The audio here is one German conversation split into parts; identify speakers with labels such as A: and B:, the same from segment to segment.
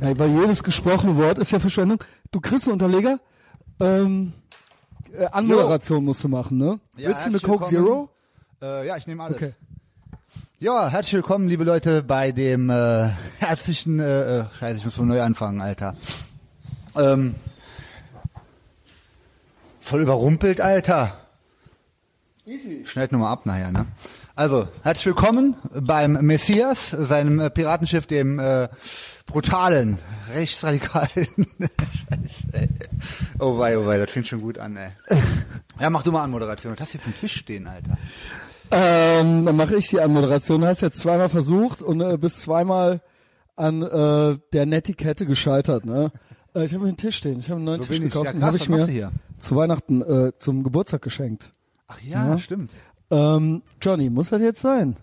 A: Ja, weil jedes gesprochene Wort ist ja Verschwendung. Du kriegst einen Unterleger. Ähm, äh, Anmoderation musst du machen, ne?
B: Ja,
A: Willst du eine
B: herzlich
A: Coke Zero?
B: willkommen. Äh, ja, ich nehme alles.
A: Okay.
B: Ja, herzlich willkommen, liebe Leute, bei dem äh, herzlichen. Äh, äh, scheiße, ich muss von neu anfangen, Alter. Ähm, voll überrumpelt, Alter. Easy. Schneid nochmal ab nachher, ne? Also, herzlich willkommen beim Messias, seinem äh, Piratenschiff, dem äh, brutalen, rechtsradikalen. Scheiße, ey. Oh wei, oh wei, das fängt schon gut an, ey. Ja, mach du mal an, Moderation. Was hast du hier vom Tisch stehen, Alter?
A: Ähm, dann mache ich die Anmoderation. Du hast jetzt zweimal versucht und äh, bist zweimal an äh, der Netiquette gescheitert, ne? Äh, ich habe mir einen Tisch stehen. Ich habe einen neuen
B: So
A: Tisch
B: bin ich.
A: gekauft.
B: Ja,
A: den
B: krass,
A: habe
B: was
A: ich
B: machst
A: mir
B: du hier?
A: zu Weihnachten äh, zum Geburtstag geschenkt.
B: Ach ja,
A: Ja.
B: stimmt.
A: Ähm, Johnny, muss das jetzt sein?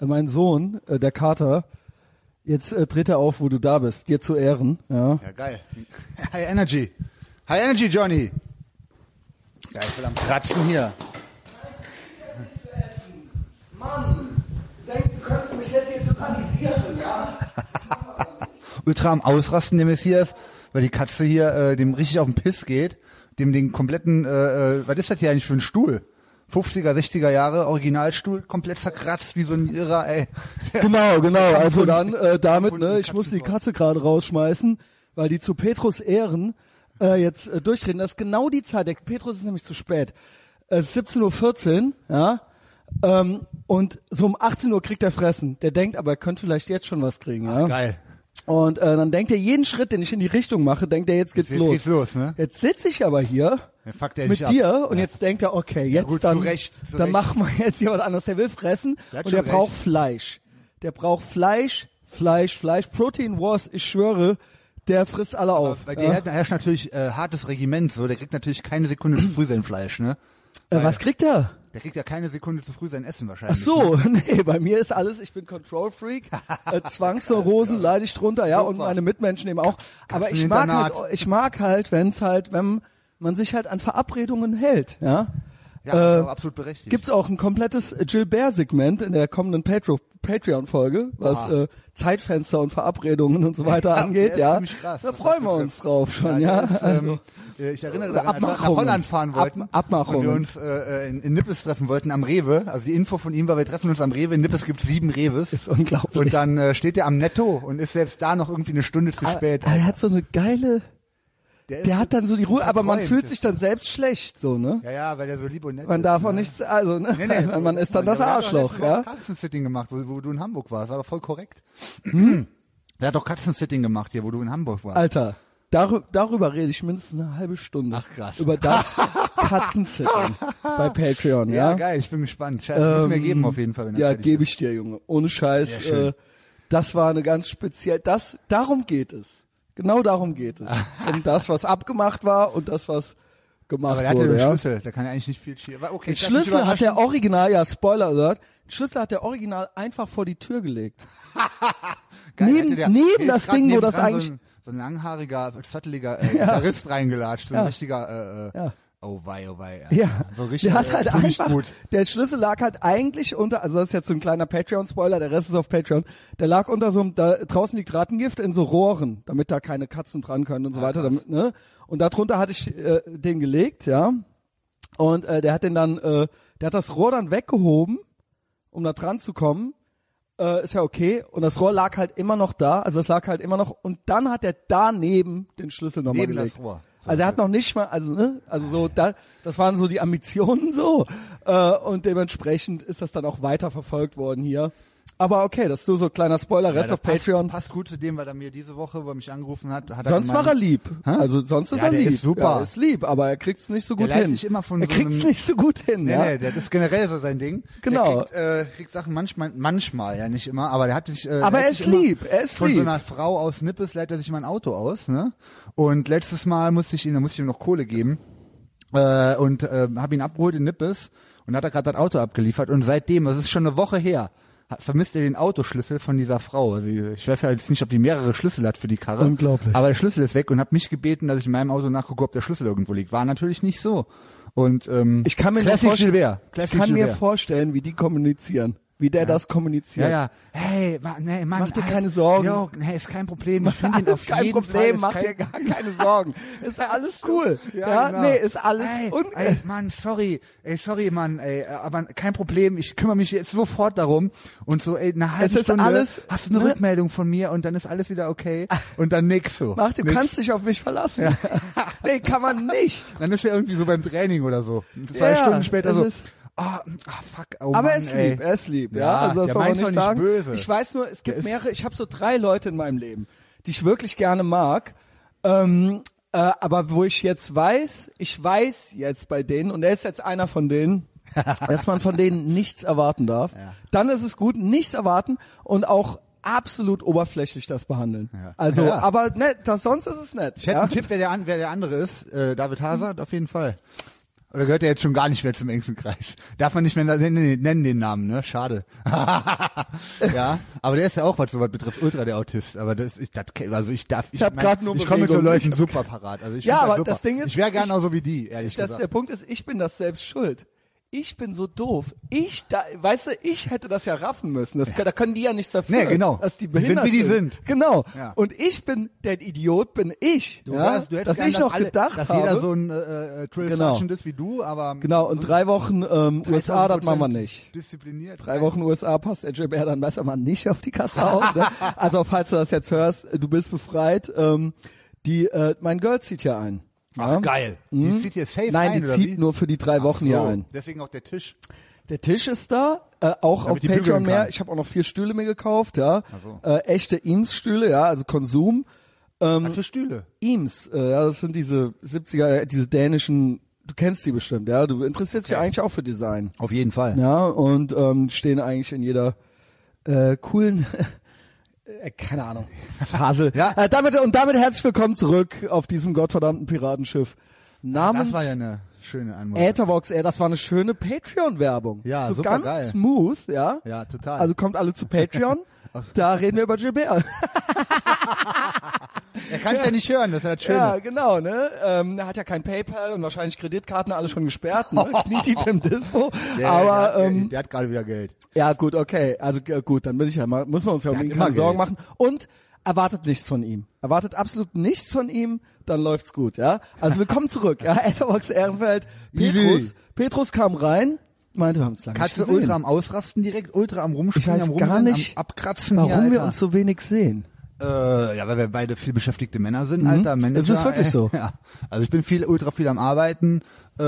A: Äh, mein Sohn, äh, der Kater, jetzt äh, tritt er auf, wo du da bist, dir zu Ehren. Ja.
B: Ja, geil. High Energy. High Energy, Johnny. Geil, voll am Kratzen hier.
C: Denkst du, könntest mich jetzt hier totalisieren, ja?
B: Ultra am Ausrasten, der Messias, weil die Katze hier äh, dem richtig auf den Piss geht. Dem den kompletten, äh, äh, was ist das hier eigentlich für ein Stuhl? 50er, 60er Jahre, Originalstuhl, komplett zerkratzt wie so ein Irrer, ey.
A: Genau, genau. Also dann äh, damit,
B: gefunden,
A: ne, ich muss die
B: Katzenwort.
A: Katze gerade rausschmeißen, weil die zu Petrus Ehren äh, jetzt äh, durchreden. Das ist genau die Zeit. Der Petrus ist nämlich zu spät. Es ist 17.14 Uhr, ja. Ähm, und so um 18 Uhr kriegt er Fressen. Der denkt, aber er könnte vielleicht jetzt schon was kriegen, ja.
B: Geil.
A: Und äh, dann denkt er jeden Schritt, den ich in die Richtung mache, denkt er, jetzt geht's
B: Jetzt
A: los.
B: geht's los, ne?
A: Jetzt sitze ich aber hier
B: Ja, fuck der
A: mit
B: dich ab.
A: dir und jetzt denkt er, okay, jetzt
B: gut, zu
A: dann,
B: Recht, zu
A: dann
B: Recht.
A: machen wir jetzt jemand anders, der will fressen
B: Der hat
A: und der
B: schon
A: braucht
B: recht.
A: Fleisch. Der braucht Fleisch, Fleisch, Fleisch. Protein Wars, ich schwöre, der frisst alle auf.
B: Bei dir
A: ja?
B: herrscht- herrscht natürlich äh, hartes Regiment, so der kriegt natürlich keine Sekunde zu früh sein Fleisch, ne?
A: äh, was kriegt er?
B: Der kriegt ja keine Sekunde zu früh sein Essen
A: Ach
B: wahrscheinlich.
A: so, nee, bei mir ist alles, ich bin Control Freak, äh, Zwangsneurosen leide ich drunter, ja, und
B: Super.
A: meine Mitmenschen eben auch. Aber ich mag halt,
B: Katzeninternat.
A: ich mag halt, wenn's halt, wenn man sich halt an Verabredungen hält, ja.
B: Ja, das
A: Äh,
B: ist auch absolut berechtigt.
A: Gibt's auch ein komplettes Gilbert-Segment in der kommenden Patro Patreon-Folge, was
B: Boah.
A: äh, Zeitfenster und Verabredungen und so weiter
B: Ja, der
A: angeht,
B: ist
A: ja.
B: ziemlich krass,
A: da
B: was
A: freuen
B: das
A: wir uns drauf schon, ja.
B: das,
A: also,
B: ähm, äh, ich erinnere daran, als wir nach
A: Abmachungen.
B: Holland fahren wollten
A: Ab- Abmachungen.
B: und wir uns äh, äh, in, in Nippes treffen wollten am Rewe. Also die Info von ihm war, wir treffen uns am Rewe. In Nippes gibt's sieben Reves.
A: Ist unglaublich.
B: Und dann äh, steht er am Netto und ist selbst da noch irgendwie eine Stunde zu spät.
A: Ah, er hat so eine geile,
B: ist-
A: der hat dann so die Ruhe, aber man
B: verträumt
A: fühlt
B: ist
A: sich dann selbst schlecht, so, ne?
B: Ja, ja, weil er so lieb und nett
A: Man
B: ist.
A: darf auch
B: ne?
A: nichts, also, ne?
B: Nee, nee,
A: man ist dann
B: Mann,
A: das
B: der hat doch
A: Arschloch,
B: letzte Woche
A: ja.
B: Katzen-Sitting gemacht, wo, wo du in Hamburg warst, aber voll korrekt.
A: Mhm.
B: Der hat doch Katzen-Sitting gemacht hier, wo du in Hamburg warst.
A: Alter, darü- darüber rede ich mindestens eine halbe Stunde.
B: Ach, krass.
A: Über das Katzenzitten bei Patreon,
B: ja,
A: ja.
B: geil, ich bin gespannt. Scheiße, müssen wir
A: Ähm,
B: geben auf jeden Fall. Wenn das
A: Ja,
B: fertig
A: gebe
B: ist.
A: ich dir, Junge. Ohne Scheiß.
B: schön.
A: Äh, das war eine ganz speziell. Das, darum geht es. Genau darum geht es. um das, was abgemacht war und das, was gemacht
B: Aber der hat ja
A: wurde.
B: den
A: ja.
B: Schlüssel, da kann er eigentlich nicht viel schieben. Aber Okay,
A: Den
B: ich lass mich
A: Schlüssel hat
B: überraschen.
A: der Original, ja, Spoiler Alert, den Schlüssel hat der Original einfach vor die Tür gelegt.
B: Geil,
A: neben-
B: hätte der-
A: neben
B: der ist
A: das
B: grad
A: Ding, wo
B: nebendran
A: das eigentlich-
B: So ein, so ein langhaariger, zotteliger äh, Gitarrist reingelatscht, so ein
A: Ja.
B: richtiger, äh, äh,
A: Ja.
B: oh wei, oh wei. Alter.
A: Ja,
B: So richtig,
A: der hat halt
B: äh, tu nicht
A: einfach,
B: gut.
A: der Schlüssel lag halt eigentlich unter, also das ist jetzt so ein kleiner Patreon-Spoiler, der Rest ist auf Patreon, der lag unter so einem, da draußen liegt Rattengift in so Rohren, damit da keine Katzen dran können
B: Ah,
A: und so weiter, damit, ne? Und darunter hatte ich äh, den gelegt, ja, und äh, der hat den dann, äh, der hat das Rohr dann weggehoben, um da dran zu kommen, äh, ist ja okay, und das Rohr lag halt immer noch da, also es lag halt immer noch, und dann hat er daneben den Schlüssel nochmal
B: Neben das
A: gelegt.
B: Rohr. So
A: Also er hat noch nicht mal, also ne, also so, da, das waren so die Ambitionen so äh, und dementsprechend ist das dann auch weiter verfolgt worden hier. Aber okay, das ist nur so ein kleiner Spoiler, Rest
B: das
A: auf Patreon.
B: Passt, passt gut zu dem, weil er mir diese Woche, wo er mich angerufen hat, hat
A: Sonst
B: er
A: war er
B: gemeint,
A: lieb.
B: Hä?
A: Also sonst ist
B: Ja,
A: er
B: der
A: lieb.
B: ist super.
A: Ja, ist lieb, aber er kriegt's nicht so gut
B: leitet
A: hin.
B: sich immer von
A: er
B: so
A: kriegt's
B: einem-
A: nicht so gut hin,
B: Nee,
A: ja.
B: nee, das ist generell so sein Ding.
A: Genau.
B: Der kriegt, äh, kriegt Sachen manchmal, manchmal, ja nicht immer, aber der hat sich. Äh,
A: Aber
B: leitet
A: er ist
B: sich immer
A: lieb, er ist
B: Von so
A: lieb.
B: einer Frau aus Nippes leitet er sich mal ein Auto aus, ne? Und letztes Mal musste ich ihm, da musste ich ihm noch Kohle geben. äh, und äh, habe ihn abgeholt in Nippes und hat er gerade das Auto abgeliefert und seitdem, das ist schon eine Woche her, hat, vermisst er den Autoschlüssel von dieser Frau. Also ich weiß ja jetzt nicht, ob die mehrere Schlüssel hat für die Karre.
A: Unglaublich.
B: Aber der Schlüssel ist weg und hat mich gebeten, dass ich in meinem Auto nachgucke, ob der Schlüssel irgendwo liegt. War natürlich nicht so. Und ähm,
A: Ich kann mir nur
B: Classic
A: vorstellen-
B: Gilbert.
A: Ich
B: Classic
A: kann mir
B: Gilbert.
A: vorstellen, wie die kommunizieren. wie der das kommuniziert.
B: Ja, ja. Hey, ma, nee, Mann,
A: Mach dir
B: halt,
A: keine Sorgen.
B: Jo, nee, ist kein Problem. Ich finde ihn
A: Alles
B: auf
A: kein
B: jeden Fall.
A: Problem,
B: ist
A: mach
B: kein-
A: dir gar keine Sorgen. Ist ja alles cool. Ja,
B: genau.
A: nee, ist alles
B: Ey,
A: un
B: ey, Mann, sorry, ey, sorry, Mann, ey, aber kein Problem, ich kümmere mich jetzt sofort darum und so, ey, eine halbe
A: Es ist
B: Stunde
A: alles,
B: hast du eine
A: ne? Ah.
B: Rückmeldung von mir und dann ist alles wieder okay und dann nix so.
A: Mach, du
B: Nix.
A: kannst dich auf mich verlassen. nee, kann man nicht.
B: Dann ist er irgendwie so beim Training oder so. Zwei
A: Ja,
B: Stunden später
A: es
B: so.
A: ist-
B: Ah, ah, fuck, oh
A: Aber
B: Mann,
A: er ist
B: ey.
A: lieb, er ist lieb, ja.
B: Ja,
A: also das
B: der
A: soll man
B: meint's
A: nicht
B: doch nicht
A: sagen.
B: böse.
A: Ich weiß nur, es gibt
B: ist-
A: mehrere, ich habe so drei Leute in meinem Leben, die ich wirklich gerne mag. Ähm, äh, aber wo ich jetzt weiß, ich weiß jetzt bei denen, und er ist jetzt einer von denen, dass man von denen nichts erwarten darf, dann ist es gut, nichts erwarten und auch absolut oberflächlich das behandeln.
B: Ja.
A: Also,
B: Ja.
A: aber ne, das, sonst ist es nett.
B: Ich hätte
A: ja?
B: einen Tipp, wer der, an- wer der andere ist. Äh, David Hazard, auf jeden Fall. Oder gehört er jetzt schon gar nicht mehr zum engsten Kreis? Darf man nicht mehr na- nennen, nennen den Namen, ne? Schade. ja, aber der ist ja auch, was sowas betrifft, ultra der Autist. Aber das, ich, das, also ich darf, ich,
A: Ich hab grad nur
B: ich komme mit so
A: Bewegung.
B: Leuten super parat. Also ich
A: Ja,
B: find's
A: aber
B: super.
A: das Ding ist,
B: ich wäre
A: ich-
B: gerne auch so wie die, ehrlich
A: Das, der
B: gesagt.
A: Punkt ist, ich bin das selbst schuld. Ich bin so doof. Ich, da, weißt du, ich hätte das ja raffen müssen. Das, Da können die ja nichts dafür,
B: Nee, genau.
A: dass die
B: Die sind,
A: behindert
B: wie die sind.
A: Genau.
B: Ja.
A: Und ich bin, der Idiot bin ich.
B: Du,
A: ja?
B: wärst- du hättest
A: dass
B: gern,
A: ich noch
B: alle,
A: gedacht
B: dass
A: habe.
B: jeder so ein äh, äh, Trill
A: Genau.
B: Sergeant ist wie du, aber
A: genau, und drei Wochen ähm, USA, das machen wir nicht.
B: Diszipliniert.
A: Drei Wochen USA passt HMR dann besser mal nicht auf die Katze auf. Ne? Also falls du das jetzt hörst, du bist befreit. Ähm, die, äh, mein Girl zieht hier ein.
B: Ach,
A: ja?
B: geil. Die zieht hier safe
A: ne? Mhm. Nein,
B: ein,
A: die
B: oder
A: zieht
B: wie?
A: nur für die drei Wochen hier
B: so,
A: ein.
B: Deswegen auch der Tisch.
A: Der Tisch ist da, äh, auch
B: Damit die
A: auf Patreon
B: bügeln
A: mehr.
B: kann.
A: Ich habe auch noch vier Stühle mir gekauft, ja.
B: Ach so.
A: Äh, echte Eames-Stühle, ja, also Konsum. Um
B: Was für Stühle?
A: Eames, äh, ja, das sind diese 70er, äh, diese dänischen, du kennst die bestimmt, ja. Du interessierst dich
B: Okay.
A: eigentlich auch für Design.
B: Auf jeden Fall.
A: Ja, und ähm, stehen eigentlich in jeder äh, coolen, äh, keine Ahnung, Phase.
B: Ja.
A: Äh, damit, und damit herzlich willkommen zurück auf diesem gottverdammten Piratenschiff. Namens
B: Das war ja eine schöne Anmoderation.
A: Etherbox, ey, das war eine schöne Patreon-Werbung.
B: Ja,
A: so
B: super
A: ganz
B: geil.
A: smooth, ja.
B: Ja, total.
A: Also kommt alle zu Patreon. da reden wir über GBR.
B: er kann es ja. nicht hören, das ist ja das Schöne.
A: ja, genau, ne? Ähm, er hat ja kein PayPal und wahrscheinlich Kreditkarten alle schon gesperrt, ne? Knietief im Dispo.
B: Der,
A: aber
B: der, hat-
A: ähm,
B: der, der hat gerade wieder Geld.
A: ja, gut, okay. Also äh, gut, dann bin ich ja mal, muss man uns ja um
B: Der
A: ihn
B: hat immer
A: keine Sorgen machen.
B: Geld.
A: Und erwartet nichts von ihm. Erwartet absolut nichts von ihm, dann läuft's gut, ja? Also willkommen zurück, ja? Etherbox Ehrenfeld.
B: Easy.
A: Petrus, Petrus kam rein, meinte, wir haben es lange nicht
B: Katze
A: gesehen.
B: ultra am Ausrasten direkt, ultra am
A: Ich
B: Rumspringen,
A: weiß
B: am
A: gar
B: Rumrennen,
A: nicht,
B: am Abkratzen.
A: warum
B: hier,
A: wir
B: Alter.
A: uns so wenig sehen.
B: Äh, ja, weil wir beide viel beschäftigte Männer sind, Alter. Manager,
A: Mhm. Es ist wirklich
B: ey.
A: so.
B: Ja. Also ich bin viel, ultra viel am Arbeiten, äh,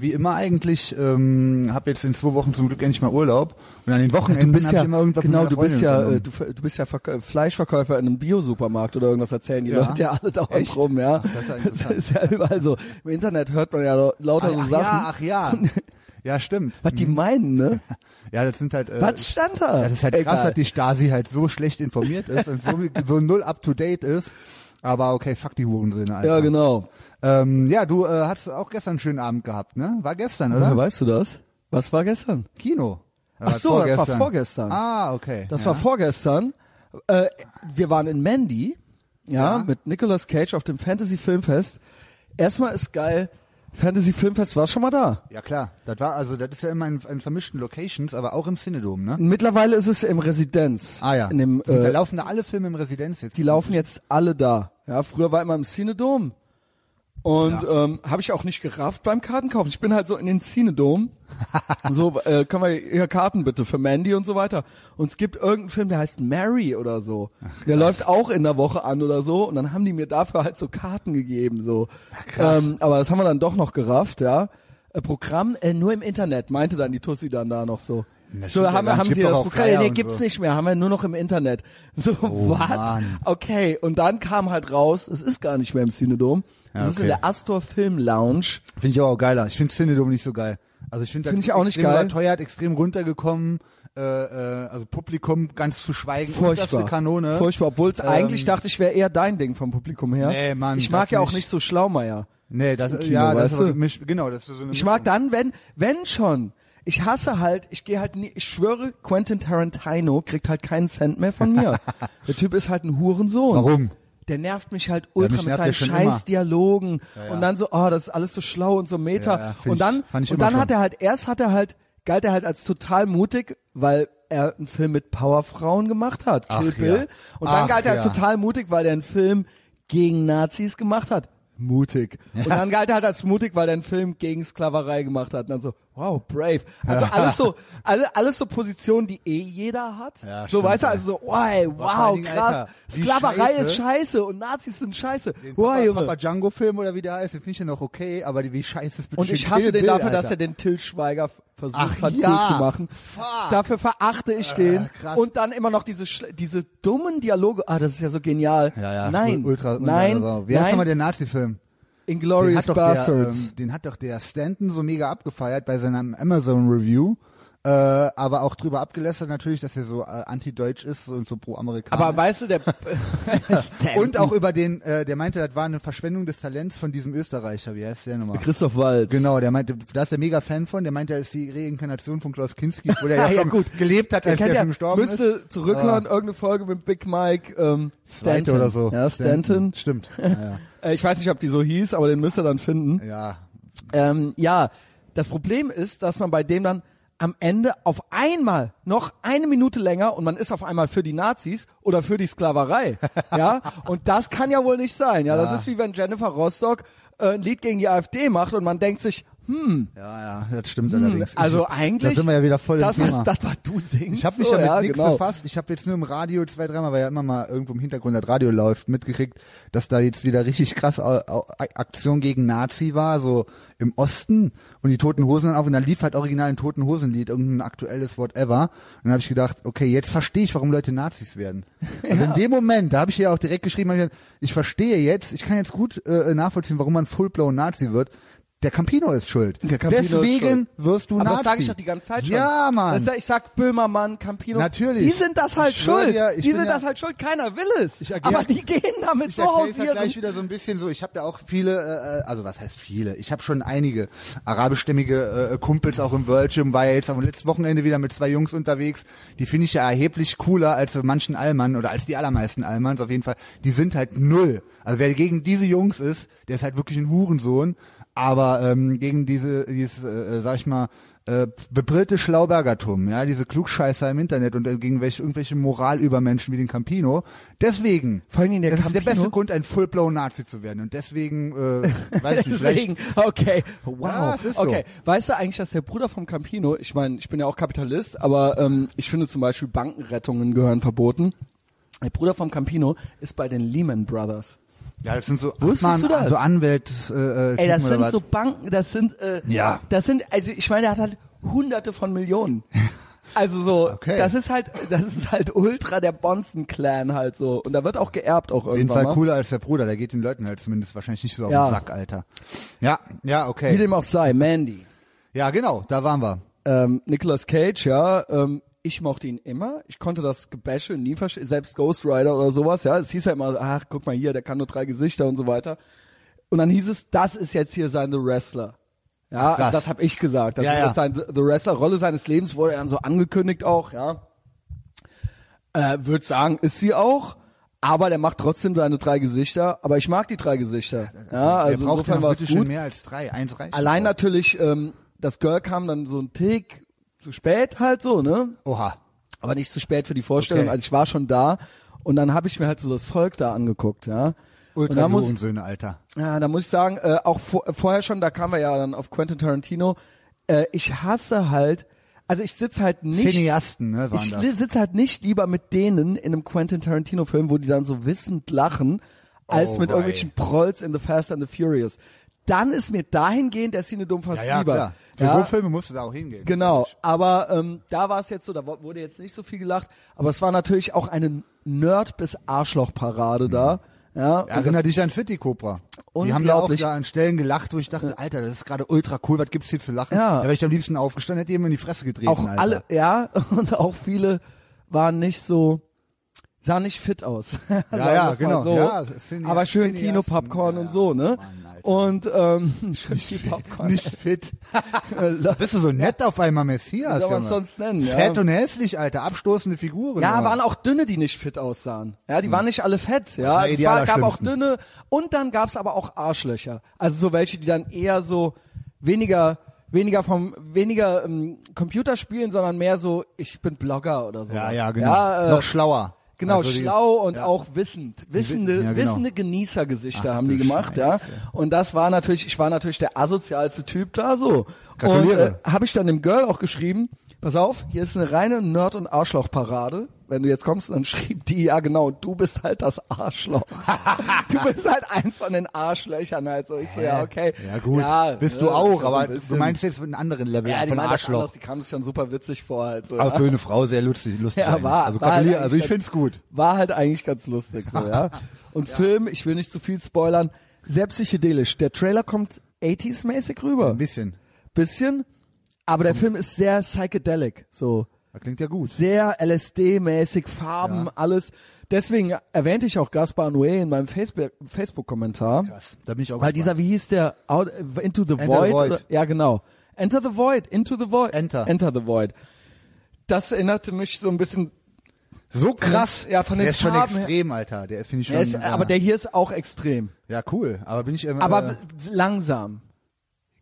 B: wie immer eigentlich. Ähm, habe jetzt in zwei Wochen zum Glück endlich mal Urlaub. Und an den Wochenenden hab ich immer irgendwas mit
A: genau,
B: meiner
A: du bist
B: Freundin
A: ja,
B: unternommen.
A: äh, du, ver- du bist ja Verkä- Fleischverkäufer in einem Biosupermarkt oder irgendwas erzählen die
B: Ja.
A: Leute ja alle dauernd
B: Echt?
A: rum, ja.
B: Ach, das ist ja interessant.
A: ist ja überall so. Im Internet hört man ja lo- lauter so
B: ach,
A: Sachen,
B: ach ja, ach ja. Ja, stimmt.
A: was die meinen, ne?
B: Ja, das sind halt. Äh,
A: Was stand da?
B: Ja, das ist halt krass, dass die Stasi halt so schlecht informiert ist und so, so null up to date ist. Aber okay, fuck die Hurensinne, Alter.
A: Ja, genau.
B: Ähm, ja, du äh, hast auch gestern einen schönen Abend gehabt, ne? War gestern,
A: Woher
B: oder?
A: weißt du das? Was war gestern?
B: Kino. Ja,
A: Ach
B: war
A: so, das war vorgestern.
B: Ah, okay.
A: Das
B: ja.
A: war vorgestern. Äh, wir waren in Mandy, ja,
B: Ja.
A: mit Nicolas Cage auf dem Fantasy Filmfest. Erstmal ist geil, Fantasy Filmfest war schon mal da.
B: Ja klar, das war also das ist ja immer in, in vermischten Locations, aber auch im Cinedom, ne?
A: Mittlerweile ist es im Residenz.
B: Ah ja.
A: In dem,
B: da
A: äh,
B: laufen da alle Filme im Residenz jetzt.
A: die laufen jetzt alle da. Ja, früher war immer im Cinedom. Und ähm, habe ich auch nicht gerafft beim Kartenkaufen. Ich bin halt so in den Cinedom. so, äh, können wir hier Karten bitte für Mandy und so weiter. Und es gibt irgendeinen Film, der heißt Mary oder so. der läuft auch in der Woche an oder so. Und dann haben die mir dafür halt so Karten gegeben. so.
B: krass.
A: Ähm, aber das haben wir dann doch noch gerafft, ja. Äh, Programm äh, nur im Internet, meinte dann die Tussi dann da noch so.
B: Na,
A: so,
B: stimmt ja
A: haben, wir-
B: gar nicht.
A: haben
B: Gibt
A: sie
B: doch
A: das
B: auch
A: Programm,
B: Flyer
A: nee,
B: und
A: gibt's
B: so. Oh,
A: nicht mehr, haben wir nur noch im Internet. So, what?
B: Mann.
A: Okay, und dann kam halt raus, es ist gar nicht mehr im Synodom, es
B: Ja,
A: ist in
B: okay.
A: der Astor Film Lounge.
B: Finde ich aber auch geiler. Ich finde Cinedom nicht so geil. Also ich finde
A: Find
B: das
A: ich auch nicht
B: extrem
A: geil.
B: überteuert, extrem runtergekommen. Äh, äh, also Publikum ganz zu schweigen.
A: Furchtbar.
B: Unterste Kanone.
A: Furchtbar, obwohl
B: Ähm,
A: eigentlich dachte ich, wäre eher dein Ding vom Publikum her.
B: Nee, Mann,
A: ich mag
B: das
A: ja auch
B: nicht.
A: nicht so Schlaumeier.
B: Nee, das
A: Kino,
B: ja, das
A: weißt
B: ist aber
A: du?
B: gemischt. Genau, das ist so eine
A: Ich mag dann, wenn, wenn schon. Ich hasse halt, ich gehe halt nie, ich schwöre, Quentin Tarantino kriegt halt keinen Cent mehr von mir. der Typ ist halt ein Hurensohn.
B: Warum?
A: Der nervt mich halt ultra
B: mich
A: mit
B: nervt
A: seinen
B: der schon
A: scheiß
B: immer.
A: Dialogen
B: ja.
A: und dann so, oh, das ist alles so schlau und so meta
B: Ja, ja, find
A: und
B: ich-
A: dann
B: fand ich
A: und
B: immer
A: dann hat
B: schon.
A: er halt erst hat er halt galt er halt als total mutig, weil er einen Film mit Powerfrauen gemacht hat,
B: Ach
A: Kill
B: ja.
A: Bill. Und dann
B: Ach
A: galt er als
B: ja.
A: total mutig, weil er einen Film gegen Nazis gemacht hat. Mutig. Und dann galt er halt als mutig, weil er einen Film gegen Sklaverei gemacht hat. Und dann so, wow, brave. Also alles so, alle, alles so Positionen, die eh jeder hat.
B: Ja,
A: so
B: stimmt,
A: weißt du,
B: ey.
A: also so, wow,
B: vor allen
A: wow,
B: Dingen,
A: krass.
B: Alter, die
A: Sklaverei
B: Scheiße.
A: ist scheiße und Nazis sind scheiße.
B: Den
A: Wow,
B: Papa,
A: Junge.
B: Papa Django Film oder wie der heißt, den finde ich ja noch okay, aber die, wie scheiße ist bitte
A: Und
B: schön
A: ich hasse
B: Kill
A: den
B: Bill,
A: dafür,
B: Alter.
A: dass er den Till Schweiger f- versucht
B: Ach
A: hat,
B: ja.
A: cool zu machen.
B: Fuck. Ah,
A: Dafür verachte ich den.
B: krass.
A: Und dann immer noch diese, schl- diese dummen Dialoge. Ah, das ist ja so genial.
B: ja, ja,
A: Nein,
B: ultra, ultra
A: nein,
B: sau. Wie heißt nochmal
A: nein.
B: der Nazi-Film? Den
A: Inglourious
B: hat, doch der,
A: Bastards.
B: ähm, den hat doch der Stanton so mega abgefeiert bei seinem Amazon-Review, äh, aber auch drüber abgelästert natürlich, dass er so äh, anti-deutsch ist und so pro-amerikaner.
A: aber weißt du, der Ähm,
B: und
A: hm.
B: auch über den, äh, der meinte, das war eine Verschwendung des Talents von diesem Österreicher, wie heißt der nochmal?
A: Christoph Waltz.
B: Genau, der meinte, da ist er mega Fan von, der meinte, das ist die Reinkarnation von Klaus Kinski, wo der ja,
A: Ja,
B: schon
A: gut.
B: gelebt hat,
A: Der
B: als
A: kennt
B: der
A: ja,
B: schon gestorben ist. Ah.
A: müsste zurückhören, irgendeine Folge mit Big Mike ähm,
B: Zweite
A: Stanton.
B: oder so.
A: Ja, Stanton.
B: Stimmt. Ja,
A: Äh, ich weiß nicht, ob die so hieß, aber den müsst ihr dann finden.
B: ja. ja.
A: Ähm, ja, das Problem ist, dass man bei dem dann am Ende auf einmal noch eine Minute länger und man ist auf einmal für die Nazis oder für die Sklaverei. ja, und das kann ja wohl nicht sein. Ja, das ist wie wenn Jennifer Rostock äh, ein Lied gegen die AfD macht und man denkt sich, hm,
B: Ja, ja, das stimmt allerdings.
A: also
B: Ich-
A: eigentlich,
B: Da sind wir ja wieder voll
A: das,
B: im
A: was,
B: Thema.
A: das, was du singst.
B: ich habe mich
A: so,
B: ja mit
A: ja,
B: nichts
A: genau.
B: befasst. Ich habe jetzt nur im Radio zwei, dreimal, weil ja immer mal irgendwo im Hintergrund das Radio läuft, mitgekriegt, dass da jetzt wieder richtig krass Au- Au- Aktion gegen Nazi war, so im Osten und die Toten Hosen dann auf und dann lief halt original ein Toten Hosen-Lied, irgendein aktuelles whatever. Und dann habe ich gedacht, okay, jetzt verstehe ich, warum Leute Nazis werden. Also in dem Moment, da habe ich ja auch direkt geschrieben, hab ich, gesagt, ich verstehe jetzt, ich kann jetzt gut äh, nachvollziehen, warum man full-blown Nazi wird. Der Campino ist schuld.
A: Der Campino ist
B: Deswegen
A: schuld.
B: wirst du
A: Aber
B: Nazi.
A: das sage ich doch die ganze Zeit schon.
B: Ja, Mann.
A: Das sag- Ich sag Böhmermann, Campino.
B: Natürlich.
A: Die sind das halt
B: Ich schwör
A: schuld.
B: dir, ich
A: die
B: bin
A: sind
B: ja-
A: das halt schuld. Keiner will es.
B: Ich erklär-
A: Aber die gehen damit
B: ich
A: so
B: erzähl's ja
A: hausieren.
B: gleich wieder so ein bisschen so. Ich habe ja auch viele, äh, äh, also was heißt viele? Ich habe schon einige arabischstämmige äh, Kumpels auch im World Gym, war ja jetzt am letzten Wochenende wieder mit zwei Jungs unterwegs. Die finde ich ja erheblich cooler als so manchen Allmann oder als die allermeisten Allmanns auf jeden Fall. Die sind halt null. Also wer gegen diese Jungs ist, der ist halt wirklich ein Hurensohn. Aber ähm, gegen diese, dieses, äh, sag ich mal, äh, bebrillte Schlaubergertum, ja, diese Klugscheißer im Internet und äh, gegen welche, irgendwelche Moralübermenschen wie den Campino. Deswegen,
A: Vor allen Dingen der
B: das ist der
A: Campino-
B: beste Grund, ein full-blown Nazi zu werden. Und deswegen, äh, weiß ich nicht,
A: Deswegen,
B: vielleicht,
A: okay,
B: Ja,
A: wow.
B: es ist so.
A: okay, weißt du eigentlich, dass der Bruder vom Campino, ich meine, ich bin ja auch Kapitalist, aber ähm, ich finde zum Beispiel Bankenrettungen gehören verboten. Der Bruder vom Campino ist bei den Lehman Brothers.
B: ja, das sind so,
A: Wusstest
B: Mann,
A: du das?
B: so Anwält, äh, äh,
A: Ey, das
B: Typen oder
A: sind
B: was.
A: so Banken, das sind, äh,
B: Ja.
A: das sind, also ich meine, der hat halt hunderte von Millionen. Also so,
B: Okay.
A: das ist halt, das ist halt ultra der Bonzen-Clan halt so. Und da wird auch geerbt auch
B: auf jeden
A: irgendwann
B: Fall
A: mal.
B: cooler als der Bruder, der geht den Leuten halt zumindest wahrscheinlich nicht so auf
A: Ja.
B: den Sack, Alter. Ja, ja,
A: Wie
B: okay.
A: dem auch sei, Mandy.
B: Ja, genau, da waren wir.
A: ähm, Nicolas Cage, ja, ähm, ich mochte ihn immer. Ich konnte das Gebäsche nie verstehen, selbst Ghost Rider oder sowas, ja. Es hieß ja immer, ach, guck mal hier, der kann nur drei Gesichter und so weiter. Und dann hieß es, das ist jetzt hier sein The Wrestler. Ja,
B: krass.
A: also das habe ich gesagt. Das
B: Ja,
A: ist
B: ja.
A: jetzt sein The Wrestler, Rolle seines Lebens wurde dann so angekündigt auch, ja. Äh, Würde sagen, ist sie auch. Aber der macht trotzdem seine drei Gesichter. Aber ich mag die drei Gesichter. Ja,
B: der
A: also
B: braucht ja
A: insofern
B: noch
A: war es
B: bitte schön
A: gut.
B: mehr als drei, eins reicht.
A: Allein natürlich, ähm, das Girl kam dann so ein Tick zu spät halt so, ne?
B: Oha.
A: Aber nicht zu spät für die Vorstellung.
B: Okay.
A: Also ich war schon da und dann habe ich mir halt so das Volk da angeguckt, ja. und
B: Ultra
A: da muss,
B: Söhne, Alter.
A: ja, da muss ich sagen, äh, auch vor, vorher schon, da kamen wir ja dann auf Quentin Tarantino. Äh, ich hasse halt, also ich sitze halt nicht.
B: Cineasten, ne, waren
A: ich
B: das.
A: sitze halt nicht lieber mit denen in einem Quentin Tarantino Film, wo die dann so wissend lachen, als
B: Oh,
A: mit
B: wei.
A: irgendwelchen Prolls in The Fast and the Furious. Dann ist mir dahingehend der Szene dumm fast
B: Ja, ja,
A: lieber.
B: klar. Für so Filme musst du da auch hingehen.
A: Genau, aber ähm, da war es jetzt so, da wo- wurde jetzt nicht so viel gelacht, aber es war natürlich auch eine Nerd- bis Arschloch-Parade da.
B: Mhm.
A: Ja, und
B: Erinner dich an City Cobra. Die haben da auch
A: Unglaublich.
B: da an Stellen gelacht, wo ich dachte, Alter, das ist gerade ultra cool, was gibt's hier zu lachen?
A: Ja.
B: Da wäre ich am liebsten aufgestanden, hätte jemand in die Fresse getreten,
A: auch
B: Alter.
A: alle, ja, und auch viele waren nicht so, sahen nicht fit aus. Sagen
B: ja,
A: wir's mal
B: genau.
A: So.
B: Ja, Cineasten,
A: aber schön
B: Cineasten,
A: Kino-Popcorn
B: ja,
A: und so, ne?
B: Mann, Alter.
A: und ähm, schön Kino-Popcorn.
B: Nicht fit.
A: Äh,
B: Bist du so nett auf einmal, Messias?
A: Wie soll man's
B: Junge?
A: sonst nennen, ja?
B: Fett und hässlich, Alter. Abstoßende Figuren.
A: Ja,
B: Junge.
A: waren auch dünne, die nicht fit aussahen. Ja, die waren nicht alle fett. Ja,
B: war
A: Also es
B: Hm. eh die
A: war, gab auch
B: allerschlimmsten.
A: dünne und dann gab's aber auch Arschlöcher. Also so welche, die dann eher so weniger weniger vom weniger ähm, Computerspielen, sondern mehr so, ich bin Blogger oder so.
B: Ja, ja, genau.
A: Ja, äh,
B: Noch schlauer.
A: Genau,
B: Also die-
A: schlau und
B: ja.
A: auch wissend. Wissende,
B: ja, genau.
A: wissende Genießergesichter
B: Ach,
A: haben die
B: du
A: gemacht, ja. Und das war natürlich, ich war natürlich der asozialste Typ da so.
B: Gratuliere.
A: Und äh, habe ich dann dem Girl auch geschrieben, pass auf, hier ist eine reine Nerd- und Arschlochparade. Wenn du jetzt kommst, dann schrieb die, ja genau, du bist halt das Arschloch. du bist halt ein von den Arschlöchern halt so. Ich so, ja, okay.
B: Ja gut, bist du
A: ne,
B: auch,
A: so
B: aber
A: ein
B: du
A: bisschen.
B: meinst jetzt einen anderen Level
A: ja, die
B: von
A: meinte das
B: Arschloch.
A: Anders, die kam sich schon super witzig vor halt so.
B: Aber
A: ja.
B: für eine Frau sehr lustig. lustig
A: Ja,
B: eigentlich.
A: war-
B: also
A: war halt
B: gratuliere, also ich
A: eigentlich
B: find's gut.
A: War halt eigentlich ganz lustig, so, ja. Und Film, ich will nicht zu viel spoilern, sehr psychedelisch. Der Trailer kommt 80s-mäßig rüber.
B: Ein bisschen.
A: Bisschen. Aber
B: Mhm.
A: der Film ist sehr psychedelic, so.
B: Das klingt ja gut.
A: Sehr LSD-mäßig, Farben,
B: Ja.
A: alles. Deswegen erwähnte ich auch Gaspar Noé in meinem Facebook- Facebook-Kommentar.
B: Krass. Da bin ich auch
A: Weil dieser,
B: gespannt.
A: wie hieß der? Out, äh, Into the
B: Enter
A: Void?
B: the Void.
A: Oder, ja, genau. Enter the Void, Into the Void.
B: Enter.
A: Enter the Void. Das erinnerte mich so ein bisschen
B: so krass.
A: Ja, von den
B: der ist schon
A: Farben her-
B: extrem, Alter. Der finde ich schon.
A: Der ist,
B: ja.
A: aber der hier ist auch extrem.
B: ja, cool. Aber bin ich ähm,
A: Aber
B: äh,
A: langsam.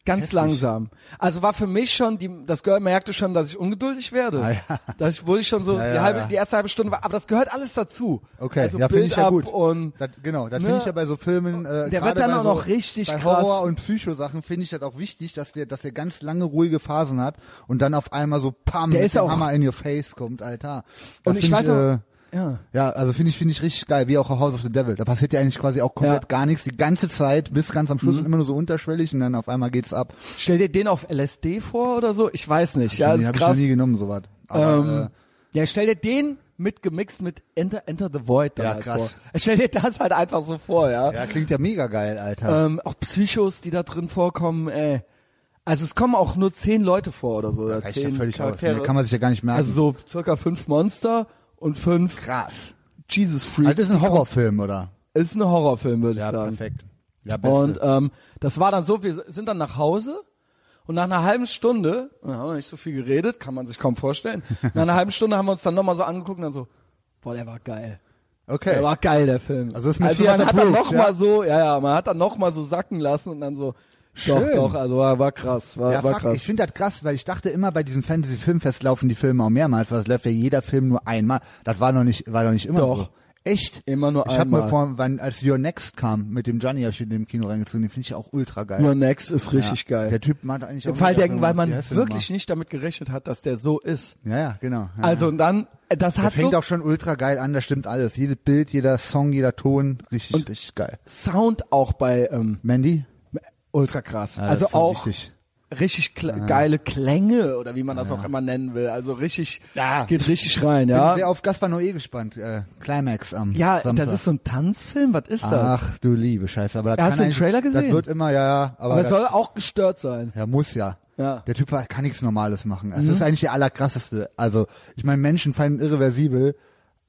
A: Ganz
B: Heftig.
A: langsam. Also war für mich schon, die, das Girl merkte schon, dass ich ungeduldig werde.
B: Ah, ja.
A: Dass ich wurde ich schon so,
B: Ja,
A: die,
B: ja,
A: halbe,
B: ja.
A: die erste halbe Stunde war, aber das gehört alles dazu.
B: Okay,
A: also
B: ja, finde ich ja
A: Build-up
B: gut.
A: Und
B: das, genau, das
A: Ne?
B: finde ich ja bei so Filmen. Äh,
A: Der wird
B: gerade
A: dann
B: bei
A: auch
B: so,
A: noch richtig
B: bei
A: krass.
B: Horror- und Psychosachen finde ich das auch wichtig, dass der, dass der ganz lange ruhige Phasen hat und dann auf einmal so pam,
A: Der
B: mit
A: ist
B: dem
A: auch-
B: Hammer in your face kommt, Alter. Das
A: Und ich
B: find
A: weiß noch-
B: äh,
A: ja.
B: ja, also finde ich, finde ich richtig geil, wie auch House of the Devil. Da passiert ja eigentlich quasi auch
A: Ja.
B: komplett
A: Mhm.
B: gar nichts die ganze Zeit bis ganz am Schluss und immer nur so unterschwellig und dann auf einmal geht's ab.
A: stell dir den auf LSD vor oder so, ich weiß nicht. Ja,
B: den
A: ist
B: habe ich noch
A: krass.
B: nie genommen, sowas.
A: ähm,
B: Aber, äh,
A: ja, stell dir den mit gemixt mit Enter, Enter the Void dann
B: Ja,
A: halt
B: krass.
A: vor. Stell dir das halt einfach so vor, ja.
B: äh, ja, klingt ja mega geil, Alter.
A: Ähm, auch Psychos, die da drin vorkommen, ey. Also es kommen auch nur zehn Leute vor oder so. Oder
B: reicht ja
A: zehn
B: völlig aus.
A: Charaktere.
B: Ne? Kann man sich ja gar nicht merken.
A: also so circa fünf Monster und fünf
B: krass.
A: Jesus Freaks.
B: Das ist ein Horrorfilm, oder?
A: Ist ein Horrorfilm, würde ich sagen.
B: perfekt. Ja, beste.
A: Und ähm, das war dann so, wir sind dann nach Hause und nach einer halben Stunde, und haben wir nicht so viel geredet, kann man sich kaum vorstellen, nach einer halben Stunde haben wir uns dann nochmal so angeguckt und dann so, boah, der war geil. Der
B: okay.
A: war geil, der Film.
B: Also ist
A: also
B: Messias
A: man hat dann
B: approved,
A: noch
B: ja?
A: mal so, ja, ja, man hat dann noch mal so sacken lassen und dann so,
B: Schön.
A: doch, doch, also war, war krass, war,
B: Ja,
A: war
B: fuck,
A: krass.
B: ich finde das krass, weil ich dachte immer bei diesem Fantasy-Filmfest laufen die Filme auch mehrmals, weil es läuft ja jeder Film nur einmal. Das war noch nicht, war noch nicht immer
A: Doch.
B: so. Echt?
A: Immer nur
B: ich hab
A: einmal.
B: mir vor, wann, als Your Next kam, mit dem Gianni hab ich in dem Kino reingezogen, den finde ich auch ultra geil.
A: Your Next ist richtig
B: ja.
A: geil.
B: Der Typ macht eigentlich auch
A: Vor allem,
B: mega
A: denken,
B: Filme,
A: weil man
B: die heißt die
A: wirklich nicht damit gerechnet hat, dass der so ist.
B: Nummer? Ja, ja, genau. Ja,
A: Also
B: ja.
A: und dann, äh, das
B: Der
A: hat
B: fängt
A: so
B: auch schon ultra geil an, da stimmt alles. Jedes Bild, jeder Song, jeder Ton, richtig, richtig geil.
A: Sound auch bei ähm,
B: Mandy?
A: ultra krass.
B: Ja,
A: also
B: das war
A: auch
B: wichtig.
A: richtig kle- geile Klänge oder wie man das auch immer nennen will. Also richtig,
B: Ja.
A: geht richtig rein,
B: Bin
A: ja.
B: sehr auf Gaspar Noé gespannt. Äh, Climax am
A: Ja,
B: Samstag.
A: das ist so ein Tanzfilm, was ist das?
B: Ach du liebe Scheiße, aber das
A: Ja,
B: kann
A: hast du den
B: eigentlich-
A: Trailer
B: Das
A: gesehen?
B: wird immer, ja, ja, aber,
A: Aber es
B: das,
A: soll auch gestört sein.
B: ja, muss ja.
A: Ja. Mhm.
B: Der Typ kann nichts Normales machen. Das ist eigentlich der allerkrasseste. Also, ich meine, Menschen fanden irreversibel.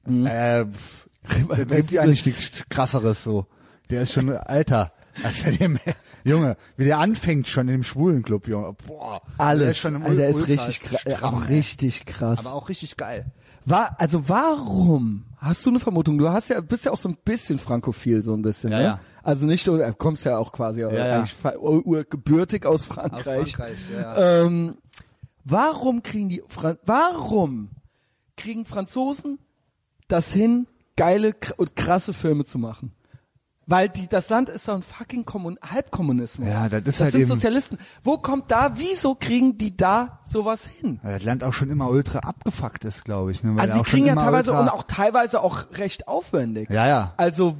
B: Äh, pff, da gibt
A: Mhm. Irreversibel.
B: ja eigentlich nichts krasseres so. Der ist schon alter. Als er dem, Junge, wie der anfängt schon im Schwulenclub, Junge. Boah,
A: Alles.
B: Der ist schon im
A: Alter, ist
B: Ultra
A: richtig krass. äh,
B: stramm,
A: Auch
B: ey.
A: richtig krass.
B: Aber auch richtig geil.
A: War, also warum? Hast du eine Vermutung? Du hast ja, bist ja auch so ein bisschen frankophil, so ein bisschen,
B: Ja,
A: ne?
B: ja.
A: Also nicht, du äh, kommst ja auch quasi äh,
B: ja.
A: eigentlich fa- ur- ur- gebürtig aus
B: Aus
A: Frankreich.
B: Frankreich, ja, ja.
A: Ähm, warum kriegen die, Fran warum kriegen Franzosen das hin, geile kr und krasse Filme zu machen? Weil die, das Land ist so ein fucking Kommun Halbkommunismus.
B: Ja, das ist
A: das
B: halt
A: sind
B: eben-
A: Sozialisten. Wo kommt da, wieso kriegen die da sowas hin?
B: Weil das Land auch schon immer ultra abgefuckt ist, glaube ich. Ne? Weil
A: Also sie
B: auch schon
A: kriegen ja
B: immer
A: teilweise
B: ultra,
A: und auch teilweise auch recht aufwendig.
B: Ja, ja.
A: Also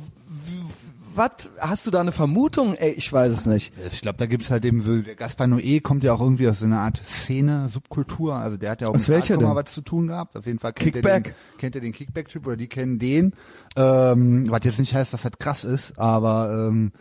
A: was hast du da eine Vermutung? Ey, ich weiß es nicht.
B: Ich glaube, da gibt's halt eben so, der Gaspar Noé kommt ja auch irgendwie aus so einer Art Szene, Subkultur, also der hat ja auch
A: Aus welcher
B: Hardcore mal
A: denn?
B: was zu tun gehabt. Auf jeden Fall kennt er
A: Kickback.
B: den, kennt er den Kickback-Typ oder die kennen den. Ähm, was jetzt nicht heißt, dass das krass ist, aber ähm,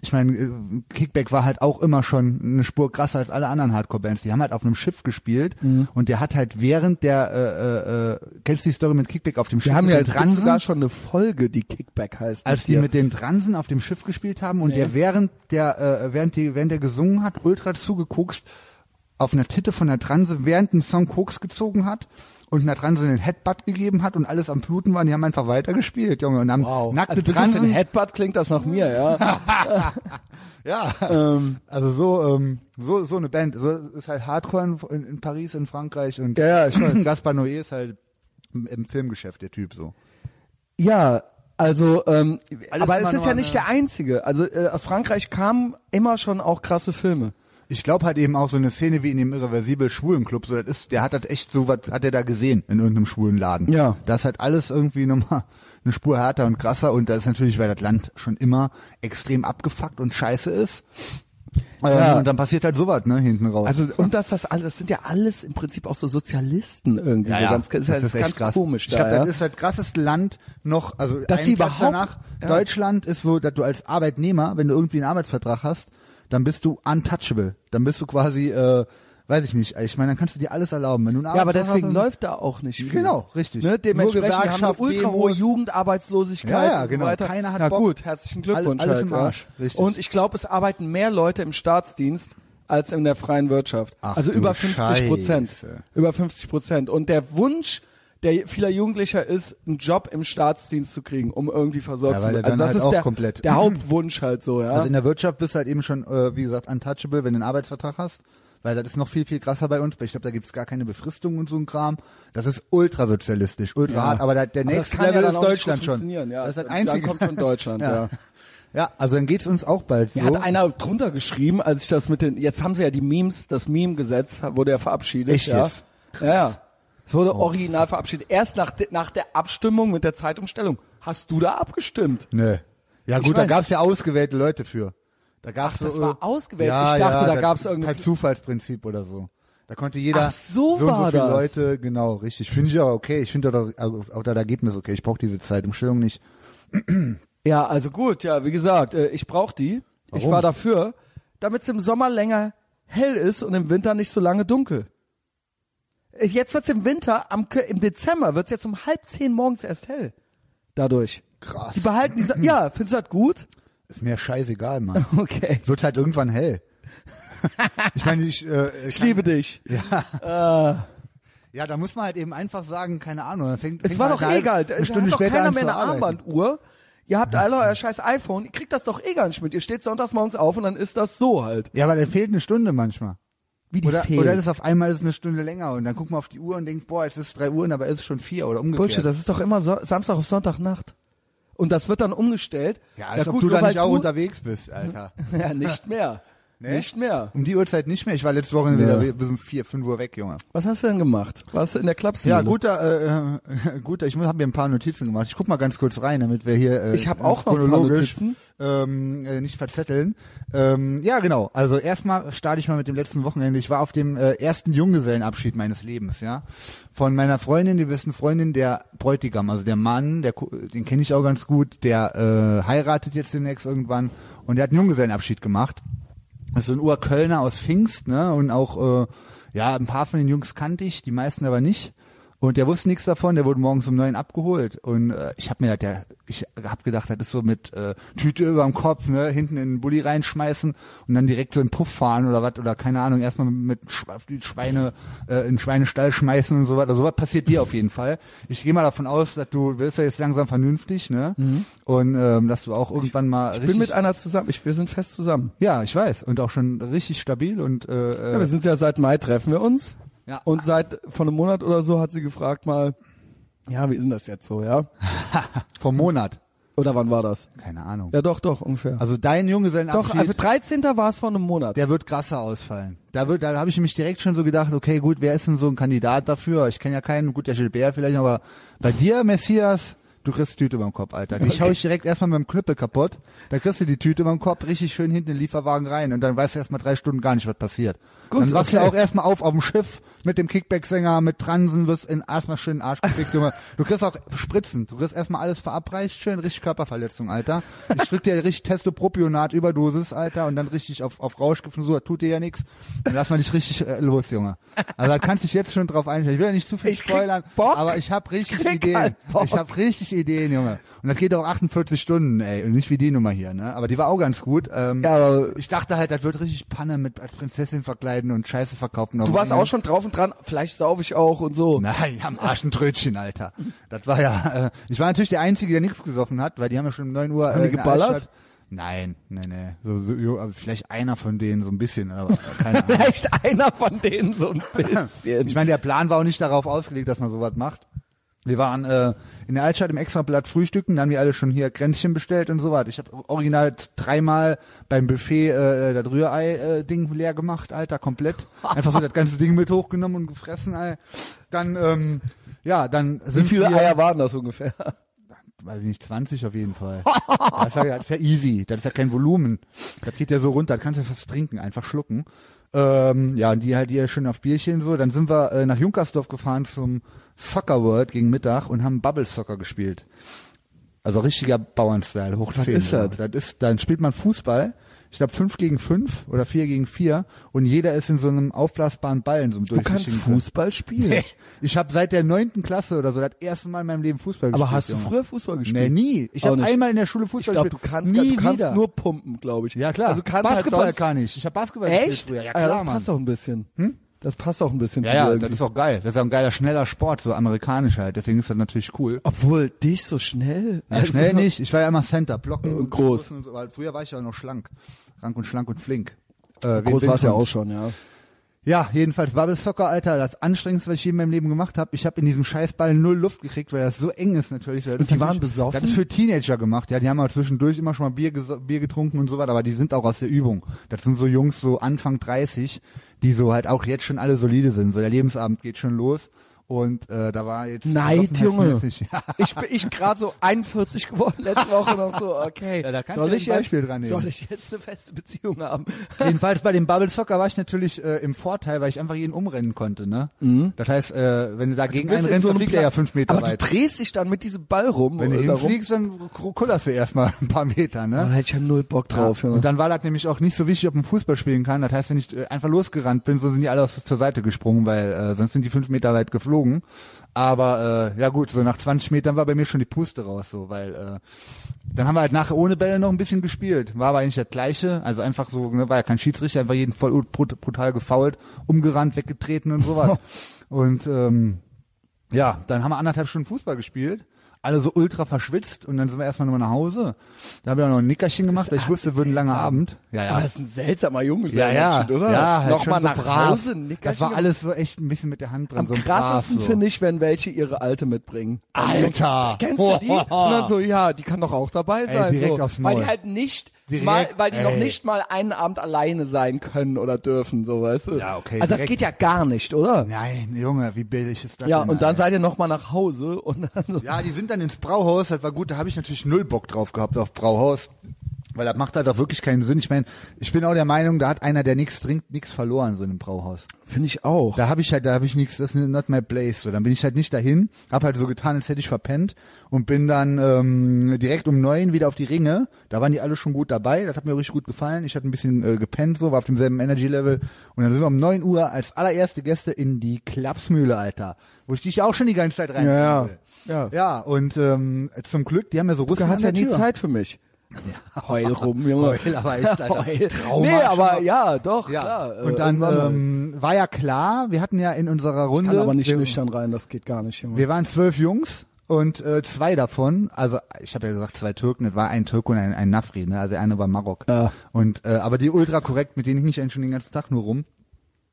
B: ich meine, äh, Kickback war halt auch immer schon eine Spur krasser als alle anderen Hardcore-Bands. Die haben halt auf einem Schiff gespielt
A: Mhm.
B: und der hat halt während der, äh, äh, äh, kennst du die Story mit Kickback auf dem Schiff?
A: Wir haben
B: mit
A: ja
B: den
A: jetzt
B: Transen?
A: sogar schon eine Folge, die Kickback heißt.
B: als
A: mit
B: die
A: dir.
B: mit den Transen auf dem Schiff gespielt haben und der während der äh, während die während der gesungen hat ultra zugekokst auf einer Titte von einer Transe während dem Song Koks gezogen hat und einer Transe einen Headbutt gegeben hat und alles am Bluten war und die haben einfach weitergespielt, Junge, und haben nackte
A: also bis auf den
B: Transen.
A: Headbutt klingt das nach mir, ja.
B: Ja, also so, ähm, so, so eine Band. So ist halt Hardcore in, in, in Paris, in Frankreich und
A: Ja, ja, ich
B: Gaspar Noé ist halt im, im Filmgeschäft der Typ so.
A: ja, also, ähm,
B: Alles
A: aber
B: immer
A: es ist
B: nur
A: ja
B: eine-
A: nicht der einzige. Also äh, aus Frankreich kamen immer schon auch krasse Filme.
B: Ich glaube halt eben auch so eine Szene wie in dem irreversibel schwulen Club, so das ist, der hat das echt so was, hat er da gesehen in irgendeinem schwulen Laden.
A: Ja.
B: Das ist halt alles irgendwie nochmal eine Spur härter und krasser und das ist natürlich, weil das Land schon immer extrem abgefuckt und scheiße ist.
A: Ja.
B: Ähm, und dann passiert halt sowas, ne, hinten raus.
A: Also und dass das alles das sind ja alles im Prinzip auch so Sozialisten irgendwie so Also ganz ist, ja- ist ganz komisch
B: Ich glaube,
A: da.
B: das
A: ja.
B: ist das krasseste Land noch, also
A: Dass
B: ein
A: sie
B: Platz
A: überhaupt-
B: danach,
A: ja.
B: Deutschland ist, wo dass du als Arbeitnehmer, wenn du irgendwie einen Arbeitsvertrag hast, dann bist du untouchable. Dann bist du quasi, äh, weiß ich nicht, ich meine, dann kannst du dir alles erlauben. Wenn du einen
A: ja, aber
B: Arbeitsvertrag
A: deswegen
B: hast, dann-
A: läuft da auch nicht viel.
B: Genau, richtig. Nur
A: Ne? Dementsprechend haben wir
B: Gewerkschaft,
A: ultra hohe
B: Demos.
A: Jugendarbeitslosigkeit
B: Ja, ja,
A: und
B: genau.
A: so weiter.
B: Keiner hat
A: Na
B: Bock.
A: gut, herzlichen Glückwunsch.
B: Alles- alles
A: halt,
B: im
A: ja.
B: Arsch, richtig.
A: Und ich glaube, es arbeiten mehr Leute im Staatsdienst als in der freien Wirtschaft.
B: Ach
A: also
B: du
A: über 50 Prozent.
B: Scheiße.
A: Über 50 Prozent. Und der Wunsch der vieler Jugendlicher ist, einen Job im Staatsdienst zu kriegen, um irgendwie versorgt
B: Ja,
A: zu
B: weil
A: sein.
B: der dann
A: das
B: halt
A: ist
B: auch
A: der,
B: komplett-
A: der Hauptwunsch halt so, ja.
B: Also in der Wirtschaft bist du halt eben schon, äh, wie gesagt, untouchable, wenn du einen Arbeitsvertrag hast. Weil das ist noch viel, viel krasser bei uns. weil Ich glaube, da gibt's gar keine Befristung und so ein Kram. Das ist ultrasozialistisch, ultra hart. Aber da, der
A: Aber das
B: nächste
A: kann ja
B: Level
A: dann
B: ist
A: auch nicht
B: Deutschland
A: gut
B: schon.
A: funktionieren, ja.
B: Das ist das
A: Dann
B: Einzige.
A: kommt schon Deutschland, ja.
B: Ja, also dann geht's uns auch bald so.
A: Mir Hat einer drunter geschrieben, als ich das mit den, jetzt haben sie ja die Memes, das Meme-Gesetz wurde ja verabschiedet.
B: Echt
A: ja.
B: jetzt?
A: Ja, ja. Es wurde original verabschiedet. Erst nach, de, nach der Abstimmung mit der Zeitumstellung. Hast du da abgestimmt?
B: Nö. Ne. Ja
A: Ich
B: gut,
A: weiß.
B: da gab's ja ausgewählte Leute für. Da gab's
A: Ach, das
B: so,
A: war
B: äh,
A: ausgewählt.
B: Ja,
A: Ich dachte,
B: ja,
A: da gab's
B: irgendwie
A: irgendeine-
B: halt Zufallsprinzip oder so. Da konnte jeder
A: Ach, so
B: so, und so
A: war
B: viele
A: das.
B: Leute, genau, richtig. Finde ich aber okay. Ich finde auch, also auch das Ergebnis okay. Ich brauche diese Zeitumstellung nicht.
A: Ja, also gut, ja, wie gesagt, äh, ich brauche die. Ich
B: Warum?
A: war dafür, damit es im Sommer länger hell ist und im Winter nicht so lange dunkel. Äh, Jetzt wird's im Winter, am, Kö- im Dezember wird's jetzt um halb zehn morgens erst hell. Dadurch.
B: Krass.
A: Die behalten die, Sa- ja, findest du das gut?
B: Ist mir scheißegal, Mann.
A: Okay.
B: Wird halt irgendwann hell. ich meine, ich, äh,
A: Ich liebe dich. Äh,
B: Ja, da muss man halt eben einfach sagen, keine Ahnung. Dann fängt,
A: Es
B: fängt
A: war
B: man
A: doch
B: halt
A: egal.
B: Eine Stunde
A: hat doch
B: später
A: keiner
B: an
A: mehr
B: zu
A: eine
B: arbeiten.
A: Armbanduhr. Ihr habt alle euer scheiß iPhone. Ihr kriegt das doch eh gar nicht mit. Ihr steht sonntags morgens auf und dann ist das so halt.
B: Ja, aber dann fehlt eine Stunde manchmal.
A: Wie die
B: Oder,
A: fehlen.
B: oder ist auf einmal ist eine Stunde länger und dann guckt man auf die Uhr und denkt, boah, jetzt ist drei Uhr, und dabei ist es schon vier oder umgekehrt.
A: Bullshit, das ist doch immer so Samstag auf Sonntagnacht. Und das wird dann umgestellt.
B: ja, als ob
A: gut,
B: du
A: nur
B: da nicht
A: weil
B: auch unterwegs bist, Alter.
A: Ja, nicht mehr. Nicht mehr.
B: Um die Uhrzeit nicht mehr. Ich war letzte Woche wieder bis um vier, fünf Uhr weg, Junge.
A: Was hast du denn gemacht? Warst du in der Klapsmühle?
B: Ja, guter, äh, äh, guter. Ich habe mir ein paar Notizen gemacht. Ich guck mal ganz kurz rein, damit wir hier äh,
A: Ich hab
B: uns
A: auch noch ein paar
B: chronologisch
A: Notizen.
B: ähm, äh, nicht verzetteln. Ähm, ja, genau. Also erstmal starte ich mal mit dem letzten Wochenende. Ich war auf dem äh, ersten Junggesellenabschied meines Lebens, ja, von meiner Freundin, die besten Freundin, der Bräutigam, also der Mann, der Ku- den kenne ich auch ganz gut. Der äh, heiratet jetzt demnächst irgendwann und der hat einen Junggesellenabschied gemacht. Das ist so ein Urkölner aus Pfingst, ne? Und auch, äh, ja, ein paar von den Jungs kannte ich, die meisten aber nicht. Und der wusste nichts davon, der wurde morgens um neun abgeholt. Und äh, ich habe mir das, der, ich hab gedacht, das ist so mit äh, Tüte überm Kopf, ne, hinten in den Bulli reinschmeißen und dann direkt so in den Puff fahren oder was, oder keine Ahnung, erstmal mit Sch- auf die Schweine, äh, in den Schweinestall schmeißen und so was. Also sowas passiert dir auf jeden Fall. Ich gehe mal davon aus, dass du wirst ja jetzt langsam vernünftig, ne? Und ähm, dass du auch irgendwann mal
A: Mhm. ich
B: richtig.
A: bin mit einer zusammen. Ich, wir sind fest zusammen.
B: ja, ich weiß. Und auch schon richtig stabil und
A: Ja,
B: äh, äh,
A: wir sind ja seit Mai treffen wir uns.
B: Ja.
A: Und seit von einem Monat oder so hat sie gefragt mal, ja, wie ist denn das jetzt so, ja?
B: Vom Monat.
A: Oder wann war das?
B: Keine Ahnung.
A: Ja, doch, doch, ungefähr.
B: Also dein
A: doch,
B: Junggesellenabschied,
A: also 13. war es vor einem Monat.
B: der wird krasser ausfallen. Da wird, da habe ich mich direkt schon so gedacht, okay, gut, wer ist denn so ein Kandidat dafür? Ich kenne ja keinen, gut, der Gilbert vielleicht, aber bei dir, Messias, du kriegst Tüte beim Kopf, Alter. Dich hau ich direkt erstmal mit dem Knüppel kaputt. Da kriegst du die Tüte beim Kopf, richtig schön hinten in den Lieferwagen rein und dann weißt du erstmal drei Stunden gar nicht, was passiert.
A: Gut,
B: dann wachst
A: okay.
B: du auch erstmal auf auf dem Schiff mit dem Kickback-Sänger, mit Transen, wirst in erstmal schön in den Arsch gekickt, Junge. Du kriegst auch Spritzen, du kriegst erstmal alles verabreicht, schön richtig Körperverletzung, Alter. Ich drück dir richtig Testopropionat-Überdosis, Alter, und dann richtig auf, auf Rauschgift und so, das tut dir ja nichts. Dann lass mal dich richtig äh, los, Junge. Also da kannst du dich jetzt schon drauf einstellen. Ich will ja nicht zu viel
A: Ich krieg
B: spoilern,
A: Bock.
B: aber ich hab richtig
A: Krieg
B: Ideen.
A: halt Bock.
B: ich hab richtig Ideen, Junge. Und das geht auch 48 Stunden, ey. Und nicht wie die Nummer hier, ne? Aber die war auch ganz gut. Ähm,
A: Ja, aber-
B: ich dachte halt, das wird richtig Panne mit als Prinzessin verkleiden und Scheiße verkaufen.
A: Du warst auch schon drauf und dran, vielleicht sauf ich auch und so.
B: Nein, am Arsch ein Trötchen, Alter. Das war ja. Äh, ich war natürlich der Einzige, der nichts gesoffen hat, weil die haben ja schon um 9 Uhr.
A: Haben die
B: in der
A: geballert?
B: Altstadt- Nein, nee, nee. So, so, jo, also vielleicht einer von denen so ein bisschen, aber keine Ahnung.
A: Vielleicht einer von denen so ein bisschen.
B: Ich meine, der Plan war auch nicht darauf ausgelegt, dass man sowas macht. Wir waren äh, in der Altstadt im Extrablatt frühstücken, dann haben wir alle schon hier Kränzchen bestellt und sowas. Ich habe original dreimal beim Buffet äh, das Rührei-Ding leer gemacht, Alter, komplett. Einfach so das ganze Ding mit hochgenommen und gefressen, Ey. Dann, ähm, ja, dann
A: Wie
B: sind
A: viele
B: wir,
A: Eier waren das ungefähr?
B: weiß ich nicht, 20 auf jeden Fall. Das ist, ja, das ist ja easy, das ist ja kein Volumen. Das geht ja so runter, das kannst du ja fast trinken, einfach schlucken. Ähm, ja, und die halt hier schön auf Bierchen so. Dann sind wir äh, nach Junkersdorf gefahren zum Soccer World gegen Mittag und haben Bubble Soccer gespielt. Also richtiger Bauernstyle, hoch
A: Was
B: 10.
A: ist das?
B: das ist, dann spielt man Fußball. Ich glaube fünf gegen fünf oder vier gegen vier und jeder ist in so einem aufblasbaren Ball, in so einem
A: Du kannst
B: durchsichtigen
A: Fußball spielen.
B: Fußball. Ich habe seit der neunten Klasse oder so das erste Mal in meinem Leben Fußball gespielt.
A: Aber hast du
B: Junge.
A: früher Fußball
B: Nee,
A: gespielt?
B: nie. Ich
A: Auch
B: habe
A: nicht.
B: einmal in der Schule
A: Ich
B: Fußball
A: glaube, du
B: gespielt.
A: kannst, halt,
B: nie
A: du kannst
B: wieder.
A: nur pumpen, glaube ich.
B: Ja klar.
A: Also du kannst
B: Basketball
A: halt sonst,
B: kann ich. Ich habe Basketball gespielt
A: Echt?
B: früher. Ja
A: Ah,
B: klar,
A: das
B: Mann.
A: passt doch ein bisschen. Hm? Das passt doch ein bisschen zu
B: Ja, ja,
A: dir
B: das
A: irgendwie.
B: ist auch geil. Das ist auch ein geiler, schneller Sport, so amerikanisch halt. Deswegen ist das natürlich cool.
A: Obwohl, dich so schnell.
B: Ja,
A: Also,
B: schnell nicht. Ich war ja immer Center, blocken
A: Äh,
B: und
A: groß.
B: stoßen Und so. Aber Früher war ich ja auch noch schlank. Rank und schlank und flink. Äh, wen
A: Groß
B: bin
A: war es ja
B: ich?
A: auch schon, ja.
B: Ja, jedenfalls Bubble Soccer, Alter, das anstrengendste, was ich je in meinem Leben gemacht habe. Ich habe in diesem Scheißball null Luft gekriegt, weil das so eng ist natürlich. Das
A: Und die
B: ist
A: waren
B: natürlich-
A: besoffen?
B: Das ist für Teenager gemacht. Ja, die haben auch zwischendurch immer schon mal Bier, ges- Bier getrunken und so weiter, aber die sind auch aus der Übung. Das sind so Jungs so Anfang 30, die so halt auch jetzt schon alle solide sind. So der Lebensabend geht schon los und äh, da war jetzt
A: Neid, Junge.
B: besoffenheitsmäßig- Ja.
A: Ich bin ich gerade so 41 geworden letzte Woche noch so, okay.
B: Ja, da kannst
A: soll
B: du
A: ich
B: ein
A: jetzt,
B: Beispiel dran nehmen.
A: soll ich jetzt eine feste Beziehung haben?
B: Jedenfalls bei dem Bubble Soccer war ich natürlich äh, im Vorteil, weil ich einfach jeden umrennen konnte. Ne? Das heißt, äh, wenn du dagegen einen
A: Mhm. Bist in
B: rennst, dann
A: einem
B: fliegt er
A: Pla-
B: ja fünf Meter
A: Aber
B: weit.
A: du drehst dich dann mit diesem Ball rum.
B: Wenn du
A: oder darum.
B: hinfliegst, dann kullerst du erstmal ein paar Meter,
A: Oh, da
B: ne?
A: hätte ich Äh, ja null Bock drauf. Ja.
B: Und dann war das nämlich auch nicht so wichtig, ob man Fußball spielen kann. Das heißt, wenn ich äh, einfach losgerannt bin, so sind die alle aus- zur Seite gesprungen, weil äh, sonst sind die fünf Meter weit geflogen. Aber äh, ja gut, so nach 20 Metern war bei mir schon die Puste raus, so, weil äh, dann haben wir halt nachher ohne Bälle noch ein bisschen gespielt. War aber eigentlich das gleiche. Also einfach so, ne, war ja kein Schiedsrichter, einfach jeden voll brut- brutal gefault, umgerannt, weggetreten und sowas. und ähm, ja, dann haben wir anderthalb Stunden Fußball gespielt. Alle so ultra verschwitzt und dann sind wir erstmal nochmal nach Hause. Da haben wir auch noch ein Nickerchen gemacht, weil ich wusste, wird ein langer Abend. Ja,
A: Aber das ist ein seltsamer Junge,
B: ja, ja,
A: oder?
B: ja, halt
A: Nochmal
B: schon so
A: nach
B: brav.
A: Hause, ein
B: Das
A: Nickerchen
B: war alles so echt ein bisschen mit der Hand dran.
A: Am
B: so ein
A: krassesten
B: brav, so.
A: finde ich, wenn welche ihre alte mitbringen.
B: Alter!
A: Kennst du die?
B: Ho,
A: Und
B: ho, ho.
A: dann so, ja, die kann doch auch dabei sein.
B: direkt
A: so.
B: aufs
A: Weil
B: Maul.
A: die halt nicht,
B: Direkt,
A: mal, weil die noch
B: ey.
A: nicht mal einen Abend alleine sein können oder dürfen, so weißt du.
B: Ja, okay,
A: Also das
B: direkt.
A: geht ja gar nicht, oder?
B: Nein, Junge, wie billig ist das
A: Ja,
B: denn,
A: und dann
B: Alter?
A: seid ihr nochmal nach Hause und dann so.
B: genau, Ja, die sind dann ins Brauhaus, das war gut, da habe ich natürlich null Bock drauf gehabt auf Brauhaus. Weil das macht halt auch wirklich keinen Sinn. Ich meine, ich bin auch der Meinung, da hat einer, der nichts trinkt, nichts verloren, so in einem Brauhaus.
A: Finde ich auch.
B: Da habe ich halt, da habe ich nichts, das ist not my place. So, dann bin ich halt nicht dahin, habe halt so getan, als hätte ich verpennt und bin dann ähm, direkt um neun wieder auf die Ringe. Da waren die alle schon gut dabei, das hat mir richtig gut gefallen. Ich hatte ein bisschen äh, gepennt, so war auf demselben Energy Level und dann sind wir um neun Uhr als allererste Gäste in die Klapsmühle, Alter, wo ich dich auch schon die ganze Zeit rein.
A: Ja, ja.
B: ja. Ja, und ähm, zum Glück, die haben ja so Russen
A: Du hast ja
B: an der
A: nie
B: Tür.
A: Zeit für mich. Heul rum, Junge.
B: Heul, aber ist, Alter,
A: Heul.
B: Trauma
A: Nee,
B: schon
A: aber
B: mal.
A: ja, doch,
B: Ja,
A: klar. äh,
B: und dann
A: irgendwann-
B: ähm, war ja klar, wir hatten ja in unserer Runde
A: kann aber nicht
B: wir,
A: nüchtern rein, das geht gar nicht, Junge.
B: Wir waren zwölf Jungs und äh, zwei davon, also ich habe ja gesagt zwei Türken, das war ein Türke und ein, ein Nafri, ne? also der eine war Marok.
A: Ja.
B: Und äh, aber die ultra korrekt, mit denen hing ich eigentlich schon den ganzen Tag nur rum.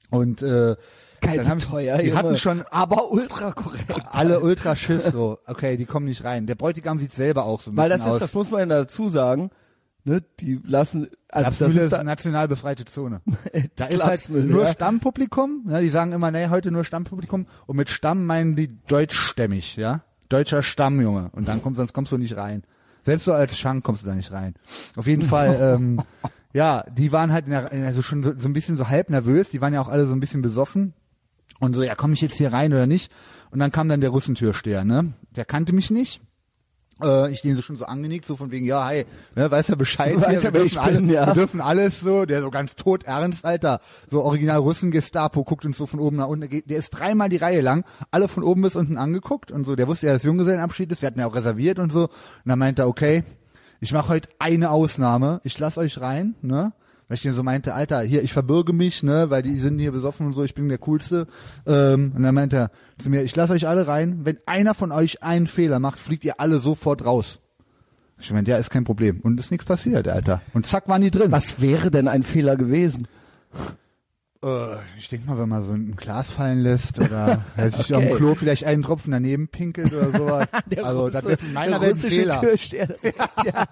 B: Und äh,
A: Geil,
B: dann
A: wie
B: haben,
A: teuer,
B: die
A: Junge.
B: hatten schon
A: aber ultra korrekt.
B: alle ultra Schiss so. Okay, die kommen nicht rein. Der Bräutigam sieht selber auch so ein
A: Weil
B: bisschen
A: das ist,
B: aus.
A: das muss man ja dazu sagen, ne, die lassen, also das
B: Klapsmühle
A: ist
B: ist
A: da,
B: eine national befreite Zone. Da ist halt
A: Klapsmühle,
B: nur
A: ja.
B: Stammpublikum. Ne? Die sagen immer, nee, heute nur Stammpublikum. Und mit Stamm meinen die deutschstämmig, ja? Deutscher Stamm, Junge. Und dann kommst, sonst kommst du nicht rein. Selbst so als Schank kommst du da nicht rein. Auf jeden Fall, ähm, ja, die waren halt in der, in- also schon so, so ein bisschen so halb nervös. Die waren ja auch alle so ein bisschen besoffen. Und so, ja, komme ich jetzt hier rein oder nicht? Und dann kam dann der Russentürsteher, ne? Der kannte mich nicht. Äh, ich den so schon so angenickt, so von wegen, ja, hi, ne, weiß ja Bescheid,
A: Weiß
B: hier,
A: ja,
B: wir,
A: wer
B: dürfen
A: ich
B: alle,
A: bin, ja.
B: wir dürfen alles so, der so ganz tot ernst, Alter, so original Russen-Gestapo, guckt uns so von oben nach unten, geht- der ist dreimal die Reihe lang, alle von oben bis unten angeguckt und so, der wusste ja, dass Junggesellenabschied ist, wir hatten ja auch reserviert und so, und dann meinte er, okay, ich mache heute eine Ausnahme, ich lass euch rein, ne, weil ich denen so meinte, Alter, hier, ich verbürge mich, ne, weil die sind hier besoffen und so, ich bin der Coolste. Ähm, und dann meinte er zu mir, ich lasse euch alle rein, wenn einer von euch einen Fehler macht, fliegt ihr alle sofort raus. Ich meine, ja, ist kein Problem. Und ist nichts passiert, Alter. Und zack, waren die drin.
A: Was wäre denn ein Fehler gewesen?
B: Äh, ich denk mal, wenn man so ein Glas fallen lässt oder weiß ich, auf dem
A: Okay.
B: Klo vielleicht einen Tropfen daneben pinkelt oder sowas. also das wäre von meiner
A: der
B: Welt ein
A: russische
B: Fehler.
A: Türsteher, der, der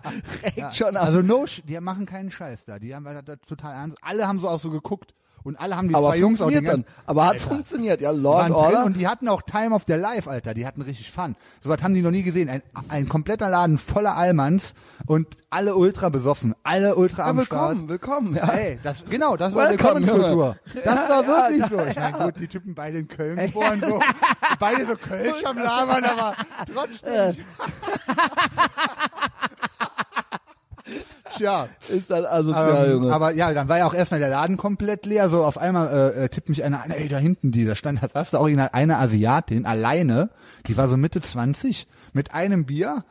A: regt schon ab.
B: Also no, sh- die machen keinen Scheiß da. Die haben da, da total ernst. Alle haben so auch so geguckt. Und alle haben die
A: aber
B: zwei Jungs auch den
A: funktioniert
B: ganzen,
A: dann. Aber hat
B: Alter.
A: funktioniert, ja,
B: Die
A: Law
B: waren
A: and
B: drin
A: Order.
B: und die hatten auch Time of their Life, Alter. Die hatten richtig Fun. Sowas haben die noch nie gesehen. Ein, ein kompletter Laden voller Allmanns und alle ultra besoffen, alle ultra
A: ja,
B: am Start.
A: willkommen, willkommen, ja.
B: Ey, das, genau, das war
A: Welcome,
B: Willkommenskultur.
A: Junge.
B: Das
A: Ja,
B: war
A: ja,
B: wirklich
A: ja,
B: so. Ich meine, gut, die Typen beide in Köln geboren, so, beide so Kölsch am Labern, aber
A: Äh.
B: trotzdem. Tja,
A: Ist dann asozial,
B: ähm,
A: Junge.
B: aber ja, dann war ja auch erstmal der Laden komplett leer. So auf einmal äh, äh, tippt mich einer an, ey, da hinten die, da stand das erste Original, eine Asiatin alleine, die war so Mitte 20, mit einem Bier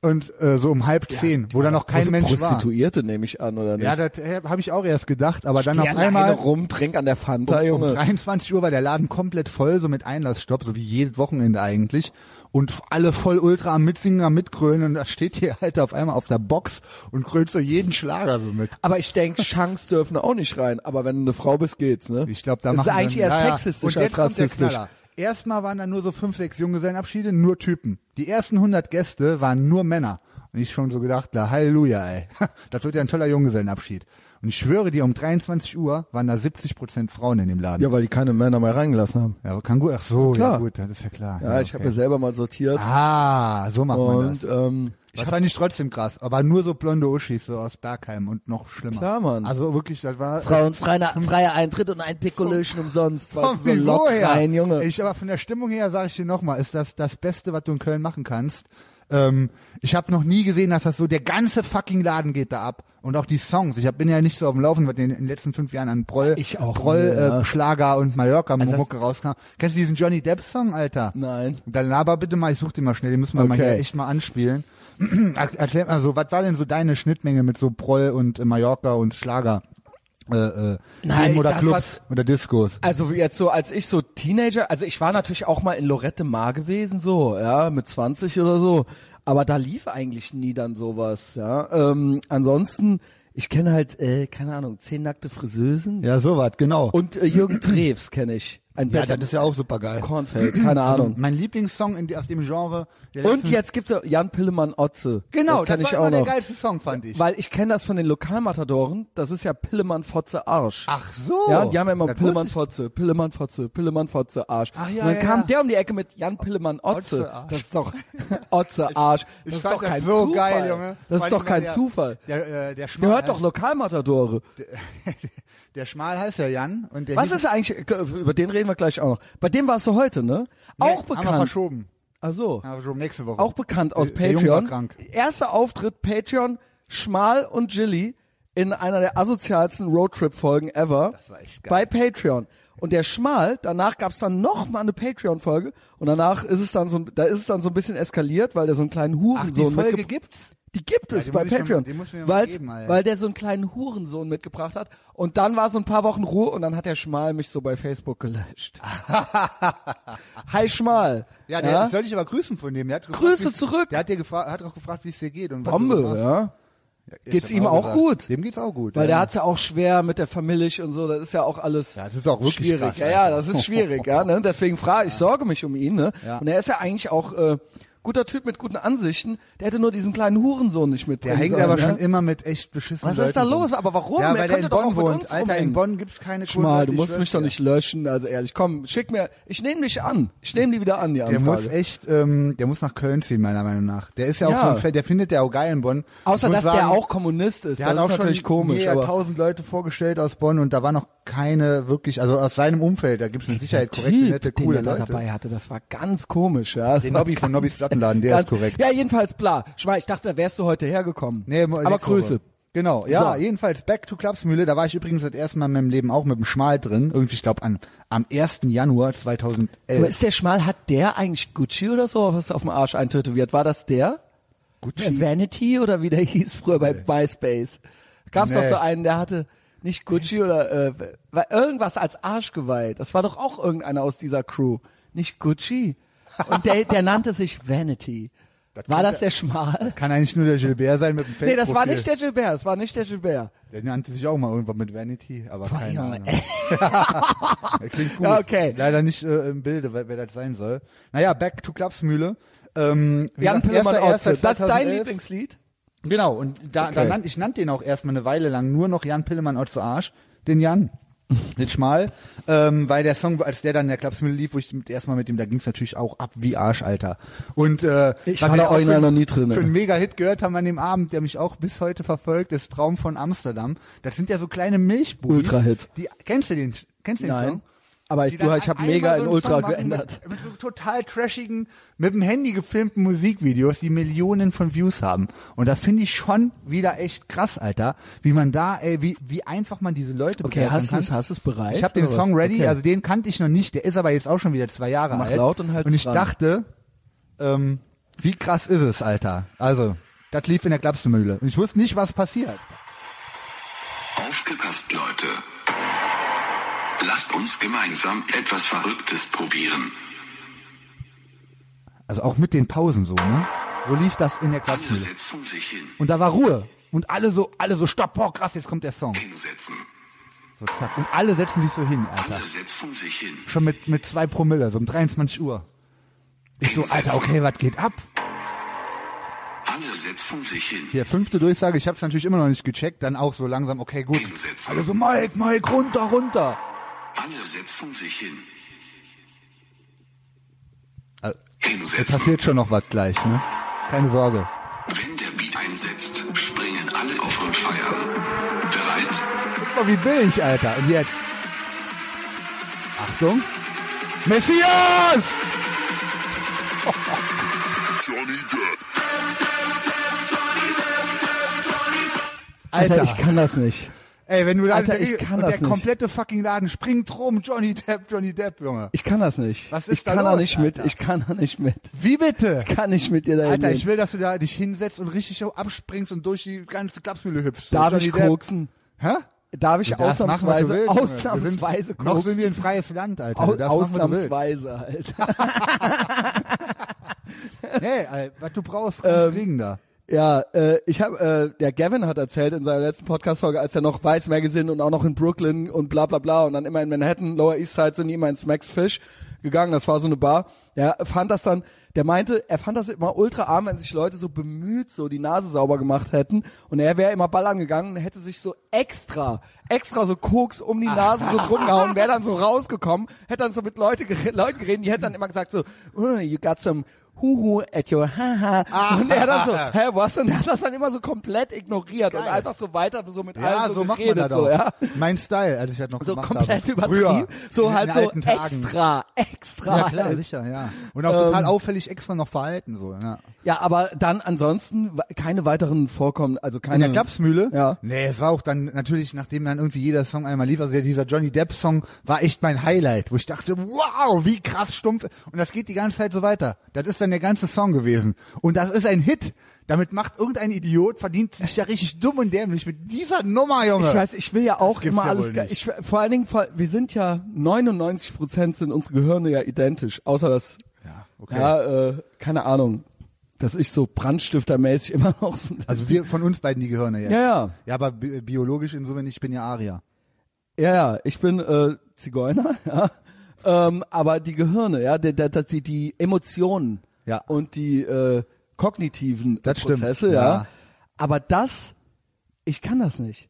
B: und äh, so um halb zehn, wo dann noch kein
A: Also
B: Mensch war.
A: Prostituierte nehme ich an, oder nicht?
B: Ja, das habe ich auch erst gedacht, aber dann
A: Geh
B: auf
A: alleine
B: einmal
A: rum, trink an der Fanta,
B: um
A: Junge.
B: 23 Uhr war der Laden komplett voll, so mit Einlassstopp, so wie jedes Wochenende eigentlich. Und alle voll ultra am Mitsingen, am Mitkrölen und da steht hier Alter auf einmal auf der Box und krönt so jeden Schlager so mit.
A: Aber ich denke, Chance dürfen auch nicht rein. Aber wenn du eine Frau bist, geht's, ne?
B: Ich glaube, da
A: das
B: machen
A: ist eigentlich
B: dann,
A: eher
B: ja, ja.
A: sexistisch
B: und
A: als
B: jetzt kommt der
A: rassistisch.
B: Knaller. Erstmal waren da nur so fünf, sechs Junggesellenabschiede, nur Typen. Die ersten 100 Gäste waren nur Männer. Und ich schon so gedacht, na, Halleluja, ey. Das wird ja ein toller Junggesellenabschied. Und ich schwöre dir, um 23 Uhr waren da 70 Prozent Frauen in dem Laden.
A: Ja, weil die keine Männer mehr reingelassen haben.
B: Ja, aber kann gut. Ach so, ja
A: Klar.
B: gut, das ist ja klar.
A: Ja, ich habe
B: okay.
A: ja selber mal sortiert.
B: Ah, so macht man
A: und
B: das.
A: ähm,
B: Das fand ich trotzdem krass, aber nur so blonde Uschis so aus Bergheim und noch schlimmer.
A: Klar, Mann.
B: Also wirklich, das war
A: Frauen freier, freier Eintritt und ein Piccolöchen umsonst.
B: vom
A: weißt du, so lock rein, Junge.
B: Ich aber von der Stimmung her sage ich dir nochmal, ist das das Beste, was du in Köln machen kannst. Ähm, ich habe noch nie gesehen, dass das so der ganze fucking Laden geht da ab und auch die Songs. Ich hab, bin ja nicht so auf dem Laufen, was in den letzten fünf Jahren an Proll,
A: Ich auch
B: Proll
A: nie,
B: äh,
A: ja.
B: Schlager und Mallorca
A: das-
B: Mucke rauskam. Kennst du diesen Johnny Depp Song, Alter?
A: Nein.
B: Dann laber bitte mal, ich such den mal schnell, den müssen wir mal
A: Okay.
B: hier echt mal anspielen. Er- Erzähl mal so, was war denn so deine Schnittmenge mit so Proll und äh, Mallorca und Schlager? Äh, äh,
A: Nein,
B: Themen
A: ich
B: oder
A: dachte,
B: Clubs oder Discos.
A: Also wie jetzt so, als ich so Teenager, also ich war natürlich auch mal in Lorette Mar gewesen, so, ja, mit 20 oder so. Aber da lief eigentlich nie dann sowas, ja. Ähm, ansonsten, ich kenne halt, äh, keine Ahnung, zehn nackte Friseusen
B: Ja, sowas, genau.
A: und äh, Jürgen Treves kenne ich. Ein
B: ja,
A: Bett am
B: das ist ja auch super geil.
A: Kornfeld, keine Ahnung.
B: Mein Lieblingssong in, aus dem Genre. Der
A: Und
B: letzten-
A: jetzt gibt's ja Jan Pillemann Otze. das
B: genau,
A: kenne
B: war
A: ich
B: immer
A: auch
B: der
A: noch.
B: geilste Song, fand ich.
A: Weil ich kenne das von den Lokalmatadoren, das ist ja Pillemann Fotze Arsch.
B: Ach so.
A: Ja, die haben ja immer
B: Das
A: Pillemann
B: wusste
A: Fotze, Pillemann Fotze, Pillemann Fotze Arsch.
B: Ach ja,
A: und dann
B: ja,
A: kam
B: ja.
A: der um die Ecke mit Jan Pillemann Otze.
B: Otze Arsch.
A: das ist doch Otze Arsch.
B: ich
A: Das ist
B: fand
A: doch kein
B: das so
A: Zufall.
B: geil,
A: Das
B: Junge. Vor
A: ist
B: allem
A: doch kein
B: der,
A: Zufall.
B: Der, äh, der Schmal.
A: Ihr hört doch Lokalmatadore.
B: Der Schmal heißt ja Jan und der
A: Was
B: hieß,
A: ist eigentlich, über den reden wir gleich auch noch. Bei dem warst du heute, ne? Auch
B: nee, Haben wir
A: bekannt.
B: verschoben.
A: Ach so.
B: Haben wir verschoben nächste Woche.
A: Auch bekannt aus
B: Der- der Junge war
A: Patreon.
B: krank.
A: Erster Auftritt Patreon, Schmal und Jilly in einer der asozialsten Roadtrip-Folgen ever.
B: Das war echt geil.
A: Bei Patreon. Und der Schmal, danach gab's dann noch mal eine Patreon-Folge und danach ist es dann so, da ist es dann so ein bisschen eskaliert, weil der so einen kleinen
B: Ach, die
A: Hurensohn
B: Folge
A: mitgebracht
B: gibt's?
A: die gibt es
B: die
A: bei
B: muss ich mir-
A: Patreon,
B: die muss ich mir mal
A: weil's-
B: geben, Alter.
A: weil der so einen kleinen Hurensohn mitgebracht hat. Und dann war so ein paar Wochen Ruhe und dann hat der Schmal mich so bei Facebook gelöscht. Hi Schmal.
B: Ja, der soll ich aber grüßen von dem. Der hat gefragt,
A: Grüße
B: wie's-
A: zurück.
B: Der hat dir gefragt, hat auch gefragt, wie es dir geht und was du so
A: Bombe,
B: machst.
A: ja.
B: Ich
A: Geht's
B: hab
A: ihm auch
B: gesagt,
A: gut?
B: Dem geht's auch gut.
A: Weil
B: ja.
A: der hat's ja auch schwer mit der Familie und so, das ist ja auch alles
B: Ja, das ist auch wirklich
A: schwierig.
B: krass,
A: ja, ja,
B: Alter.
A: das ist schwierig, ja, ne? Deswegen frage ich, sorge mich um ihn, ne?
B: Ja.
A: Und er ist ja eigentlich auch äh, guter Typ mit guten Ansichten, der hätte nur diesen kleinen Hurensohn nicht
B: Der
A: mitbringen
B: hängt
A: sollen,
B: aber
A: ne?
B: schon immer mit echt beschissenen
A: Was ist da
B: Leuten rum.
A: los? Aber warum?
B: Ja,
A: Er
B: weil der
A: könnte
B: in
A: doch auch
B: Bonn
A: mit
B: wohnt.
A: uns
B: Alter, in
A: rumhängen.
B: Bonn gibt's keine coolen
A: Schmal,
B: Leute,
A: du
B: ich
A: musst
B: schwör's
A: mich doch
B: dir.
A: nicht löschen, also ehrlich, komm, schick mir, ich nehme dich an. Ich nehme die wieder an, die
B: Der muss
A: Anfrage.
B: echt, ähm, der muss nach Köln ziehen, meiner Meinung nach. Der ist ja, auch
A: Ja.
B: so ein Fan, der findet der auch geil in Bonn. Ich
A: Außer
B: muss
A: dass
B: sagen,
A: der auch Kommunist ist,
B: der
A: das
B: hat auch
A: ist natürlich
B: schon
A: komisch,
B: Mehr
A: aber
B: tausend Leute vorgestellt aus Bonn und da war noch keine wirklich, also aus seinem Umfeld, da gibt es mit Sicherheit
A: Der
B: korrekte,
A: Typ,
B: nette,
A: den
B: coole
A: er da
B: Leute.
A: dabei hatte, das war ganz komisch, ja. Das
B: Den
A: war
B: Nobby
A: ganz-
B: von Nobbys Plattenladen, der
A: ganz,
B: ist korrekt.
A: Ja, jedenfalls, bla. Schmal, ich dachte, da wärst du heute hergekommen.
B: Nee, mo-
A: Aber
B: nächste Woche.
A: Grüße.
B: Genau, ja,
A: So.
B: jedenfalls Back to Klapsmühle, da war ich übrigens das erste Mal in meinem Leben auch mit dem Schmal drin, irgendwie, ich glaube, am 1. Januar 2011.
A: Aber ist der Schmal, hat der eigentlich Gucci oder so was auf dem Arsch eintätowiert? War das der?
B: Gucci?
A: Vanity oder wie der hieß früher bei MySpace? Gab's doch
B: Nee.
A: so einen, der hatte nicht Gucci oder äh, war irgendwas als Arschgeweih. Das war doch auch irgendeiner aus dieser Crew. Nicht Gucci. Und der, der nannte sich Vanity. war das der Schmal?
B: Kann eigentlich nur der Gilbert sein mit dem
A: Nee, das war
B: Fake-Profil.
A: nicht der Gilbert, das war nicht der Gilbert.
B: Der nannte sich auch mal irgendwann mit Vanity, aber keine
A: Junge,
B: Ahnung. Er Klingt gut.
A: Ja, okay.
B: Leider nicht äh, im Bilde, wer, wer das sein soll. Naja, Back to Klapsmühle. Ähm, wie
A: Jan
B: gesagt,
A: Pillemann
B: erster, erster
A: Otze. Das ist dein
B: 2011.
A: Lieblingslied?
B: Genau, und da, da
A: Okay.
B: nannt, ich nannte den auch erstmal eine Weile lang nur noch Jan Pillemann Otze Arsch, den Jan. Den Schmal, ähm, weil der Song, als der dann in der Klapsmühle lief, wo ich mit- erstmal mit dem, da ging's natürlich auch ab wie Arsch, Alter. Und äh,
A: Ich
B: was
A: war
B: wir
A: da
B: auch
A: original
B: für-
A: noch nie drin,
B: Für
A: ne?
B: einen Mega-Hit gehört haben wir an dem Abend, der mich auch bis heute verfolgt, ist Traum von Amsterdam. Das sind ja so kleine Milchbuben.
A: Ultra-Hit.
B: Die, kennst du den, kennst du den Song?
A: Nein. Aber ich,
B: Die
A: du,
B: dann
A: ich habe
B: einmal
A: mega in
B: so einen Song
A: Ultra
B: machen
A: geändert.
B: Mit, mit so total trashigen, mit dem Handy gefilmten Musikvideos, die Millionen von Views haben. Und das finde ich schon wieder echt krass, Alter. Wie man da, ey, wie, wie einfach man diese Leute
A: Okay,
B: begeistern
A: hast du
B: kann.
A: es, hast du es bereit?
B: Ich habe den
A: oder
B: Song
A: was?
B: ready,
A: Okay.
B: also den kannte ich noch nicht. Der ist aber jetzt auch schon wieder zwei Jahre
A: Mach
B: alt.
A: laut und halt's
B: Und ich
A: dran.
B: dachte, ähm, wie krass ist es, Alter. Also, das lief in der Klapsmühle. Und ich wusste nicht, was passiert.
D: Aufgepasst, Leute. Lasst uns gemeinsam etwas Verrücktes probieren.
B: Also auch mit den Pausen so, ne? So lief das in der
D: Alle
B: Klapsmühle.
D: setzen sich hin.
B: Und da war Ruhe. Und alle so, alle so, stopp, boah, krass, jetzt kommt der Song.
D: Hinsetzen.
B: So, zack. Und alle setzen sich so hin, Alter.
D: Alle setzen sich hin.
B: Schon mit, mit zwei Promille, so um 23 Uhr. Ich so, Alter, okay, was geht ab?
D: Alle setzen sich hin.
B: Hier, fünfte Durchsage, ich hab's natürlich immer noch nicht gecheckt, dann auch so langsam, okay, gut.
D: Hinsetzen.
B: Alle so, Mike, Mike, runter, runter.
D: Alle setzen sich hin.
B: Äh, Jetzt
D: Hinsetzen.
B: passiert schon noch was gleich, ne? Keine Sorge.
D: Wenn der Beat einsetzt, springen alle auf und feiern. Bereit?
B: Guck mal, wie billig, Alter. Und jetzt. Achtung. Messias!
A: Alter,
B: Alter,
A: ich kann das nicht.
B: ey, wenn du da
A: Alter, ich kann
B: und
A: das
B: der
A: nicht.
B: komplette fucking Laden springt rum, Johnny Depp, Johnny Depp, Junge.
A: Ich kann das nicht.
B: Was ist
A: ich
B: da
A: kann da
B: los,
A: nicht mit.
B: Alter?
A: Ich kann da nicht mit.
B: Wie bitte?
A: Kann ich mit dir da
B: Alter,
A: hingehen.
B: ich will, dass du da dich hinsetzt und richtig so abspringst und durch die ganze Klapsmühle hüpfst.
A: Darf
B: So
A: ich
B: Johnny Depp.
A: koksen?
B: Hä?
A: Darf ich
B: Du darfst machen, was
A: ausnahmsweise,
B: du willst, Junge. Wir sind-
A: ausnahmsweise
B: Noch sind
A: koksen?
B: wir ein freies Land, Alter. Du
A: Au
B: darfst machen, was du willst.
A: ausnahmsweise, Alter.
B: Nee, Alter, was du brauchst, kannst
A: Ähm,
B: du kriegen da.
A: Ja, äh, ich habe, äh, der Gavin hat erzählt in seiner letzten Podcast-Folge, als er noch Weiß Magazine und auch noch in Brooklyn und bla bla bla und dann immer in Manhattan, Lower East Side sind die immer ins Max Fish gegangen, das war so eine Bar. Ja, er fand das dann, der meinte, er fand das immer ultra arm, wenn sich Leute so bemüht so die Nase sauber gemacht hätten und er wäre immer ballern gegangen und hätte sich so extra, extra so Koks um die Nase so drum gehauen, wäre dann so rausgekommen, hätte dann so mit Leute, ger- Leuten geredet, die hätten dann immer gesagt so, oh, you got some Huhu at your haha. Und er dann so, hä, was? Und er hat das dann immer so komplett ignoriert und
B: Geil.
A: einfach so weiter so mit
B: Ja,
A: allen
B: so macht man
A: also geredet,
B: das
A: so,
B: auch.
A: ja.
B: Mein Style, als ich das noch
A: So
B: gemacht
A: komplett
B: habe.
A: übertrieben.
B: Früher,
A: So
B: in
A: halt
B: den
A: so
B: alten Tagen.
A: extra, halt. Ähm, extra.
B: Ja, klar, sicher, ja. Und auch total auffällig extra noch verhalten, so, ja.
A: Ja, aber dann ansonsten wa- keine weiteren Vorkommen, also keine.
B: In der Klapsmühle?
A: Ja.
B: Nee, es war auch dann natürlich, nachdem dann irgendwie jeder Song einmal lief, also der- dieser Johnny Depp Song war echt mein Highlight, wo ich dachte, wow, wie krass stumpf. Und das geht die ganze Zeit so weiter. Das ist dann der ganze Song gewesen. Und das ist ein Hit. Damit macht irgendein Idiot, verdient sich ja richtig dumm und dämlich mit dieser Nummer, Junge.
A: Ich weiß, ich will ja auch
B: gibt's
A: immer
B: ja
A: alles.
B: wohl
A: ge-
B: nicht.
A: Ich, vor allen Dingen, vor- wir sind ja 99 Prozent sind unsere Gehirne ja identisch, außer dass
B: Ja, okay.
A: ja, äh, keine Ahnung, dass ich so Brandstiftermäßig immer noch. so-
B: Also wir von uns beiden die Gehirne jetzt.
A: Ja, ja.
B: Ja, aber bi biologisch insofern, ich bin ja Aria.
A: Ja, ja, ich bin äh, Zigeuner, ja. Ähm, aber die Gehirne, ja, die, die, die, die Emotionen
B: Ja.
A: und die äh, kognitiven
B: Das stimmt,
A: Prozesse, ja.
B: ja.
A: Aber das, ich kann das nicht.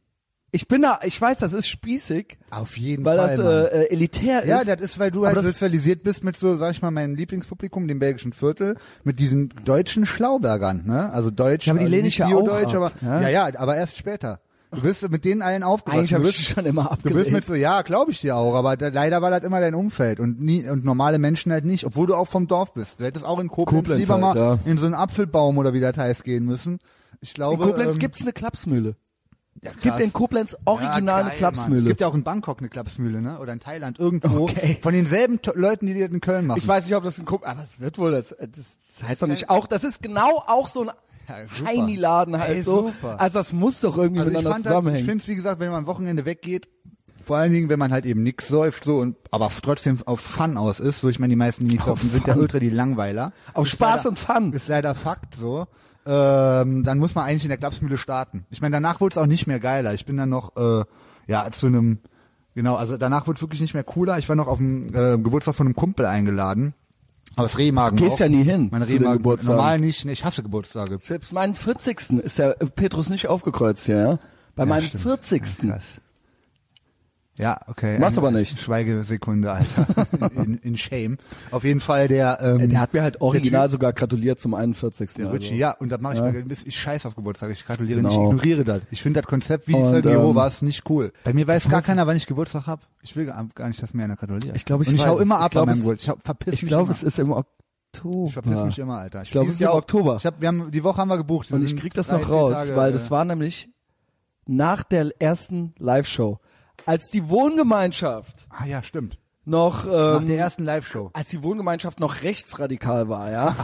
A: Ich bin da, ich weiß, das ist spießig,
B: Auf jeden
A: weil
B: Fall.
A: das
B: Mann.
A: äh, äh, elitär
B: Ja,
A: ist.
B: das ist, weil du
A: Aber
B: halt
A: das-
B: sozialisiert bist mit so, sag ich mal, meinem Lieblingspublikum, dem belgischen Viertel, mit diesen deutschen Schlaubergern, ne? Also deutsch,
A: Ja, aber die
B: also
A: lehne
B: nicht
A: ich ja auch
B: Biodeutsch,
A: ab,
B: aber
A: ne?
B: ja, ja, aber erst später. Du bist mit denen allen aufgewachsen.
A: Eigentlich
B: Du
A: habe ich
B: bist,
A: sie schon immer
B: du bist mit
A: abgelehnt.
B: so, ja, glaube ich dir auch, aber da, leider war das immer dein Umfeld und nie, und normale Menschen halt nicht, obwohl du auch vom Dorf bist. Du hättest auch in Koblenz,
A: Koblenz
B: lieber
A: halt,
B: mal
A: ja.
B: in so einen Apfelbaum oder wie das heißt gehen müssen. Ich glaube,
A: In Koblenz
B: ähm,
A: gibt's eine Klapsmühle. Es
B: krass.
A: gibt in Koblenz original eine
B: geil, Mann.
A: Klapsmühle.
B: Gibt ja auch in Bangkok eine Klapsmühle, ne? Oder in Thailand irgendwo.
A: Okay.
B: Von denselben to Leuten, die das in Köln machen.
A: Ich weiß nicht, ob das ein Kumpel, aber es wird wohl, das, äh, das das heißt doch nicht auch, das ist genau auch so ein
B: Ja, super.
A: Heini-Laden halt
B: Ey,
A: so.
B: super.
A: Also das muss doch irgendwie
B: also ich
A: miteinander
B: fand halt, ich
A: zusammenhängen.
B: finde es, wie gesagt, wenn man am Wochenende weggeht, vor allen Dingen, wenn man halt eben nix säuft, so und aber trotzdem auf Fun aus ist, so ich meine, die meisten, die nichts
A: Auf
B: saufen, sind ja
A: Fun.
B: ultra die Langweiler.
A: Auf
B: Ist
A: Spaß
B: leider,
A: und Fun.
B: Ist leider Fakt so. Ähm, dann muss man eigentlich in der Klapsmühle starten. Ich meine, danach wurde es auch nicht mehr geiler. Ich bin dann noch äh, ja zu einem genau, also danach wurde es wirklich nicht mehr cooler. Ich war noch auf dem äh, Geburtstag von einem Kumpel eingeladen. Aus Remagen.
A: Du gehst
B: auch.
A: ja nie hin
B: Meine
A: zu den
B: Remagen.
A: Geburtstagen.
B: Normal nicht. Nee, ich hasse Geburtstage.
A: Selbst meinen 40. ist der äh, Petrus nicht aufgekreuzt hier, ja? Bei meinem
B: stimmt.
A: 40.
B: Ja, okay.
A: Macht
B: Ein-
A: aber nichts.
B: Schweigesekunde, Alter. In, in Shame. Auf jeden Fall der. Ähm,
A: Der hat mir halt original
B: Der, typ,
A: sogar gratuliert zum 41.
B: der
A: also.
B: Richie, ja, und das mache ich
A: Ja.
B: mir. Ich scheiß auf Geburtstag. Ich gratuliere nicht. Ich
A: Genau.
B: ignoriere das. Ich finde das Konzept wie die
A: Und,
B: Zeugen
A: ähm,
B: Jehovas nicht cool. Bei mir weiß gar keiner, wann ich Geburtstag hab. Ich will gar gar nicht, dass mir einer gratuliert.
A: Ich glaube, ich
B: Und ich
A: weiß
B: hau
A: es.
B: immer
A: Ich
B: ab
A: glaube,
B: bei meinem
A: es-
B: Geburtstag. Ich hau- verpiss
A: Ich
B: mich
A: glaube,
B: immer.
A: es ist im Oktober.
B: Ich verpiss mich immer, Alter.
A: Ich glaube,
B: dieses
A: es ist im
B: Jahr auch-
A: Oktober.
B: Ich hab, wir haben die Woche haben wir gebucht.
A: Und
B: Wir
A: ich
B: sind
A: krieg das
B: drei,
A: noch
B: vier
A: raus,
B: Tage,
A: weil
B: äh,
A: das war nämlich nach der ersten Live-Show, als die Wohngemeinschaft
B: Ah ja, stimmt.
A: noch
B: Nach der
A: ähm,
B: ersten Live-Show.
A: als die Wohngemeinschaft noch rechtsradikal war, ja,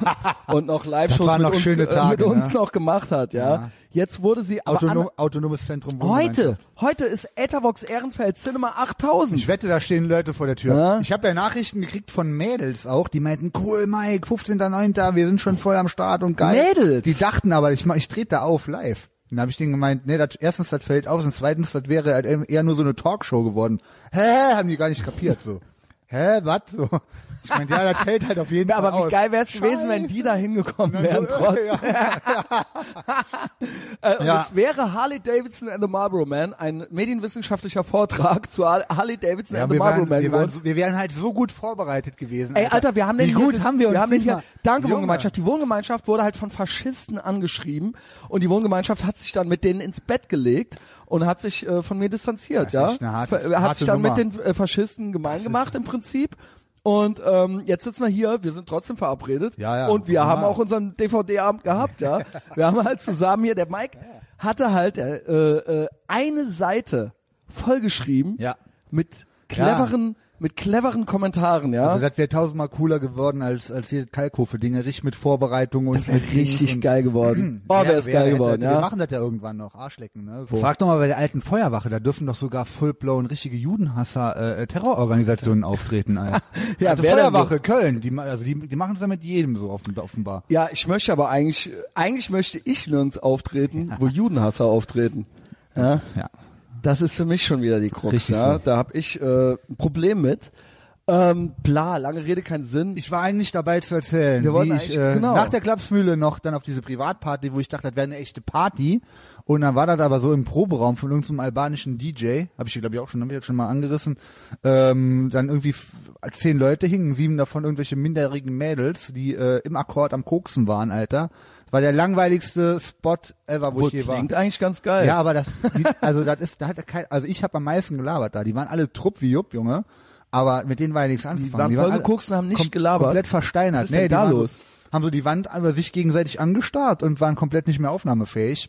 A: und noch Live-Shows
B: Das waren
A: mit,
B: noch
A: uns,
B: schöne
A: äh, mit
B: Tage,
A: uns
B: ne?
A: noch gemacht hat, ja.
B: Ja.
A: Jetzt wurde sie aber
B: Autonom, autonomes Zentrum.
A: an, heute,
B: Wohngemeinschaft.
A: heute ist Ethervox Ehrenfeld Cinema 8000.
B: Ich wette, da stehen Leute vor der Tür.
A: Ja.
B: Ich habe ja Nachrichten gekriegt von Mädels auch, die meinten, cool, Mike, 15.09., wir sind schon voll am Start und geil.
A: Mädels?
B: Die dachten aber, ich, mach- ich trete da auf live. Dann habe ich denen gemeint, nee, das, erstens, das fällt aus und zweitens, das wäre halt eben eher nur so eine Talkshow geworden. Hä, haben die gar nicht kapiert, so. Hä, was? So. Ich meine, ja, das fällt halt auf jeden Fall
A: aber
B: aus.
A: wie geil wäre es gewesen, wenn die da hingekommen wären trotzdem.
B: Ja.
A: Äh, und
B: Ja.
A: Es wäre Harley Davidson and the Marlboro Man, ein medienwissenschaftlicher Vortrag zu Har- Harley Davidson
B: Ja,
A: and the
B: wir,
A: Marlboro
B: waren,
A: Man
B: wir,
A: geworden.
B: waren, so- wir wären halt so gut vorbereitet gewesen.
A: Ey, Alter, wir haben den
B: Wie gut
A: hier,
B: haben wir uns
A: wir haben den hier,
B: diesmal-
A: danke
B: Junge.
A: Wohngemeinschaft. Die Wohngemeinschaft wurde halt von Faschisten angeschrieben und die Wohngemeinschaft hat sich dann mit denen ins Bett gelegt und hat sich äh, von mir distanziert,
B: Das
A: ja.
B: ist echt eine harte-
A: Ver- äh, hat
B: harte
A: sich dann
B: Nummer.
A: mit den äh, Faschisten gemein gemacht im Prinzip. Und ähm, jetzt sitzen wir hier, wir sind trotzdem verabredet
B: Ja, ja,
A: und wir
B: normal.
A: haben auch unseren DVD-Abend gehabt, ja. Wir haben halt zusammen hier, der Mike hatte halt äh, äh, eine Seite vollgeschrieben
B: Ja.
A: mit cleveren, mit cleveren Kommentaren, ja.
B: Also das wäre tausendmal cooler geworden als als hier kalkofe dinge richtig mit Vorbereitung und
A: Das wäre
B: mit Dings
A: richtig
B: und-
A: geil geworden. Oh, wäre es
B: Wer-
A: geil
B: wer-
A: geworden,
B: Mhm. wir, Wir
A: ja.
B: machen das ja irgendwann noch, Arschlecken, ne? Frag doch mal bei der alten Feuerwache, da dürfen doch sogar full-blown richtige Judenhasser äh, Terrororganisationen auftreten, Alter.
A: Ja,
B: alte
A: wer denn
B: Feuerwache Köln, die ma- also die, die machen es ja mit jedem so offen, offenbar.
A: Ja, ich möchte aber eigentlich, eigentlich möchte ich nirgends auftreten, wo Judenhasser auftreten. Ja,
B: Ja.
A: das ist für mich schon wieder die Krux.
B: Richtig
A: Ja?
B: so.
A: Da habe ich äh, ein Problem mit. Ähm, bla, lange Rede, keinen Sinn.
B: Ich war eigentlich dabei zu erzählen,
A: Wir wollten
B: wie ich
A: eigentlich-
B: äh,
A: genau.
B: nach der Klapsmühle noch dann auf diese Privatparty, wo ich dachte, das wäre eine echte Party. Und dann war das aber so im Proberaum von irgendeinem albanischen DJ, habe ich glaube ich auch schon, hab ich schon mal angerissen. Ähm, dann irgendwie f- zehn Leute hingen, sieben davon irgendwelche minderjährigen Mädels, die äh, im Akkord am Koksen waren, Alter. War der langweiligste Spot ever, wo
A: Obwohl,
B: ich je war.
A: klingt eigentlich ganz geil.
B: Ja, aber das, die, also das ist, da hat er kein, also ich habe am meisten gelabert da. Die waren alle trupp wie Jupp, Junge. Aber mit denen war ja nichts anzufangen.
A: waren
B: alle
A: vollgekokst und haben nicht gelabert.
B: Komplett versteinert.
A: Was ist denn
B: nee, die
A: da
B: waren so-
A: los?
B: Haben so die Wand über sich gegenseitig angestarrt und waren komplett nicht mehr aufnahmefähig.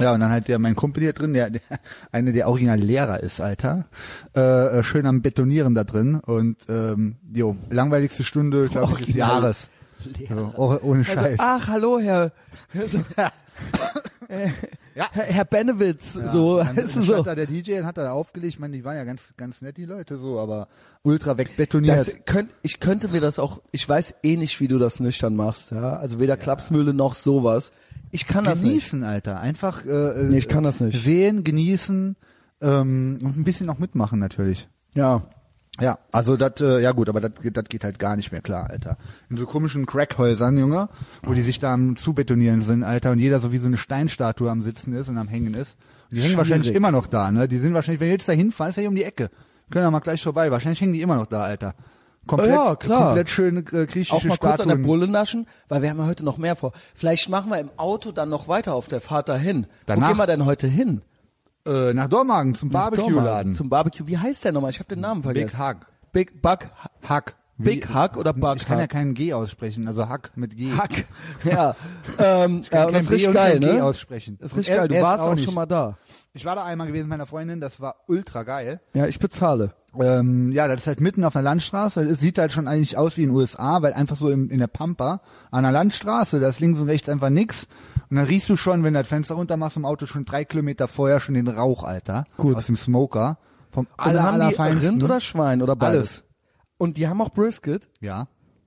B: Ja, und dann halt der, mein Kumpel hier drin, der, der eine, der original Lehrer ist, Alter, äh, äh, schön am Betonieren da drin und ähm, jo, langweiligste Stunde, glaube ich, des
A: Original
B: Jahres. So, oh, ohne
A: also,
B: Scheiß.
A: ach, hallo, Herr,
B: ja.
A: Herr, Herr Benewitz,
B: Ja,
A: so,
B: dann,
A: weißt du,
B: dann
A: so.
B: stand da der DJ und hat da aufgelegt. Ich meine, die waren ja ganz, ganz nett, die Leute so, aber ultra wegbetoniert.
A: Das könnt, ich könnte mir das auch, ich weiß eh nicht, wie du das nüchtern machst, ja. Also weder Klapsmühle noch sowas. Ich kann das nicht.
B: genießen, Alter. Einfach äh,
A: Nee, ich kann das nicht.
B: sehen, genießen ähm, und ein bisschen auch mitmachen natürlich.
A: Ja.
B: Ja, also das, äh, ja gut, aber das geht- das geht halt gar nicht mehr klar, Alter. In so komischen Crackhäusern, Junge, wo die sich da am Zubetonieren sind, Alter, und jeder so wie so eine Steinstatue am Sitzen ist und am Hängen ist. Und die hängen wahrscheinlich
A: Schwierig.
B: immer noch da, ne? Die sind wahrscheinlich, wenn wir jetzt da hinfahren, ist ja hier um die Ecke. Wir können ja mal gleich vorbei. Wahrscheinlich hängen die immer noch da, Alter. Komplett,
A: Ja, klar.
B: komplett schöne äh, griechische
A: Auch mal kurz an der
B: Statuen.
A: Brille naschen, weil wir haben ja heute noch mehr vor. Vielleicht machen wir im Auto dann noch weiter auf der Fahrt dahin. Wo
B: Danach-
A: gehen wir denn heute hin?
B: Äh, nach Dormagen zum Barbecue-Laden.
A: Zum Barbecue. Wie heißt der nochmal? Ich habe den Namen vergessen.
B: Big Hack.
A: Big Bug.
B: Hack.
A: Big Hack oder Bark
B: Ich kann ja
A: Hack?
B: keinen G aussprechen, also Hack mit G.
A: Hack. Ja. ähm,
B: kann
A: ja, und
B: kein
A: das ist
B: B
A: richtig
B: und
A: geil,
B: kein G
A: ne?
B: aussprechen.
A: Das ist
B: Und
A: richtig
B: R-
A: geil. Du
B: S
A: warst
B: auch
A: auch
B: nicht.
A: schon mal da.
B: Ich war da einmal gewesen mit meiner Freundin, das war ultra geil.
A: Ja, ich bezahle.
B: Ähm, ja, das ist halt mitten auf einer Landstraße. Das sieht halt schon eigentlich aus wie in den USA, weil einfach so im, in der Pampa an der Landstraße, da ist links und rechts einfach nix. Und dann riechst du schon, wenn du das Fenster runter machst vom Auto, schon drei Kilometer vorher schon den Rauch, Alter.
A: Gut.
B: Aus dem Smoker. Vom
A: Und
B: aller,
A: haben die
B: allerfeinsten.
A: Rind oder Schwein oder beides?
B: Alles.
A: Und die haben auch Brisket?
B: Ja.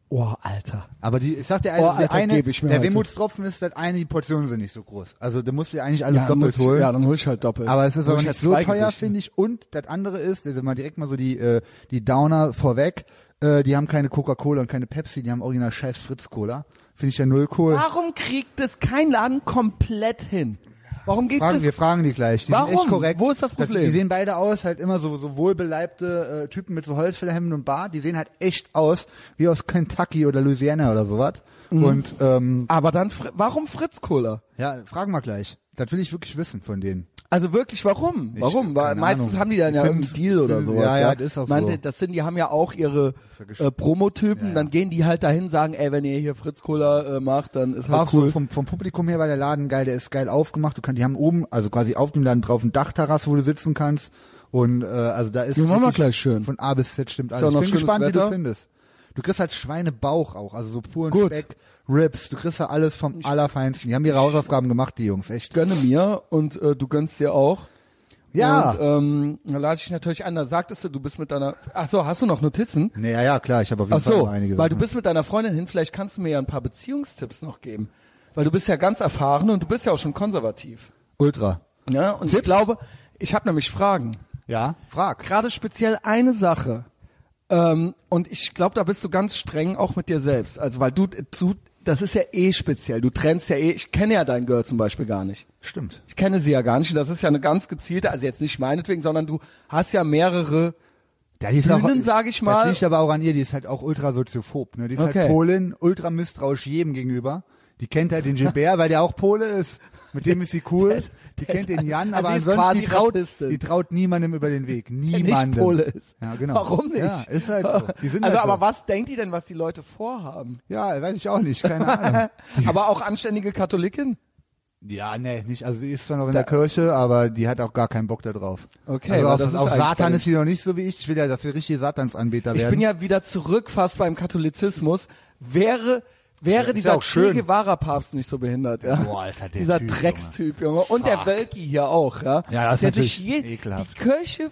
A: Oh, Alter.
B: Aber die, ich sag dir,
A: Oh,
B: also der
A: Alter,
B: eine,
A: geb ich mir
B: der
A: heute.
B: Wehmutstropfen ist, das eine, die Portionen sind nicht so groß. Also, du musst dir eigentlich alles doppelt
A: muss ich-
B: holen.
A: Ja, dann hol ich halt doppelt.
B: Aber es ist
A: Hol
B: aber
A: ich
B: nicht
A: halt
B: so
A: zwei
B: teuer,
A: Gerichte.
B: finde ich. Und das andere ist, also mal direkt mal so die, äh, die Downer vorweg, äh, die haben keine Coca-Cola und keine Pepsi, die haben original scheiß Fritz-Cola. Finde ich ja null cool.
A: Warum kriegt es kein Laden komplett hin? Warum geht
B: Fragen,
A: es?
B: wir fragen die gleich. Die
A: Warum?
B: sind echt korrekt.
A: Wo ist das Problem?
B: die sehen beide aus, halt immer so, so wohlbeleibte äh, Typen mit so Holzfällerhemden und Bart. Die sehen halt echt aus wie aus Kentucky oder Louisiana oder sowas.
A: Mhm.
B: Und ähm,
A: aber dann, Fr warum Fritz Cola?
B: ja, fragen wir gleich. Das will ich wirklich wissen von denen.
A: Also wirklich, warum?
B: Ich-
A: warum? Weil
B: keine
A: meistens
B: Ahnung.
A: haben die dann
B: Ich
A: ja
B: find's-
A: irgendeinen Deal oder
B: ich find's-
A: sowas.
B: ja, ja, das ist auch
A: Man,
B: so.
A: Das sind, die haben ja auch ihre
B: Vergesch-
A: äh, Promotypen,
B: Ja, ja.
A: dann gehen die halt dahin, sagen, ey, wenn ihr hier Fritz Cola äh, macht, dann ist
B: Auch
A: halt
B: so
A: cool.
B: vom, vom Publikum her war der Laden geil, der ist geil aufgemacht. Du kannst, die haben oben, also quasi auf dem Laden drauf, ein Dachterrasse, wo du sitzen kannst. Und äh, also da ist
A: Ja, machen wir
B: wirklich
A: gleich schön.
B: von A bis Z stimmt
A: ja
B: alles.
A: noch
B: Ich bin
A: schönes
B: gespannt, wie
A: Wetter.
B: du findest. Du kriegst halt Schweinebauch auch, also so puren
A: Gut.
B: Speck, Rips, du kriegst ja alles vom Allerfeinsten. Die haben ihre Hausaufgaben gemacht, die Jungs, echt.
A: gönne mir und äh, du gönnst dir auch.
B: Ja.
A: Und ähm, da lade ich dich natürlich ein. Da sagtest du, du bist mit deiner. Ach so, hast du noch Notizen?
B: Nee, ja, ja, klar, ich habe auf jeden
A: Ach
B: Fall
A: so,
B: noch einige
A: weil du
B: Sachen.
A: bist mit deiner Freundin hin. Vielleicht kannst du mir ja ein paar Beziehungstipps noch geben, weil du bist ja ganz erfahren und du bist ja auch schon konservativ.
B: Ultra.
A: Ja. Und ich glaube, ich habe nämlich Fragen.
B: Ja, frag.
A: Gerade speziell eine Sache. Ähm, und ich glaube, da bist du ganz streng auch mit dir selbst. Also weil du, du, das ist ja eh speziell. Du trennst ja eh. Ich kenne ja dein Girl zum Beispiel gar nicht.
B: Stimmt.
A: Ich kenne sie ja gar nicht. Und das ist ja eine ganz gezielte, also jetzt nicht meinetwegen, sondern du hast ja mehrere.
B: Ja, die ist
A: Bühnen,
B: auch,
A: sag ich mal.
B: Das liegt aber auch an ihr, die ist halt auch ultra soziophob. Ne? Die ist
A: Okay.
B: halt Polin, ultra misstrauisch jedem gegenüber. Die kennt halt den Gilbert, weil der auch Pole ist. Mit dem ist sie cool.
A: ist-
B: die
A: der
B: kennt
A: ist-
B: den Jan,
A: also
B: aber
A: sie ist
B: ansonsten
A: quasi
B: die traut,
A: Rassistin.
B: die traut niemandem über den Weg.
A: nicht
B: Niemandem.
A: Pole ist.
B: Ja, genau.
A: Warum nicht?
B: Ja, ist halt so. Die sind
A: also,
B: halt
A: aber
B: so.
A: was denkt ihr denn, was die Leute vorhaben?
B: Ja, weiß ich auch nicht. Keine Ahnung.
A: aber auch anständige Katholikin?
B: Ja, nee, nicht. Also sie ist zwar noch in der Kirche, aber die hat auch gar keinen Bock da drauf.
A: Okay,
B: Also
A: aber
B: auf,
A: das ist
B: auf
A: eigentlich
B: Satan
A: bei-
B: ist sie noch nicht so wie ich. Ich will ja, dass wir richtige Satansanbeter
A: Ich
B: werden.
A: bin ja wieder zurück fast beim Katholizismus. Wäre, wäre
B: ja
A: dieser
B: auch schön.
A: Che Guevara-Papst nicht so behindert, ja?
B: Boah, Alter, der
A: Dieser
B: Typ,
A: Dreckstyp, Junge. Und der Welki hier auch, ja?
B: Ja, das ist
A: der sich
B: natürlich
A: je,
B: ekelhaft.
A: Die Kirche,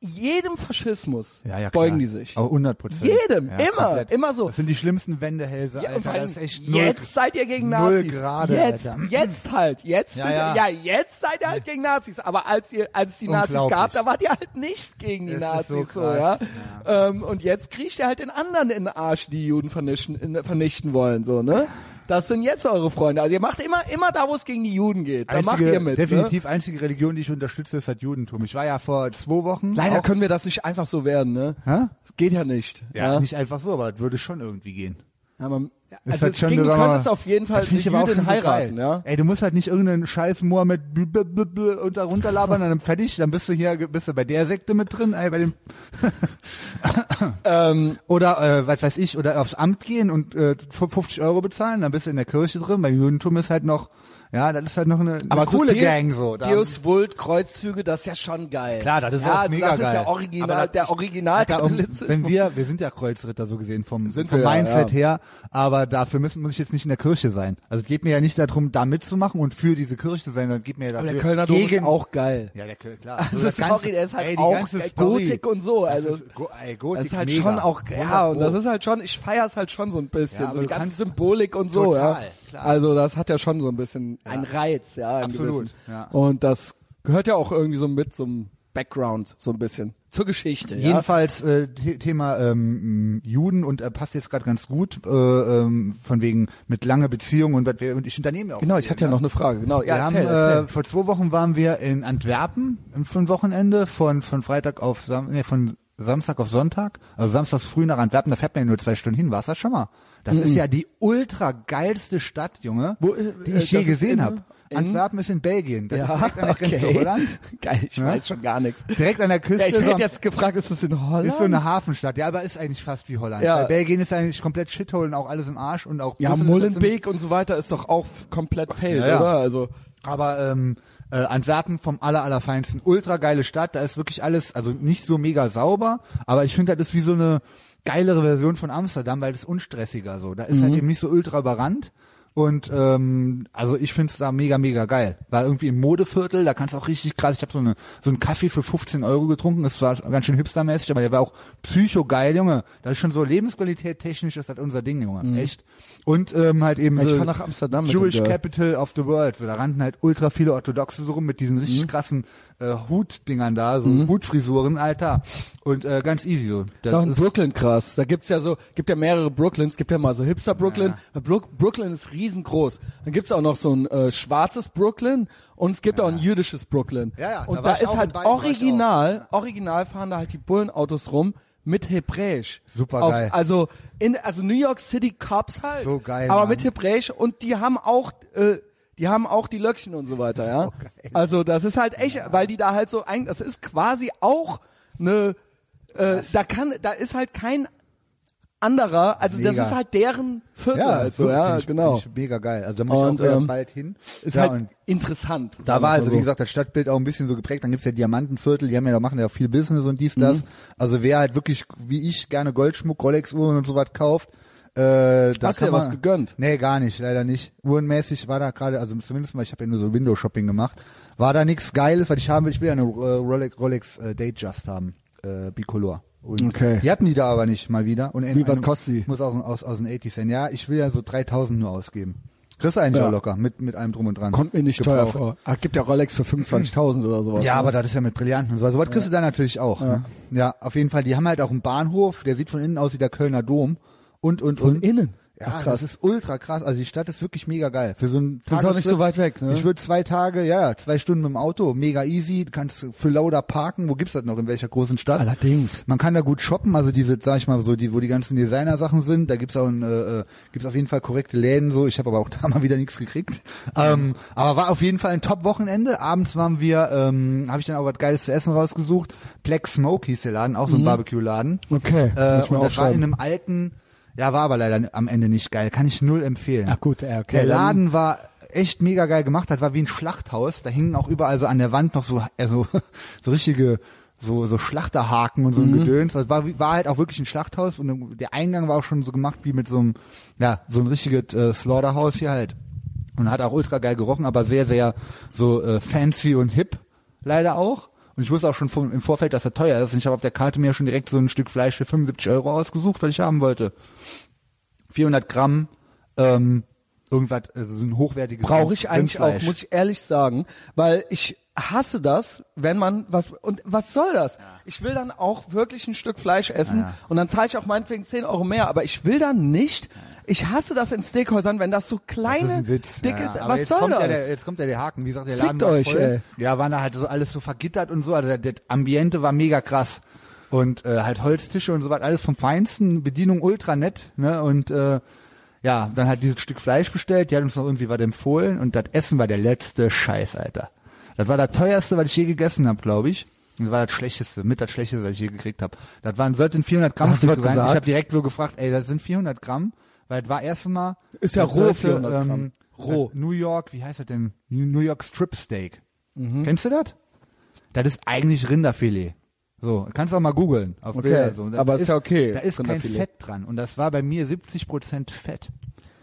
A: jedem Faschismus
B: Ja, ja,
A: beugen
B: klar.
A: die sich.
B: Aber 100 Prozent.
A: Jedem, immer, immer so.
B: Das sind die schlimmsten Wendehälse,
A: Ja, und
B: Alter.
A: vor allem
B: Das ist echt null.
A: jetzt seid ihr gegen
B: null
A: Nazis.
B: Grade,
A: jetzt,
B: Alter.
A: jetzt halt, jetzt,
B: Ja,
A: sind,
B: ja.
A: ja. jetzt seid ihr halt gegen Nazis. Aber als ihr, als es die Nazis
B: Unglaublich.
A: gab, da wart ihr halt nicht gegen die
B: Das ist
A: Nazis, so,
B: so krass,
A: ja. Ähm, und jetzt kriecht ihr halt den anderen in den Arsch, die die Juden vernichten, in, vernichten wollen, so, ne? Das sind jetzt eure Freunde. Also ihr macht immer, immer da, wo es gegen die Juden geht. Da macht
B: Einzige-
A: ihr mit. Ne?
B: Definitiv einzige Religion, die ich unterstütze, ist das Judentum. Ich war ja vor zwei Wochen.
A: Leider
B: auch,
A: können wir das nicht einfach so werden, ne?
B: Hä?
A: Das geht ja nicht.
B: ja, nicht einfach so, aber das würde schon irgendwie gehen.
A: Ja, man,
B: Das ist
A: also
B: halt
A: es
B: schon
A: ging, du
B: sag mal,
A: könntest auf jeden Fall
B: das
A: eine
B: find ich aber auch
A: Jüdin
B: schon so
A: heiraten,
B: geil.
A: ja?
B: Ey, du musst halt nicht irgendeinen scheiß Mohammed bl- bl- bl- bl- unter runterlabern und dann fertig, dann bist du hier, bist du bei der Sekte mit drin, ey, bei dem
A: Ähm,
B: oder äh, was weiß ich, oder aufs Amt gehen und äh, 50 Euro bezahlen, dann bist du in der Kirche drin, beim Judentum ist halt noch, ja, das ist halt noch eine, eine
A: Aber
B: coole
A: so
B: Gang so. Da-
A: Deus Vult, Kreuzzüge, das ist ja schon geil.
B: Klar, das ist
A: ja,
B: auch
A: also
B: mega
A: Das ist
B: geil.
A: ja original,
B: Aber das-
A: der original
B: Alter, um,
A: Katholizismus.
B: wenn wir, wir sind ja Kreuzritter so gesehen vom,
A: Sind
B: vom
A: wir, ja,
B: Mindset her, aber dafür müssen, muss ich jetzt nicht in der Kirche sein. Also es geht mir ja nicht darum, da mitzumachen und für diese Kirche zu sein, sondern es geht mir ja
A: Aber
B: dafür
A: der Kölner Dom ist
B: gegen
A: auch geil.
B: ja, der Köln, klar.
A: Also
B: das
A: sorry,
B: ganze-
A: der ist halt
B: ey, die
A: auch
B: ganze
A: geil.
B: Story.
A: Gotik und so,
B: Das
A: also-
B: ist, go, ey, Gotik,
A: Das ist halt
B: mega.
A: schon auch, ja, und das ist halt schon, ich feier's halt schon so ein bisschen,
B: Ja, aber
A: so die
B: du
A: ganze
B: kannst-
A: Symbolik und so,
B: Total,
A: ja.
B: klar.
A: Also das hat ja schon so ein bisschen einen Reiz, ja, im
B: Absolut,
A: Gewissen.
B: ja.
A: Und das gehört ja auch irgendwie so mit zum Background, so ein bisschen, zur Geschichte, ja.
B: Jedenfalls äh, The- Thema ähm, Juden und äh, passt jetzt gerade ganz gut äh, ähm, von wegen mit lange Beziehungen und, was wir- und ich unternehme ja auch.
A: Genau, ich
B: viel,
A: hatte ja
B: ne?
A: noch eine Frage, genau, ja,
B: wir
A: erzähl,
B: haben,
A: erzähl.
B: Äh, vor zwei Wochen waren wir in Antwerpen im- für ein Wochenende von, von Freitag auf Sam nee, von Samstag auf Sonntag, also samstags früh nach Antwerpen, da fährt man ja nur zwei Stunden hin, warst du das schon mal? Das ist ja die ultra geilste Stadt, Junge,
A: Mhm. Wo, äh, äh,
B: die ich je
A: das ist
B: gesehen
A: in-
B: habe. Antwerpen ist in Belgien. Das ist
A: Ja,
B: direkt an der Grenze zu
A: okay.
B: Holland.
A: Geil, ich
B: Ja?
A: weiß schon gar nichts.
B: Direkt an der
A: Ja,
B: Küste.
A: ich
B: so am-
A: hätte jetzt gefragt, ist das in Holland?
B: Ist so eine Hafenstadt, ja, aber ist eigentlich fast wie Holland.
A: Ja.
B: Weil Belgien ist eigentlich komplett Shithole und auch alles im Arsch und auch
A: ja,
B: Brüssel ist trotzdem-
A: Molenbeek und so weiter ist doch auch komplett fail,
B: Ja, ja.
A: oder? Also
B: Aber ähm, äh, Antwerpen vom aller allerfeinsten, ultra geile Stadt. Da ist wirklich alles, also nicht so mega sauber, aber ich finde, das ist wie so eine geilere Version von Amsterdam, weil das ist unstressiger so. Da ist
A: Mhm.
B: halt eben nicht so ultra überrannt. Und ähm, also ich finde es da mega, mega geil. War irgendwie im Modeviertel, da kannst du auch richtig krass, ich habe so, eine, so einen Kaffee für 15 Euro getrunken, das war ganz schön hipstermäßig, aber der war auch psycho geil, Junge. Das ist schon so Lebensqualität technisch, ist halt unser Ding, Junge. Echt. Und ähm, halt eben
A: Mhm. Ja, ich
B: so
A: fahr nach Amsterdam mit dem
B: Jewish
A: Girl.
B: Cap Capital of the World. So, da rannten halt ultra viele Orthodoxe so rum mit diesen richtig krassen äh, Hutdingern da, so Hutfrisuren, Alter. Und äh, ganz easy so. Das
A: ist auch in Brooklyn krass. Da gibt's ja so, gibt ja mehrere Brooklyns, gibt ja mal so Hipster Brooklyn. Brook- Brooklyn ist riesengroß. Dann gibt's auch noch so ein äh, schwarzes Brooklyn und es gibt auch ein jüdisches Brooklyn.
B: Ja, ja, da
A: und
B: war
A: da,
B: ich auch
A: ist
B: in
A: halt
B: beiden, war ich
A: original, original fahren da halt die Bullenautos rum mit Hebräisch.
B: Super
A: Auf-
B: geil.
A: Also in also New York City Cops halt,
B: So geil,
A: aber
B: Mann.
A: mit Hebräisch und die haben auch äh, die haben auch die Löckchen und so weiter, ja. Also das ist halt echt, weil die da halt so ein, das ist quasi auch eine äh, da kann, da ist halt kein anderer, also
B: Mega.
A: das ist halt deren Viertel,
B: ja,
A: halt so,
B: so,
A: ja,
B: find ich,
A: genau.
B: Find ich mega geil. Also da muss
A: Und,
B: ich auch wieder
A: ähm,
B: bald hin.
A: ist
B: ja,
A: halt
B: und
A: interessant.
B: da
A: sagen wir
B: war
A: mal
B: also,
A: so.
B: wie gesagt, das Stadtbild auch ein bisschen so geprägt. Dann gibt's ja Diamantenviertel, die haben ja, da machen ja viel Business und dies, das.
A: Mhm.
B: Also wer halt wirklich, wie ich, gerne Goldschmuck, Rolex-Uhren und sowas kauft, äh, da
A: Hast du
B: kann
A: dir was
B: man-
A: gegönnt?
B: Nee, gar nicht, leider nicht. Uhrenmäßig war da gerade, also zumindest mal, ich habe ja nur so Window-Shopping gemacht, war da nichts Geiles, weil ich haben will, ich will ja eine äh, Rolex, Rolex äh, Datejust haben, äh, Bicolor. Und
A: Okay.
B: Die hatten die da aber nicht, mal wieder. Und in-
A: Wie, was
B: einem-
A: kostet die?
B: Muss aus, aus, aus den 80 sein. Ja, ich will ja so 3000 nur ausgeben. Kriegst du eigentlich
A: Ja.
B: auch locker, mit, mit allem drum und dran.
A: kommt mir nicht teuer
B: Gebraucht. Ah,
A: vor. Ach, gibt ja Rolex für 25.000 oder sowas.
B: Ja,
A: ne?
B: aber das ist ja mit Brillanten und so. Also was kriegst du da natürlich auch. Ja. Ne? ja, auf jeden Fall. Die haben halt auch einen Bahnhof, der sieht von innen aus wie der Kölner Dom. Und, und,
A: Von
B: und.
A: innen?
B: Ja,
A: Ach,
B: krass.
A: krass.
B: das ist ultra krass. Also die Stadt ist wirklich mega geil. Für so einen
A: Das ist auch nicht
B: Tagestrip-
A: so weit weg, ne?
B: Ich würde zwei Tage, ja, ja, zwei Stunden mit dem Auto, mega easy. Du kannst für Lauda parken. Wo gibt's das noch? In welcher großen Stadt?
A: Allerdings.
B: Man kann da gut shoppen, also diese, sag ich mal, so die, wo die ganzen Designer-Sachen sind, da gibt's auch ein, äh, äh, gibt's auf jeden Fall korrekte Läden, so, ich habe aber auch da mal wieder nichts gekriegt. Ähm, aber war auf jeden Fall ein Top-Wochenende. Abends waren wir, ähm, habe ich dann auch was Geiles zu essen rausgesucht. Black Smoke hieß der Laden, auch so ein Barbecue-Laden.
A: Mhm. Okay,
B: Äh,
A: muss ich mir
B: und das war
A: aufschreiben.
B: in einem alten, ja, war aber leider am Ende nicht geil. Kann ich null empfehlen.
A: Ach gut, ja, okay,
B: Der
A: dann-
B: Laden war echt mega geil gemacht, das war wie ein Schlachthaus. Da hingen auch überall so an der Wand noch so, äh, so, so richtige so, so Schlachterhaken und so ein Gedöns. Das war, wie- war halt auch wirklich ein Schlachthaus und der Eingang war auch schon so gemacht wie mit so einem, ja, so ein richtiges äh, Slaughterhouse hier halt. Und hat auch ultra geil gerochen, aber sehr, sehr so äh, fancy und hip leider auch. Und ich wusste auch schon vom, im Vorfeld, dass er teuer ist. Und ich habe auf der Karte mir schon direkt so ein Stück Fleisch für 75 Euro ausgesucht, weil ich haben wollte. 400 Gramm, ähm, irgendwas, also so ein hochwertiges
A: brauche ich eigentlich auch,
B: Rindfleisch.
A: muss ich ehrlich sagen, weil ich hasse das, wenn man was und was soll das? Ich will dann auch wirklich ein Stück Fleisch essen und dann zahle ich auch meinetwegen 10 Euro mehr, aber ich will dann nicht. Ich hasse das in Steakhäusern, wenn das so
B: Das ist
A: kleine,
B: ein Witz.
A: dick
B: ja,
A: ist.
B: aber
A: Was
B: jetzt
A: soll
B: kommt
A: das?
B: Ja der, jetzt kommt ja der Haken. Wie gesagt, der
A: Fickt
B: Laden war
A: euch,
B: voll.
A: ey.
B: Ja, waren da halt so alles so vergittert und so. Also das, das Ambiente war mega krass. Und äh, halt Holztische und so was. Alles vom Feinsten. Bedienung ultra nett. Ne? Und äh, ja, dann halt dieses Stück Fleisch bestellt. Die hat uns noch irgendwie was empfohlen. Und das Essen war der letzte Scheiß, Alter. Das war das teuerste, was ich je gegessen habe, glaube ich. Und Das war das Schlechteste, mit das Schlechteste, was ich je gekriegt habe. Das waren, sollten 400 Gramm
A: Hast du
B: Stück
A: was
B: sein. Ich
A: gesagt?
B: habe direkt so gefragt, ey, das sind 400 Gramm, weil das war erst mal
A: Ist ja
B: das
A: roh,
B: sollte,
A: 400 Gramm.
B: ähm,
A: Roh.
B: New York, wie heißt das denn? New York Strip Steak.
A: Mhm.
B: Kennst du das? Das ist eigentlich Rinderfilet. So, kannst auch mal googeln. auf
A: Okay,
B: Bilder so. Und das
A: aber ist ja okay,
B: Da ist kein
A: Rinderfilet.
B: Fett dran. Und das war bei mir 70% Fett.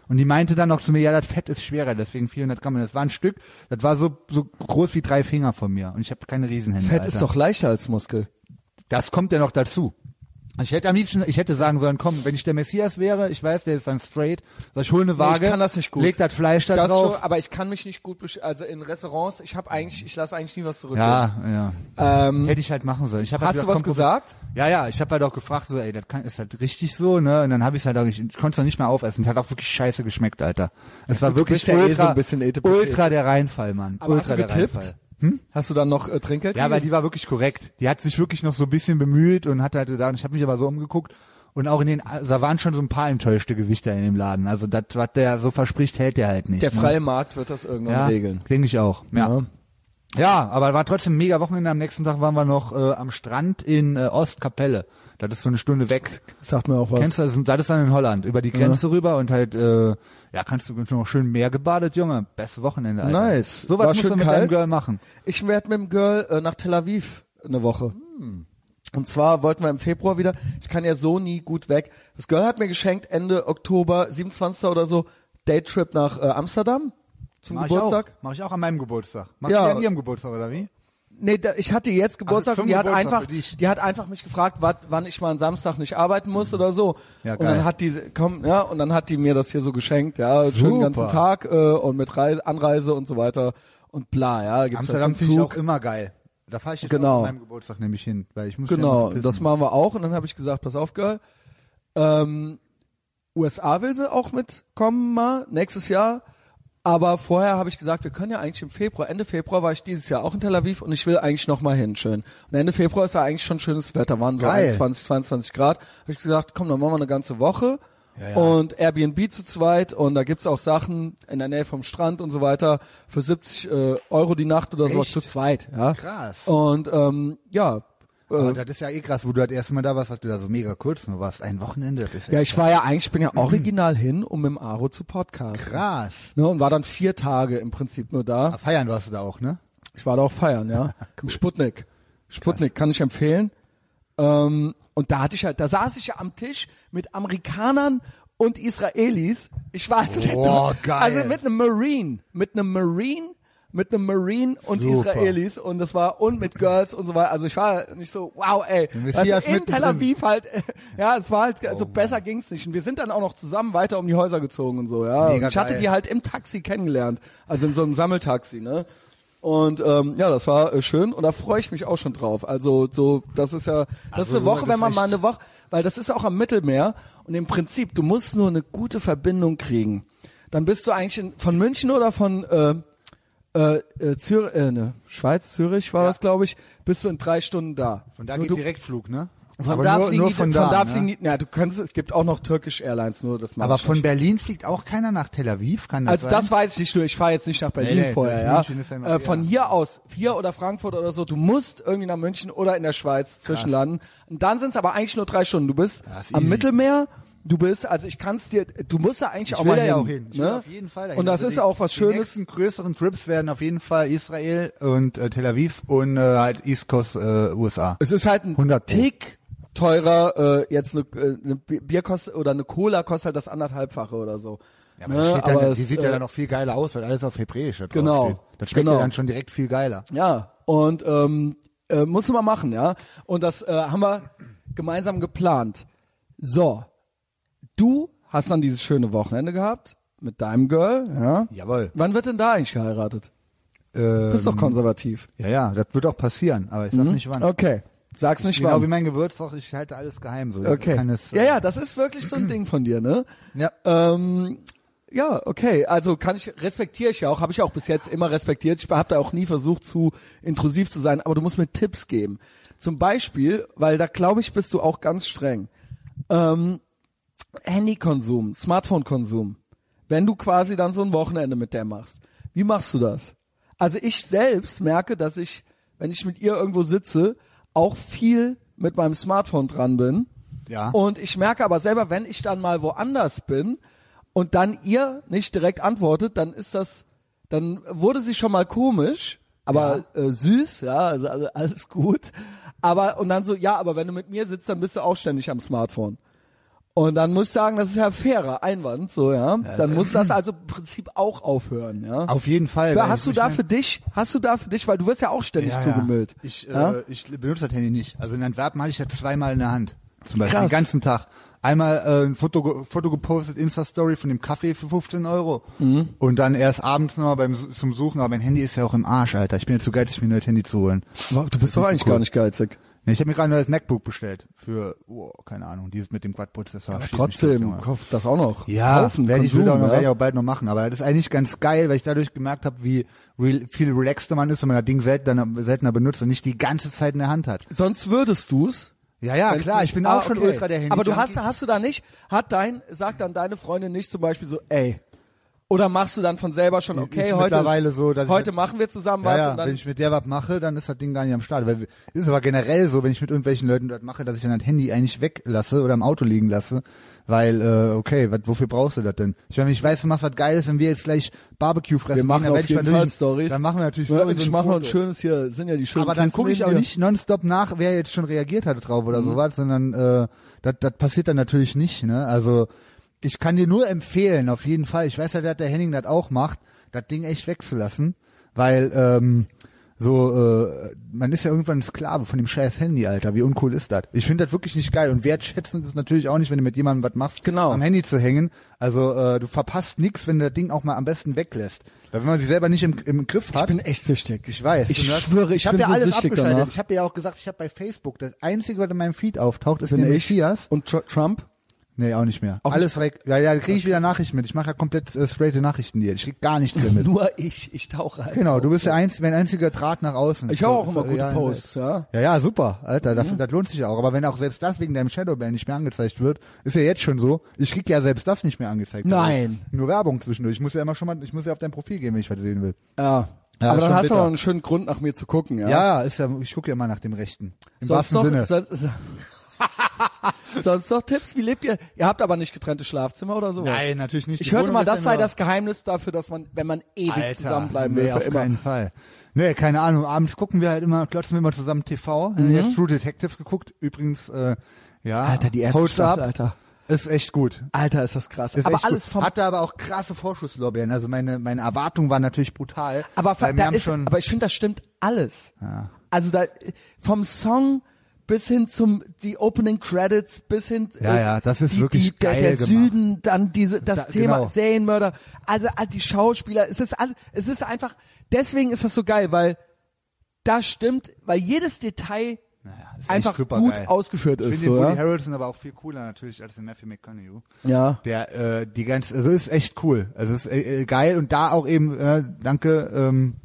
B: Und die meinte dann noch zu mir, ja, das Fett ist schwerer, deswegen 400 Gramm. Und das war ein Stück, das war so, so groß wie drei Finger von mir. Und ich habe keine Riesenhände.
A: Fett
B: Alter.
A: ist doch leichter als Muskel.
B: Das kommt ja noch dazu. Ich hätte am liebsten, ich hätte sagen sollen, komm, wenn ich der Messias wäre, ich weiß, der ist dann straight, sag ich hol eine Waage,
A: kann das nicht gut.
B: leg das Fleisch da
A: Das
B: drauf.
A: schon, aber ich kann mich nicht gut, besch- also in Restaurants, ich habe eigentlich, ich lasse eigentlich nie was zurück.
B: ja, ja.
A: Ähm,
B: hätte ich halt machen sollen. Ich hab halt
A: Hast du was
B: komm, probier-
A: gesagt?
B: Ja, ja, ich habe halt auch gefragt, so, ey, das kann, ist halt richtig so, ne? Und dann habe ich halt auch, ich, ich konnte es noch nicht mehr aufessen. Es hat auch wirklich scheiße geschmeckt, Alter. Es war wirklich
A: bist ja eh
B: ultra,
A: so ein bisschen etepetete.
B: ultra der Reinfall, Mann.
A: Aber
B: ultra
A: hast du
B: der
A: getippt?
B: Reinfall.
A: Hast du dann noch äh, Trinkgeld?
B: Hm? Ja, weil
A: gegeben?
B: die war wirklich korrekt. Die hat sich wirklich noch so ein bisschen bemüht und hat halt gedacht, ich habe mich aber so umgeguckt Und auch in den, da waren schon so ein paar enttäuschte Gesichter in dem Laden. Also das, was der so verspricht, hält der halt nicht.
A: Der
B: ne?
A: freie Markt wird das irgendwann
B: ja,
A: regeln.
B: Denke ich auch. Ja.
A: Ja.
B: ja. aber war trotzdem ein mega Wochenende. Am nächsten Tag waren wir noch äh, am Strand in äh, Ostkapelle. Das ist so eine Stunde weg.
E: Sagt mir auch was.
B: Kennst du das? Das ist dann in Holland. Über die Grenze rüber und halt, äh, ja, kannst du schon noch schön Meer gebadet, Junge. Bestes Wochenende, Alter.
A: Nice.
B: So was
A: War
B: musst du
A: schön
B: mit deinem
A: kalt?
B: Girl machen.
A: Ich werde mit dem Girl äh, nach Tel Aviv eine Woche.
B: Hm.
A: Und zwar wollten wir im Februar wieder, ich kann ja so nie gut weg. Das Girl hat mir geschenkt Ende Oktober, 27. oder so, Daytrip nach äh, Amsterdam zum
B: Mach
A: Geburtstag.
B: Ich auch. Mach ich auch an meinem Geburtstag. Mach
A: Ja.
B: ich an ihrem Geburtstag, oder wie?
A: Nee, da, ich hatte jetzt Geburtstag
B: Also zum
A: und die hat
B: Geburtstag
A: einfach,
B: für dich.
A: die hat einfach mich gefragt, wat, wann ich mal am Samstag nicht arbeiten muss oder so.
B: Hm. Ja,
A: und
B: geil.
A: dann hat die, komm, ja, und dann hat die mir das hier so geschenkt, ja, schönen ganzen
B: Super.
A: Tag äh, und mit Reise, Anreise und so weiter und bla, ja, gibt's
B: Amsterdam
A: das
B: finde ich auch
A: Zug.
B: immer geil. Da fahre ich jetzt
A: Genau.
B: auch an meinem Geburtstag nämlich hin, weil ich muss
A: Genau,
B: ja noch
A: das
B: pissen.
A: machen wir auch und dann habe ich gesagt, pass auf, Girl, ähm, USA will sie auch mitkommen mal nächstes Jahr. Aber vorher habe ich gesagt, wir können ja eigentlich im Februar, Ende Februar war ich dieses Jahr auch in Tel Aviv und ich will eigentlich nochmal hin, schön. Und Ende Februar ist ja eigentlich schon schönes Wetter, waren so
B: Geil.
A: 21, 22 Grad. Habe ich gesagt, komm, dann machen wir eine ganze Woche und Airbnb zu zweit und da gibt's auch Sachen in der Nähe vom Strand und so weiter für 70 äh, Euro die Nacht oder sowas
B: Echt?
A: zu zweit. Ja.
B: Krass.
A: Und ähm, ja, äh,
B: Aber das ist ja eh krass, wo du das erste Mal da warst, dass du da so mega kurz nur warst. Ein Wochenende, das ist
A: Ja,
B: echt
A: ich war ja eigentlich, ich bin ja original hin, um mit dem Aro zu podcasten.
B: krass.
A: Ne, und war dann vier Tage im Prinzip nur da.
B: Ah, Feiern warst du da auch, ne?
A: Ich war da auch feiern, ja. Im Sputnik. Sputnik kann ich empfehlen. Ähm, und da hatte ich halt, da saß ich ja am Tisch mit Amerikanern und Israelis. Ich war also, der
B: Boah,
A: Dr-
B: geil.
A: also mit einem Marine, mit einem Marine, mit einem Marine und
B: Super.
A: Israelis und das war und mit Girls und so weiter. Also ich war nicht so, wow, ey.
B: Messias
A: also in
B: mittendrin.
A: Tel Aviv halt, äh, ja, es war halt,
B: Oh
A: also besser ging's nicht. Und wir sind dann auch noch zusammen weiter um die Häuser gezogen und so, ja.
B: Mega
A: und ich hatte
B: geil.
A: die halt im Taxi kennengelernt, also in so einem Sammeltaxi, ne? Und ähm, ja, das war äh, schön und da freue ich mich auch schon drauf. Also so, das ist ja, das
B: Also,
A: ist eine Woche,
B: das
A: wenn man
B: ist
A: mal
B: echt-
A: eine Woche, weil das ist auch am Mittelmeer und im Prinzip, du musst nur eine gute Verbindung kriegen. Dann bist du eigentlich in, von München oder von äh, äh, äh, Zür äh, ne, Schweiz, Zürich war das, glaube ich, bist du in drei Stunden da.
B: Von da
A: Nur
B: geht
A: du,
B: Direktflug, ne?
A: von
B: Aber
A: da
B: nur,
A: fliegen
B: nur
A: die,
B: von
A: von da
B: ne?
A: fliegen die, na, du kannst, es gibt auch noch Turkish Airlines, nur das mag
B: Aber
A: ich
B: von
A: nicht.
B: Berlin fliegt auch keiner nach Tel Aviv, kann das
A: Also
B: sein?
A: das weiß ich nicht, nur ich fahre jetzt nicht nach Berlin
B: Nee, nee,
A: vorher,
B: das
A: ja.
B: München ist ja immer-
A: äh, von
B: ja.
A: hier aus, hier oder Frankfurt oder so, du musst irgendwie nach München oder in der Schweiz zwischenlanden. Und dann sind es aber eigentlich nur drei Stunden. Du bist
B: Das ist
A: am
B: easy.
A: Mittelmeer, du bist, also ich kann's dir, du musst da eigentlich
B: ich
A: auch
B: will
A: mal
B: da
A: hin.
B: ja auch hin. Ich will
A: ne?
B: auf jeden Fall dahin.
A: Und das
B: Also
A: ist
B: die,
A: auch was
B: Die
A: Schönes.
B: nächsten größeren Trips werden auf jeden Fall Israel und äh, Tel Aviv und äh, halt East Coast äh, USA.
A: Es ist halt ein
B: 100 Pro.
A: Tick teurer, äh, jetzt eine, äh, eine Bi- Bier kostet oder eine Cola kostet halt das anderthalbfache oder so. ne?
B: Ja, aber, das steht dann, die
A: äh,
B: sieht ja dann auch viel geiler aus, weil alles auf Hebräisch da drauf
A: Genau.
B: steht. Das schmeckt
A: Genau.
B: ja dann schon direkt viel geiler.
A: Ja, und ähm, äh, muss man machen, ja. Und das äh, haben wir gemeinsam geplant. So, du hast dann dieses schöne Wochenende gehabt mit deinem Girl, ja.
B: Jawohl.
A: Wann wird denn da eigentlich geheiratet?
B: Ähm,
A: Bist doch konservativ.
B: ja, ja, das wird auch passieren, aber ich sag nicht wann.
A: Okay, sag's nicht
B: Genau wie
A: wann.
B: mein Geburtstag, ich halte alles geheim. So.
A: Okay.
B: Keines, äh,
A: Ja, ja, das ist wirklich so ein Ding von dir, ne?
B: ja.
A: Ähm, ja, okay. Also kann ich respektiere ich ja auch, habe ich auch bis jetzt immer respektiert. Ich habe da auch nie versucht, zu intrusiv zu sein. Aber du musst mir Tipps geben. Zum Beispiel, weil da glaube ich, bist du auch ganz streng. Ähm, Handykonsum, Smartphone-Konsum. Wenn du quasi dann so ein Wochenende mit der machst, wie machst du das? Also ich selbst merke, dass ich, wenn ich mit ihr irgendwo sitze, auch viel mit meinem Smartphone dran bin.
B: Ja.
A: Und ich merke aber selber, wenn ich dann mal woanders bin und dann ihr nicht direkt antwortet, dann ist das, dann wurde sie schon mal komisch, aber äh, süß, ja, also, also alles gut. Aber und dann so, ja, aber wenn du mit mir sitzt, dann bist du auch ständig am Smartphone. Und dann muss ich sagen, das ist ja ein fairer Einwand, so ja. Dann muss das also im Prinzip auch aufhören, ja.
B: Auf jeden Fall. weil
A: hast du
B: ich
A: da
B: mich-
A: für dich, hast du da für dich, weil du wirst ja auch ständig
B: ja,
A: zugemüllt.
B: Ja. Ich, äh,
A: ja?
B: ich benutze das Handy nicht. Also in Antwerpen hatte ich das zweimal in der Hand. Zum Beispiel
A: Krass.
B: den ganzen Tag. Einmal äh, ein Foto, ge- Foto gepostet, Insta-Story von dem Kaffee für 15 Euro.
A: Mhm.
B: Und dann erst abends nochmal beim, Su- zum Suchen. Aber mein Handy ist ja auch im Arsch, Alter. Ich bin jetzt zu geizig, mir ein neues Handy zu holen.
A: du bist doch eigentlich gar nicht geizig.
B: Nee, ich habe mir gerade ein neues MacBook bestellt. Für, oh, keine Ahnung, dieses mit dem Quad-Prozessor. Schieß mich tot,
A: Trotzdem,
B: Junge.
A: kauft das auch noch.
B: Ja, ne?
A: Kaufen,
B: werde ich,
A: Konsum,
B: will auch noch,
A: ja.
B: werde ich auch bald noch machen. Aber das ist eigentlich ganz geil, weil ich dadurch gemerkt habe, wie re viel relaxter man ist, wenn man das Ding seltener, seltener benutzt und nicht die ganze Zeit in der Hand hat.
A: Sonst würdest du's.
B: Ja, ja,
A: Wenn's
B: klar,
A: nicht-
B: ich bin
A: Ah,
B: auch schon
A: okay.
B: ultra der Handy.
A: Aber du hast, hast du da nicht, hat dein, sagt dann deine Freundin nicht zum Beispiel so, ey, oder machst du dann von selber schon, okay,
B: ist
A: heute,
B: mittlerweile so, dass ich-
A: heute machen wir zusammen
B: ja,
A: was
B: ja,
A: und dann,
B: wenn ich mit der was mache, dann ist das Ding gar nicht am Start. Weil, ist aber generell so, wenn ich mit irgendwelchen Leuten das mache, dass ich dann das Handy eigentlich weglasse oder im Auto liegen lasse. Weil, äh, okay, wat, wofür brauchst du das denn? Ich meine, wenn ich weiß, du machst was Geiles, wenn wir jetzt gleich Barbecue fressen.
A: wir
B: gehen,
A: machen
B: dann
A: auf
B: werd ich
A: jeden
B: natürlich-
A: Fall Stories.
B: Dann machen wir natürlich
A: Ja,
B: Stories.
A: Ich
B: und
A: mache noch ein
B: Foto.
A: schönes hier, sind ja die schönen
B: Aber dann
A: Kisten
B: gucke ich
A: neben
B: auch
A: dir.
B: nicht nonstop nach, wer jetzt schon reagiert hat drauf
A: Mhm.
B: oder sowas, sondern äh, das, das passiert dann natürlich nicht. Ne? Also ich kann dir nur empfehlen, auf jeden Fall, ich weiß ja, dass der Henning das auch macht, das Ding echt wegzulassen, weil ähm, so, äh, man ist ja irgendwann Sklave von dem scheiß Handy, Alter. Wie uncool ist das? Ich finde das wirklich nicht geil und wertschätzend ist natürlich auch nicht, wenn du mit jemandem was machst,
A: Genau.
B: am Handy zu hängen. Also äh, du verpasst nichts, wenn du das Ding auch mal am besten weglässt. Weil wenn man sie selber nicht im, im Griff hat,
A: Ich bin echt süchtig.
B: ich weiß.
A: Ich
B: Und das-
A: schwöre, ich,
B: hab
A: bin
B: ja
A: so
B: alles
A: süchtig
B: abgeschaltet.
A: danach.
B: Ich habe dir ja auch gesagt, ich habe bei Facebook das einzige, was in meinem Feed auftaucht, ist
A: Bin
B: der
A: ich.
B: Messias.
A: Und Tr Trump?
B: Nee, auch nicht mehr.
A: Auch
B: alles weg. Ja, ja, da kriege ich wieder Nachrichten mit. Ich mache ja komplett äh, straighte Nachrichten hier. Ich krieg gar nichts mehr mit.
A: Nur ich, ich tauche halt.
B: genau, du bist der einz mein einziger Draht nach außen.
A: Ich hau auch
B: So,
A: immer
B: so,
A: gute
B: ja,
A: Posts, ja. Mhm.
B: Ja, ja, super. Alter, das, das lohnt sich auch. Aber wenn auch selbst das wegen deinem Shadowban nicht mehr angezeigt wird, ist ja jetzt schon so. Ich krieg ja selbst das nicht mehr angezeigt. Also
A: Nein.
B: Nur Werbung zwischendurch. Ich muss ja immer schon mal, ich muss ja auf dein Profil gehen, wenn ich was sehen will.
A: Ja.
B: Ja,
A: Aber
B: schon
A: dann hast du
B: bitter.
A: auch einen schönen Grund, nach mir zu gucken, ja.
B: Ja, ja, ist ja, ich gucke ja immer nach dem Rechten. Im
A: sonst
B: wahrsten
A: noch,
B: Sinne.
A: Sonst, so- sonst noch Tipps, wie lebt ihr? Ihr habt aber nicht getrennte Schlafzimmer oder sowas?
B: Nein, natürlich nicht.
A: Ich
B: Die
A: hörte mal,
B: Wohnung
A: das
B: ist
A: sei
B: ja nur-
A: das Geheimnis dafür, dass man, wenn man ewig
B: Alter,
A: zusammenbleiben
B: nee,
A: will, für
B: auf
A: immer.
B: keinen Fall. Nee, keine Ahnung. Abends gucken wir halt immer, klotzen wir immer zusammen TV. Wir haben Jetzt True Detective geguckt. Übrigens, äh, ja.
A: Mhm. Alter, die erste
B: Holds
A: Staffel,
B: Up
A: Alter.
B: Ist echt gut.
A: Alter, ist das krass.
B: Ist
A: aber
B: echt
A: alles
B: gut.
A: vom,
B: Hatte aber auch krasse Vorschusslorbeeren. Also meine, meine Erwartungen waren natürlich brutal.
A: aber,
B: weil
A: fa-
B: wir
A: da
B: haben
A: ist,
B: schon,
A: aber ich finde, das stimmt alles. Also da, vom Song bis hin zum, die Opening Credits, bis hin,
B: Ja,
A: äh,
B: ja, das ist
A: die,
B: wirklich
A: die, der,
B: geil
A: der
B: gemacht.
A: Süden, dann diese, das
B: Da-
A: Thema
B: genau.
A: Serienmörder, also, all die Schauspieler, es ist alles, es ist einfach, deswegen ist das so geil, weil das stimmt, weil jedes Detail
B: ist echt
A: einfach
B: super
A: gut
B: geil.
A: ausgeführt
B: Ich
A: ist.
B: finde
A: So,
B: den Woody
A: ja?
B: Harrelson aber auch viel cooler natürlich als den Matthew McConaughey.
A: ja.
B: Der, äh, die ganze, also ist echt cool. Also ist äh, äh, geil und da auch eben, äh, danke, ähm,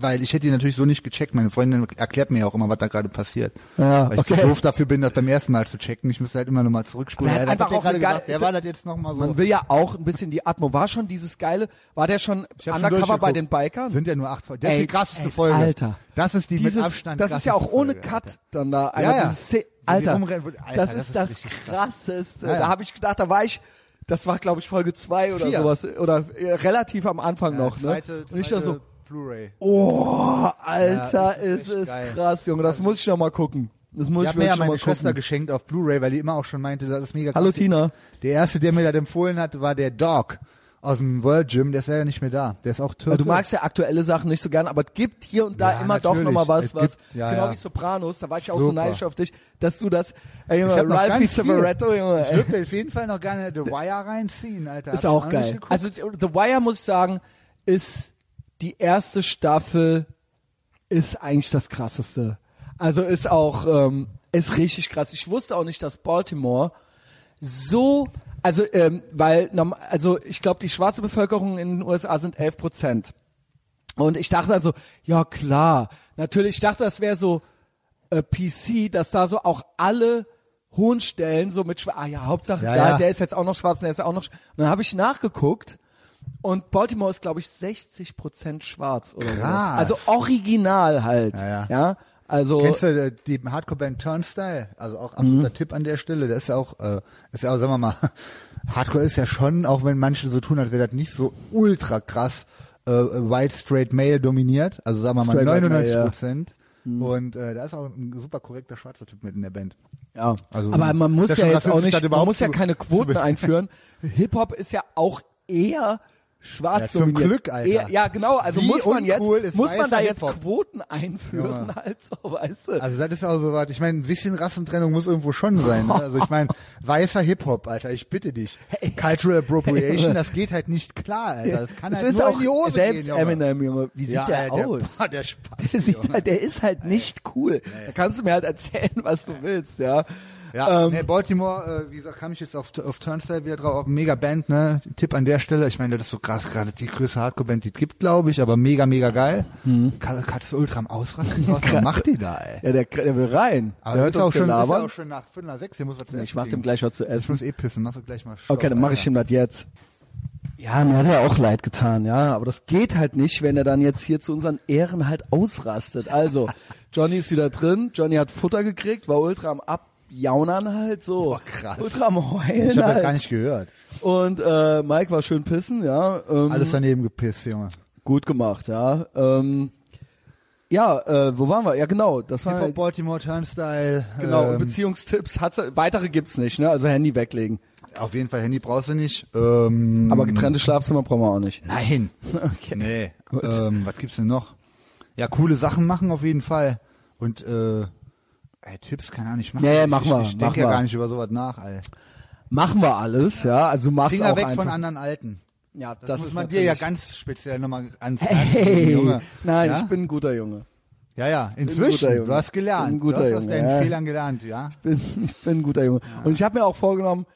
B: weil ich hätte die natürlich so nicht gecheckt. Meine Freundin erklärt mir ja auch immer, was da gerade passiert.
A: Ja,
B: weil ich
A: okay.
B: zu doof dafür bin, das beim ersten Mal zu checken. Ich müsste halt immer nochmal zurückspulen.
A: Aber er hat
B: Ja, das
A: einfach
B: hat der
A: auch
B: gerade
A: eine geile-
B: gesagt, wer
A: ist-
B: war das jetzt nochmal so?
A: Man will ja auch ein bisschen die Atmo. War schon dieses geile, war der schon
B: Ich hab schon
A: undercover bei
B: durchgeguckt.
A: den Bikern?
B: Sind ja nur acht Folgen. Das ist
A: Ey,
B: die krasseste
A: ey,
B: Folge.
A: Alter.
B: Das ist die mit
A: Dieses-
B: Abstand
A: Das ist ja auch
B: krasseste
A: ohne
B: Folge,
A: Cut
B: Alter.
A: dann da.
B: Ja,
A: einmal
B: ja.
A: dieses Szene-
B: Wo die
A: Alter,
B: rumrennen, wo-
A: das
B: Alter, das
A: ist
B: ist
A: das,
B: richtig krass.
A: Krasseste.
B: Ja, ja.
A: Da habe ich gedacht, da war ich, das war glaube ich Folge zwei oder
B: Vier.
A: sowas. Oder äh, relativ am Anfang
B: Ja,
A: noch.
B: zweite,
A: ne?
B: zweite
A: Und ich dachte so,
B: Blu-ray.
A: oh, Alter,
B: Ja, das
A: ist
B: ist
A: es
B: echt geil.
A: krass, Junge. Das muss ich noch mal gucken. Das muss
B: Die
A: ich
B: hat mir
A: wirklich
B: ja
A: noch mal
B: meine Schwester
A: gucken.
B: geschenkt auf Blu-ray, weil die immer auch schon meinte, das ist mega krass.
A: Hallo, Tina.
B: Der erste, der mir das empfohlen hat, war der Dog aus dem World Gym. Der ist leider nicht mehr da. Der ist auch Türke.
A: Du magst ja aktuelle Sachen nicht so gern, aber es gibt hier und da
B: Ja,
A: immer doch
B: natürlich.
A: noch mal was,
B: Es
A: was
B: gibt- ja,
A: genau
B: ja.
A: wie Sopranos, da war ich auch so
B: Super.
A: neidisch auf dich, dass du das ey, Junge,
B: hab noch
A: Ralphie
B: ganz viel.
A: Silveretto, Junge.
B: Äh, Ich
A: ey.
B: würde mir auf jeden Fall noch gerne The Wire reinziehen, Alter. Hab
A: Ist
B: ich
A: auch
B: noch nicht
A: geil.
B: geguckt.
A: Also die- The Wire muss ich sagen, ist die erste Staffel ist eigentlich das krasseste. Also ist auch ähm, ist richtig krass. Ich wusste auch nicht, dass Baltimore so also ähm, weil norm- also ich glaube die schwarze Bevölkerung in den USA sind 11 Prozent. Und ich dachte dann so, ja klar, natürlich, ich dachte, das wäre so äh, PC, dass da so auch alle hohen Stellen so mit, schwa- ah ja, Hauptsache,
B: Ja,
A: da,
B: ja.
A: der ist jetzt auch noch schwarz, und der ist auch noch, sch- und dann habe ich nachgeguckt und Baltimore ist, glaube ich, 60 Prozent schwarz oder so.
B: Krass.
A: Also original halt,
B: Ja,
A: ja,
B: ja.
A: also,
B: Kennst du äh, die Hardcore-Band Turnstyle? Also auch
A: Mhm.
B: absoluter Tipp an der Stelle. Das ist ja auch, äh, ist ja auch, sagen wir mal, Hardcore ist ja schon, auch wenn manche so tun, als wäre das nicht so ultra krass äh, äh, white straight male dominiert. Also sagen wir mal
A: Straight white male, Mhm.
B: 99 Prozent. Und äh, da ist auch ein super korrekter schwarzer Typ mit in der Band.
A: ja.
B: also,
A: aber man muss
B: das ist
A: ja
B: schon
A: jetzt auch
B: rassistisch,
A: nicht,
B: das
A: man
B: überhaupt
A: muss ja
B: zu-
A: keine
B: zu
A: Quoten
B: be-
A: einführen. Hip-Hop ist ja auch eher schwarz
B: Ja, zum
A: dominiert.
B: Glück, Alter.
A: Eher, ja, genau, also
B: Wie
A: muss man jetzt,
B: uncool ist
A: muss man da
B: weißer
A: jetzt
B: Hip-Hop?
A: Quoten einführen,
B: Ja.
A: halt so, weißt du.
B: Also das ist auch so was. Ich meine, ein bisschen Rassentrennung muss irgendwo schon sein. Ne? Also ich meine, weißer Hip-Hop, Alter, ich bitte dich. Cultural Appropriation, das geht halt nicht klar, Alter. Das kann
A: Es
B: halt
A: ist
B: nur
A: auch
B: in die Hose
A: selbst
B: gehen, Junge.
A: Eminem, Junge, wie sieht
B: ja,
A: der
B: Alter,
A: aus? halt
B: Boah, der Spaß.
A: Der, sieht, halt- der ist halt nicht cool. Da kannst du mir halt erzählen, was du willst, ja.
B: Ja,
A: Ähm,
B: nee, Baltimore, äh, wie gesagt, kam ich jetzt auf, auf Turnstile wieder drauf, mega Band, ne? Tipp an der Stelle, ich meine, das ist so krass, gerade die größte Hardcore-Band, die es gibt, glaube ich, aber mega, mega geil.
A: Mhm.
B: Ka- Katze Ultra am Ausrasten, was macht die da, ey?
A: Ja, der, der will rein.
B: Aber
A: der
B: ist
A: hört
B: auch
A: uns
B: schon, ist ja
A: gelabern.
B: auch schon nach Viertel nach sechs, hier muss was zu
A: Ich
B: essen
A: mach dem
B: kriegen.
A: gleich was zu
B: Ich
A: essen.
B: muss eh pissen, mach doch gleich mal Stopp,
A: Okay, dann mache ich
B: Alter.
A: ihm das jetzt. Ja, mir hat er auch leid getan, ja. Aber das geht halt nicht, wenn er dann jetzt hier zu unseren Ehren halt ausrastet. Also, Johnny ist wieder drin. Johnny hat Futter gekriegt, war ultra am Abjaunern halt so.
B: Boah, krass.
A: Ultra am Heulen
B: Ich hab das
A: halt.
B: gar nicht gehört.
A: Und äh, Mike war schön pissen, ja. Ähm,
B: Alles daneben gepisst, Junge.
A: gut gemacht, ja. Ähm, ja, äh, wo waren wir? Ja, genau. Das war
B: Hip-Hop Baltimore Turnstyle.
A: genau.
B: ähm,
A: Beziehungstipps. Hat's, weitere gibt's nicht, ne? Also Handy weglegen.
B: auf jeden Fall Handy brauchst du nicht. Ähm,
A: Aber getrennte Schlafzimmer brauchen wir auch nicht.
B: Nein.
A: Okay.
B: Nee.
A: Gut.
B: Ähm, was gibt's denn noch? Ja, coole Sachen machen auf jeden Fall. Und äh, ey, Tipps kann er nicht machen.
A: Ja, ja,
B: Ich-
A: mach
B: ich,
A: mal,
B: Ich
A: mach
B: denke ja
A: mal.
B: gar nicht über sowas nach, ey.
A: Machen wir alles, ja. Also mach's
B: Finger
A: auch
B: weg
A: einfach.
B: von anderen Alten.
A: Ja, das,
B: Das, muss
A: ist
B: man dir
A: natürlich-
B: ja ganz speziell nochmal ans Herz legen,
A: Hey,
B: Junge.
A: nein,
B: ja?
A: ich bin ein guter Junge.
B: Ja, ja,
A: guter
B: inzwischen.
A: Junge.
B: Du hast gelernt.
A: Bin guter
B: du hast aus
A: Junge,
B: deinen
A: ja.
B: Fehlern gelernt, ja.
A: Bin, ich bin ein guter Junge. Und ich habe mir auch vorgenommen,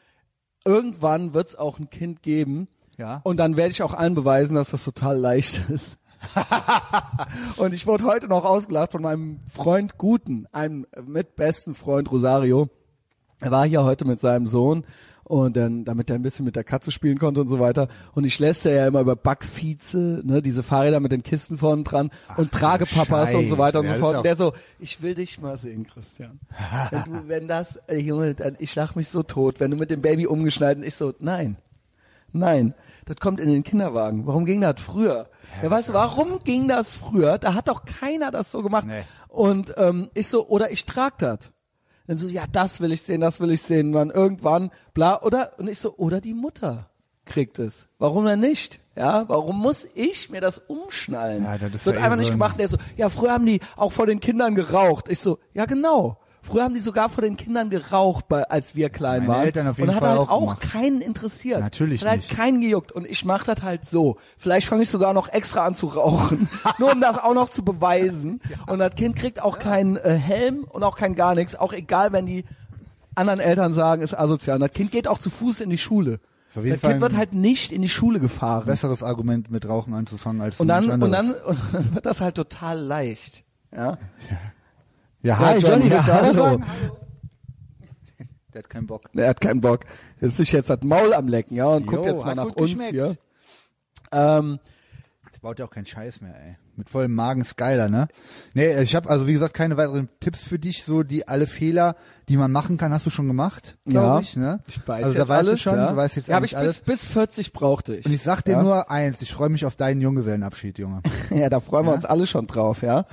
A: irgendwann wird es auch ein Kind geben.
B: Ja.
A: Und dann werde ich auch allen beweisen, dass das total leicht ist. und ich wurde heute noch ausgelacht von meinem Freund Guten, einem mitbesten Freund Rosario. Er war hier heute mit seinem Sohn und dann, damit er ein bisschen mit der Katze spielen konnte und so weiter. Und ich lässt ja immer über Backvize, ne, diese Fahrräder mit den Kisten vorne dran und Tragepapas und so weiter und
B: Scheiße,
A: so
B: ja,
A: fort. Und
B: das
A: der so, ich will dich mal sehen, Christian. wenn, du, wenn das, äh, Junge, dann, ich lach mich so tot, wenn du mit dem Baby umgeschnallt und ich so, nein. Nein, das kommt in den Kinderwagen. Warum ging das früher? Ja, weißt du, warum ging das früher? Da hat doch keiner das so gemacht.
B: Nee.
A: Und ähm, ich so, oder ich trag das. Dann so, ja, das will ich sehen, das will ich sehen. Und dann irgendwann, bla, oder? Und ich so, oder die Mutter kriegt es. Warum denn nicht? Ja, warum muss ich mir das umschnallen?
B: Ja, das ist
A: wird
B: ja eh
A: einfach
B: so
A: nicht
B: ein-
A: gemacht. Der so, ja, früher haben die auch vor den Kindern geraucht. Ich so, ja, genau. Früher haben die sogar vor den Kindern geraucht, bei, als wir klein
B: Meine
A: waren.
B: Eltern auf jeden
A: Und hat
B: Fall
A: halt
B: auch
A: auch
B: gemacht.
A: keinen interessiert.
B: Natürlich
A: hat halt
B: nicht.
A: keinen gejuckt. Und ich mache das halt so. Vielleicht fange ich sogar noch extra an zu rauchen. nur um das auch noch zu beweisen. Und das Kind kriegt auch keinen äh, Helm und auch kein gar nichts. Auch egal, wenn die anderen Eltern sagen, ist asozial. Und das Kind geht auch zu Fuß in die Schule.
B: Ist auf jeden
A: das
B: Fall
A: Kind wird
B: ein-
A: halt nicht in die Schule gefahren.
B: Besseres Argument mit Rauchen anzufangen als
A: und dann,
B: nicht
A: und
B: anderes.
A: dann, und dann wird das halt total leicht. Ja.
B: Ja, hi,
A: Johnny,
B: Johnny, willst du
A: ja,
B: auch was
A: hallo.
B: sagen? Hallo. Der hat keinen Bock.
A: Er hat keinen Bock. Jetzt ist jetzt das Maul am Lecken, ja, und
B: Jo,
A: guckt jetzt mal
B: hat
A: nach
B: gut
A: uns
B: geschmeckt.
A: hier. Ähm,
B: Das baut ja auch keinen Scheiß mehr, ey. Mit vollem Magen ist geiler, ne? Nee, ich habe also wie gesagt keine weiteren Tipps für dich, so die alle Fehler, die man machen kann, hast du schon gemacht, glaube
A: Ja.
B: ich, ne?
A: Ich weiß
B: also
A: jetzt
B: da weißt
A: alles,
B: du schon,
A: ja.
B: du weißt jetzt
A: ja, aber
B: eigentlich
A: ich
B: alles.
A: Bis, bis 40 brauchte ich.
B: Und ich sag dir
A: ja.
B: nur eins, ich freue mich auf deinen Junggesellenabschied, Junge.
A: Ja, da freuen wir uns alle schon drauf, ja.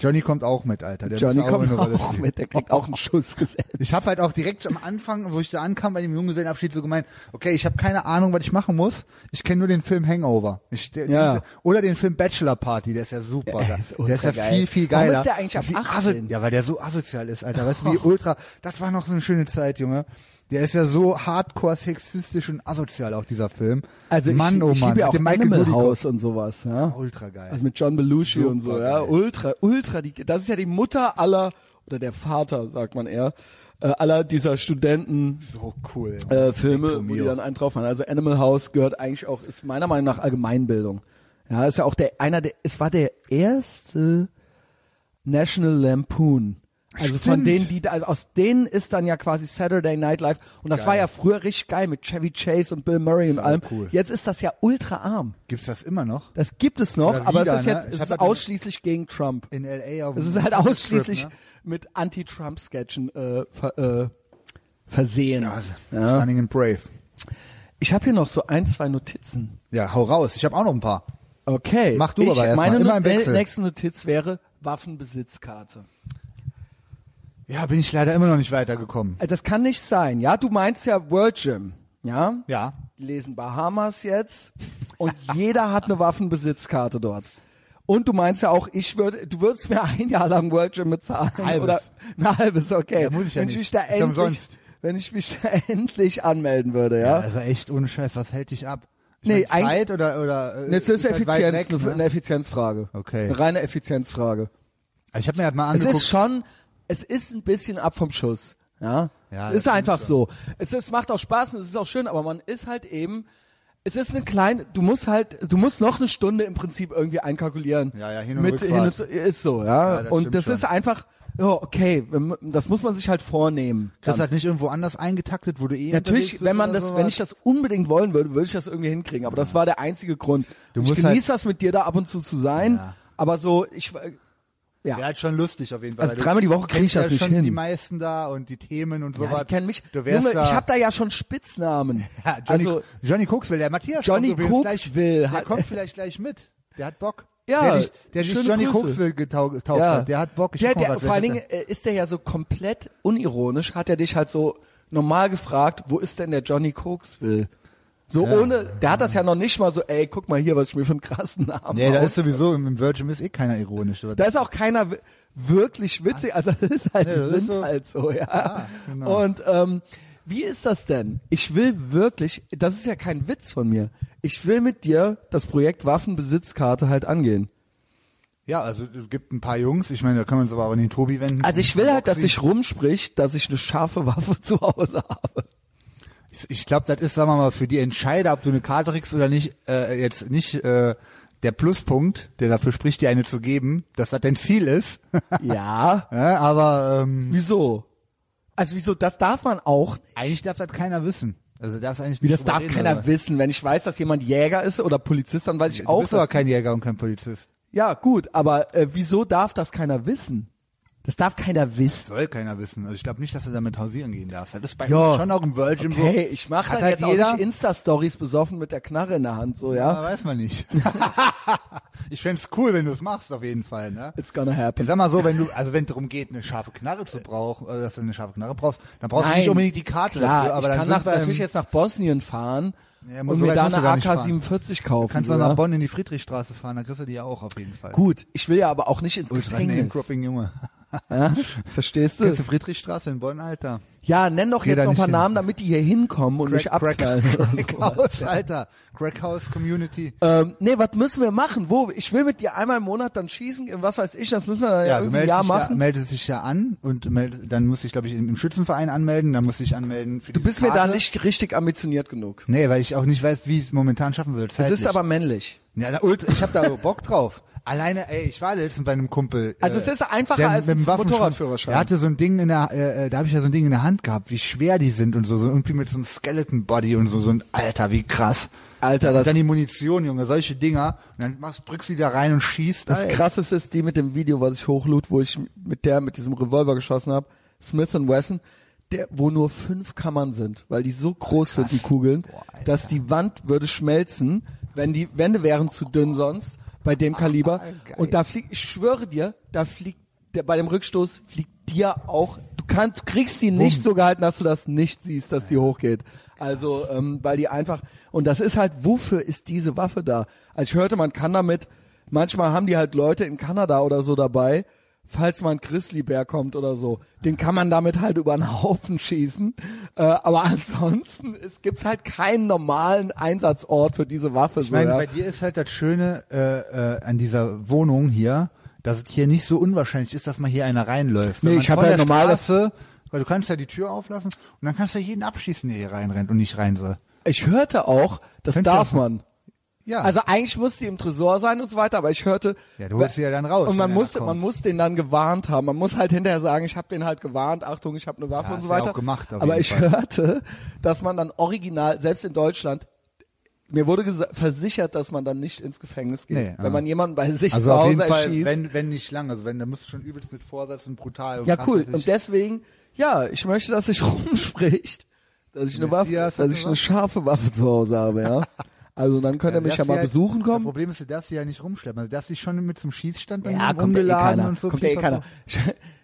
B: Johnny kommt auch mit, Alter. Der
A: Johnny
B: muss auch,
A: kommt
B: in eine Rolle
A: auch
B: spielen.
A: mit, der kriegt auch einen Schuss gesetzt.
B: Ich habe halt auch direkt am Anfang, wo ich da ankam bei dem Junggesellenabschied, so gemeint, okay, ich habe keine Ahnung, was ich machen muss. Ich kenne nur den Film Hangover. Ich, der,
A: Ja.
B: den, oder den Film Bachelor Party, der ist ja super.
A: Ja,
B: geil.
A: ist
B: der ist ja
A: ultra geil.
B: viel, viel
A: Warum
B: geiler.
A: ist der eigentlich ab
B: Wie
A: 18?
B: aso- Ja, weil der so asozial ist, Alter. Weißt du, wie ultra, das war noch so eine schöne Zeit, Junge. Der ist ja so hardcore sexistisch und asozial auch dieser Film. Mann,
A: Also ich, ich
B: oh Mann,
A: liebe ja
B: mit
A: auch
B: dem Michael
A: Animal
B: Dudikoff.
A: House und sowas, ja.
B: Ultra geil.
A: Also mit John Belushi
B: oh, Super
A: und so, ja.
B: geil.
A: Ultra, ultra, die, das ist ja die Mutter aller, oder der Vater, sagt man eher, äh, aller dieser Studenten,
B: so cool.
A: äh, Filme, wo
B: Romeo.
A: die dann einen drauf haben. Also Animal House gehört eigentlich auch, ist meiner Meinung nach Allgemeinbildung. Ja, ist ja auch der, einer der, es war der erste National Lampoon. Also von
B: Stimmt.
A: denen, die da, aus denen ist dann ja quasi Saturday Night Live. Und das
B: Geil.
A: war ja früher richtig geil mit Chevy Chase und Bill Murray und
B: Sau
A: allem.
B: cool.
A: Jetzt ist das ja ultra arm.
B: Gibt's das immer noch?
A: Das gibt es noch,
B: Oder
A: aber
B: wieder,
A: es ist
B: ne?
A: jetzt
B: Ich
A: es
B: hab
A: ist
B: halt-
A: ausschließlich gegen Trump.
B: In L.A. auf
A: Es
B: dem
A: ist halt
B: Strip,
A: ausschließlich
B: ne?
A: mit Anti-Trump-Sketchen äh, ver, äh, versehen.
B: Ja, also Stunning and Brave.
A: Ich habe hier noch so ein, zwei Notizen.
B: Ja, hau raus. Ich habe auch noch ein paar.
A: Okay.
B: Mach du
A: ich,
B: aber erst mal.
A: Meine
B: Immer
A: No-
B: im Wechsel.
A: äh, nächste Notiz wäre Waffenbesitzkarte.
B: Ja, bin ich leider immer noch nicht weitergekommen.
A: Äh, Das kann nicht sein. Ja, du meinst ja World Gym. Ja?
B: Ja.
A: Die lesen Bahamas jetzt und jeder hat eine Waffenbesitzkarte dort. Und du meinst ja auch, ich würde, du würdest mir ein Jahr lang World Gym bezahlen.
B: Halbes.
A: Oder ein halbes, okay.
B: Ja, muss ich ja
A: wenn
B: nicht.
A: Ich mich da
B: Ist ja
A: endlich,
B: umsonst.
A: Wenn ich mich da endlich anmelden würde,
B: Ja,
A: ja.
B: also echt ohne Scheiß, was hält dich ab? Ich
A: Nee,
B: mein, Zeit oder oder äh,
A: Das ist
B: halt weit
A: Effizienz,
B: weg,
A: eine,
B: ne?
A: eine Effizienzfrage.
B: Okay.
A: Eine reine Effizienzfrage.
B: Ich habe mir halt mal
A: Es
B: angeguckt.
A: ist schon, es ist ein bisschen ab vom Schuss. Ja,
B: Ja,
A: es ist
B: das
A: einfach so. Es ist, macht auch Spaß und es ist auch schön, aber man ist halt eben, es ist eine kleine, du musst halt, du musst noch eine Stunde im Prinzip irgendwie einkalkulieren.
B: Ja, ja, hin und
A: mit,
B: rückfahrt.
A: hin und, zu- Ist so, ja.
B: Ja, das
A: und
B: stimmt
A: das
B: schon.
A: ist einfach, ja, okay, wenn- das muss man sich halt vornehmen.
B: Das
A: dann.
B: hat nicht irgendwo anders eingetaktet, wo du eh unterwegs
A: Natürlich,
B: bist
A: wenn man
B: oder
A: das,
B: sowas?
A: wenn ich das unbedingt wollen würde, würde ich das irgendwie hinkriegen. Aber das war der einzige Grund.
B: Du
A: ich
B: musst
A: genieße
B: halt-
A: das mit dir da ab und zu zu sein,
B: Ja.
A: aber so, ich, ja.
B: Wäre halt schon lustig auf jeden Fall.
A: Also
B: weil du
A: dreimal die Woche krieg
B: kennst
A: ich das
B: ja
A: nicht
B: schon
A: hin.
B: die meisten da und die Themen und
A: ja,
B: sowas.
A: Ah, die kennen mich.
B: Du wärst
A: Junge,
B: da,
A: ich habe da ja schon Spitznamen.
B: ja, Johnny,
A: also,
B: Johnny Cooks will, der Matthias
A: Johnny
B: kommt übrigens gleich,
A: Cooksville
B: Der
A: hat-
B: kommt vielleicht gleich mit. Der hat Bock.
A: Ja,
B: Der, dich, der
A: schöne
B: sich Johnny
A: Grüße.
B: Cooksville getau- getauft
A: ja.
B: hat. Der hat Bock. Ich
A: der,
B: guck mal
A: der,
B: grad,
A: vor allen
B: wer-
A: Dingen äh, ist der ja so komplett unironisch, hat er dich halt so normal gefragt, wo ist denn der Johnny Cokesville? So ohne, der hat das ja noch nicht mal so, ey, guck mal hier, was ich mir für einen krassen Namen
B: Nee, da
A: auf-
B: ist sowieso, im im Virgin ist eh keiner ironisch.
A: Da ist auch keiner wi- wirklich witzig. Also das ist halt,
B: Ah. Nee,
A: die
B: das ist
A: sind
B: so-
A: halt so, ja.
B: genau.
A: Und ähm, wie ist das denn? Ich will wirklich, das ist ja kein Witz von mir. Ich will mit dir das Projekt Waffenbesitzkarte halt angehen.
B: Ja, also es gibt ein paar Jungs, ich meine, da können wir uns aber auch an den Tobi wenden.
A: Also ich will halt, dass ich rumsprich, dass ich eine scharfe Waffe zu Hause habe.
B: Ich, ich glaube, das ist, sagen wir mal, für die Entscheider, ob du eine Karte kriegst oder nicht, äh, jetzt nicht äh, der Pluspunkt, der dafür spricht, dir eine zu geben, dass das dein Ziel ist.
A: Ja.
B: ja, aber ähm,
A: Wieso? Also wieso, das darf man auch
B: eigentlich darf das keiner wissen. Also darfst eigentlich
A: Wie,
B: nicht
A: das
B: drüber
A: darf
B: reden,
A: keiner
B: oder?
A: wissen. Wenn ich weiß, dass jemand Jäger ist oder Polizist, dann weiß ich
B: Du
A: auch,
B: bist aber
A: dass
B: kein Jäger und kein Polizist.
A: Ja, gut, aber äh, wieso darf das keiner wissen? Das darf keiner wissen.
B: Soll keiner wissen. Also ich glaube nicht, dass du damit hausieren gehen darfst. Das ist bei
A: Ja.
B: uns schon auch im Virgin so.
A: Hey, ich mache
B: Hat
A: halt
B: halt
A: jetzt
B: jeder-
A: auch nicht Insta-Stories besoffen mit der Knarre in der Hand, so,
B: Ja,
A: ja?
B: weiß man nicht. ich fänd's cool, wenn du es machst, auf jeden Fall. Ne?
A: It's gonna
B: Ich
A: happen.
B: sag mal so, wenn du, also wenn darum geht, eine scharfe Knarre zu brauchen, äh, dass du eine scharfe Knarre brauchst, dann brauchst du nicht unbedingt die Karte
A: klar,
B: dafür, aber
A: ich
B: dann
A: kann
B: sind
A: nach,
B: wir im-
A: natürlich jetzt nach Bosnien fahren
B: Ja, muss-
A: und
B: so
A: mir
B: weit
A: da
B: musst
A: eine
B: du gar nicht fahren.
A: AK-47 kaufen.
B: kannst
A: so,
B: du
A: ja?
B: nach Bonn in die Friedrichstraße fahren, dann kriegst du die ja auch auf jeden Fall.
A: Gut, ich will ja aber auch nicht ins
B: Ultra
A: Gefängnis.
B: Name-Cropping, Junge.
A: Ja? Verstehst
B: Kennst
A: du?
B: du Friedrichstraße in Bonn, Alter?
A: Ja, nenn doch
B: Geh
A: jetzt
B: da
A: noch ein paar
B: nicht hin.
A: Namen, damit die hier hinkommen und mich
B: Crack,
A: abknallen.
B: Crack House, Alter. Crack House Community.
A: Ähm, nee, was müssen wir machen? Wo? Ich will mit dir einmal im Monat dann schießen, in was weiß ich, das müssen wir dann ja,
B: du
A: irgendwie ein
B: meldest
A: Jahr
B: dich ja-
A: machen.
B: meldest dich ja an und meldest, dann musst du dich, glaube ich, im im Schützenverein anmelden, dann musst du dich anmelden für
A: Du
B: diese
A: bist mir da
B: Karte.
A: nicht richtig ambitioniert genug.
B: Nee, weil ich auch nicht weiß, wie ich es momentan schaffen soll.
A: Es
B: zeitlich.
A: ist aber männlich.
B: Ja, na, ultra, ich hab da Bock drauf. Alleine, ey, ich war letztens bei einem Kumpel. äh,
A: Also es ist einfacher als
B: mit dem
A: ein
B: Waffenschrank-
A: Motorradführerschein.
B: Der hatte so ein Ding in der, äh, äh, da habe ich ja so ein Ding in der Hand gehabt, wie schwer die sind und so, so irgendwie mit so einem Skeleton Body und so, so ein Alter, wie krass.
A: Alter,
B: Und
A: das,
B: dann die Munition, Junge, solche Dinger. Und dann machst, drückst die da rein und schießt.
A: das
B: Ey.
A: krasseste ist die mit dem Video, was ich hochlud, wo ich mit der, mit diesem Revolver geschossen habe, Smith Wesson, der, wo nur fünf Kammern sind, weil die so groß sind, die Kugeln,
B: Boah, Alter.
A: dass die Wand würde schmelzen, wenn die Wände wären zu dünn sonst, bei dem Kaliber.
B: Ah, geil.
A: Und da fliegt, ich schwöre dir, da fliegt, der, bei dem Rückstoß fliegt dir auch, du kannst, du kriegst die nicht so gehalten, dass du das nicht siehst, dass die hochgeht. Also, ähm, weil die einfach, und das ist halt, wofür ist diese Waffe da? Also ich hörte, man kann damit, manchmal haben die halt Leute in Kanada oder so dabei, falls mal ein Grizzlybär kommt oder so, den kann man damit halt über einen Haufen schießen. Äh, aber ansonsten, es gibt's halt keinen normalen Einsatzort für diese Waffe.
B: Ich meine,
A: so, ja.
B: bei dir ist halt das Schöne äh, äh, an dieser Wohnung hier, dass es hier nicht so unwahrscheinlich ist, dass mal hier einer reinläuft. Wenn
A: Nee,
B: man
A: ich hab
B: von
A: ja
B: der
A: normal das-
B: Straße, weil du kannst ja die Tür auflassen und dann kannst du jeden abschießen, der hier reinrennt und nicht rein soll.
A: Ich hörte auch, das
B: Könntest du
A: darf
B: das machen?
A: man.
B: Ja.
A: Also eigentlich muss die im Tresor sein und so weiter, aber ich hörte.
B: Ja, du holst sie ja dann raus,
A: Und man
B: wenn einer
A: muss,
B: kommt.
A: man muss den dann gewarnt haben. Man muss halt hinterher sagen, ich habe den halt gewarnt, Achtung, ich habe eine Waffe
B: Ja,
A: und so
B: hast du ja
A: weiter.
B: auch gemacht, auf
A: aber
B: jeden
A: ich
B: Fall.
A: hörte, dass man dann original, selbst in Deutschland, mir wurde gesa- versichert, dass man dann nicht ins Gefängnis geht,
B: Nee,
A: wenn
B: ja.
A: man jemanden bei sich
B: Also
A: zu
B: auf
A: Hause
B: jeden Fall,
A: erschießt.
B: wenn, wenn nicht lang. Also wenn, dann musst du schon übelst mit Vorsatz und brutal. Und
A: ja,
B: krass
A: cool.
B: natürlich.
A: Und deswegen, ja, ich möchte, dass sich rumspricht, dass ich eine Waffe,
B: Messias hat
A: dass ich eine
B: gesagt.
A: scharfe Waffe zu Hause habe, ja. Also dann könnt
B: Ja,
A: ihr mich
B: darfst
A: ja
B: die
A: mal
B: halt-
A: besuchen kommen.
B: Das Problem ist, du darfst sie ja nicht rumschleppen. Also du darfst sie schon mit zum Schießstand dann
A: Ja, kommt eh
B: umgeladen
A: keiner.
B: und so.
A: kommt eh
B: pipapo.
A: keiner. Ich,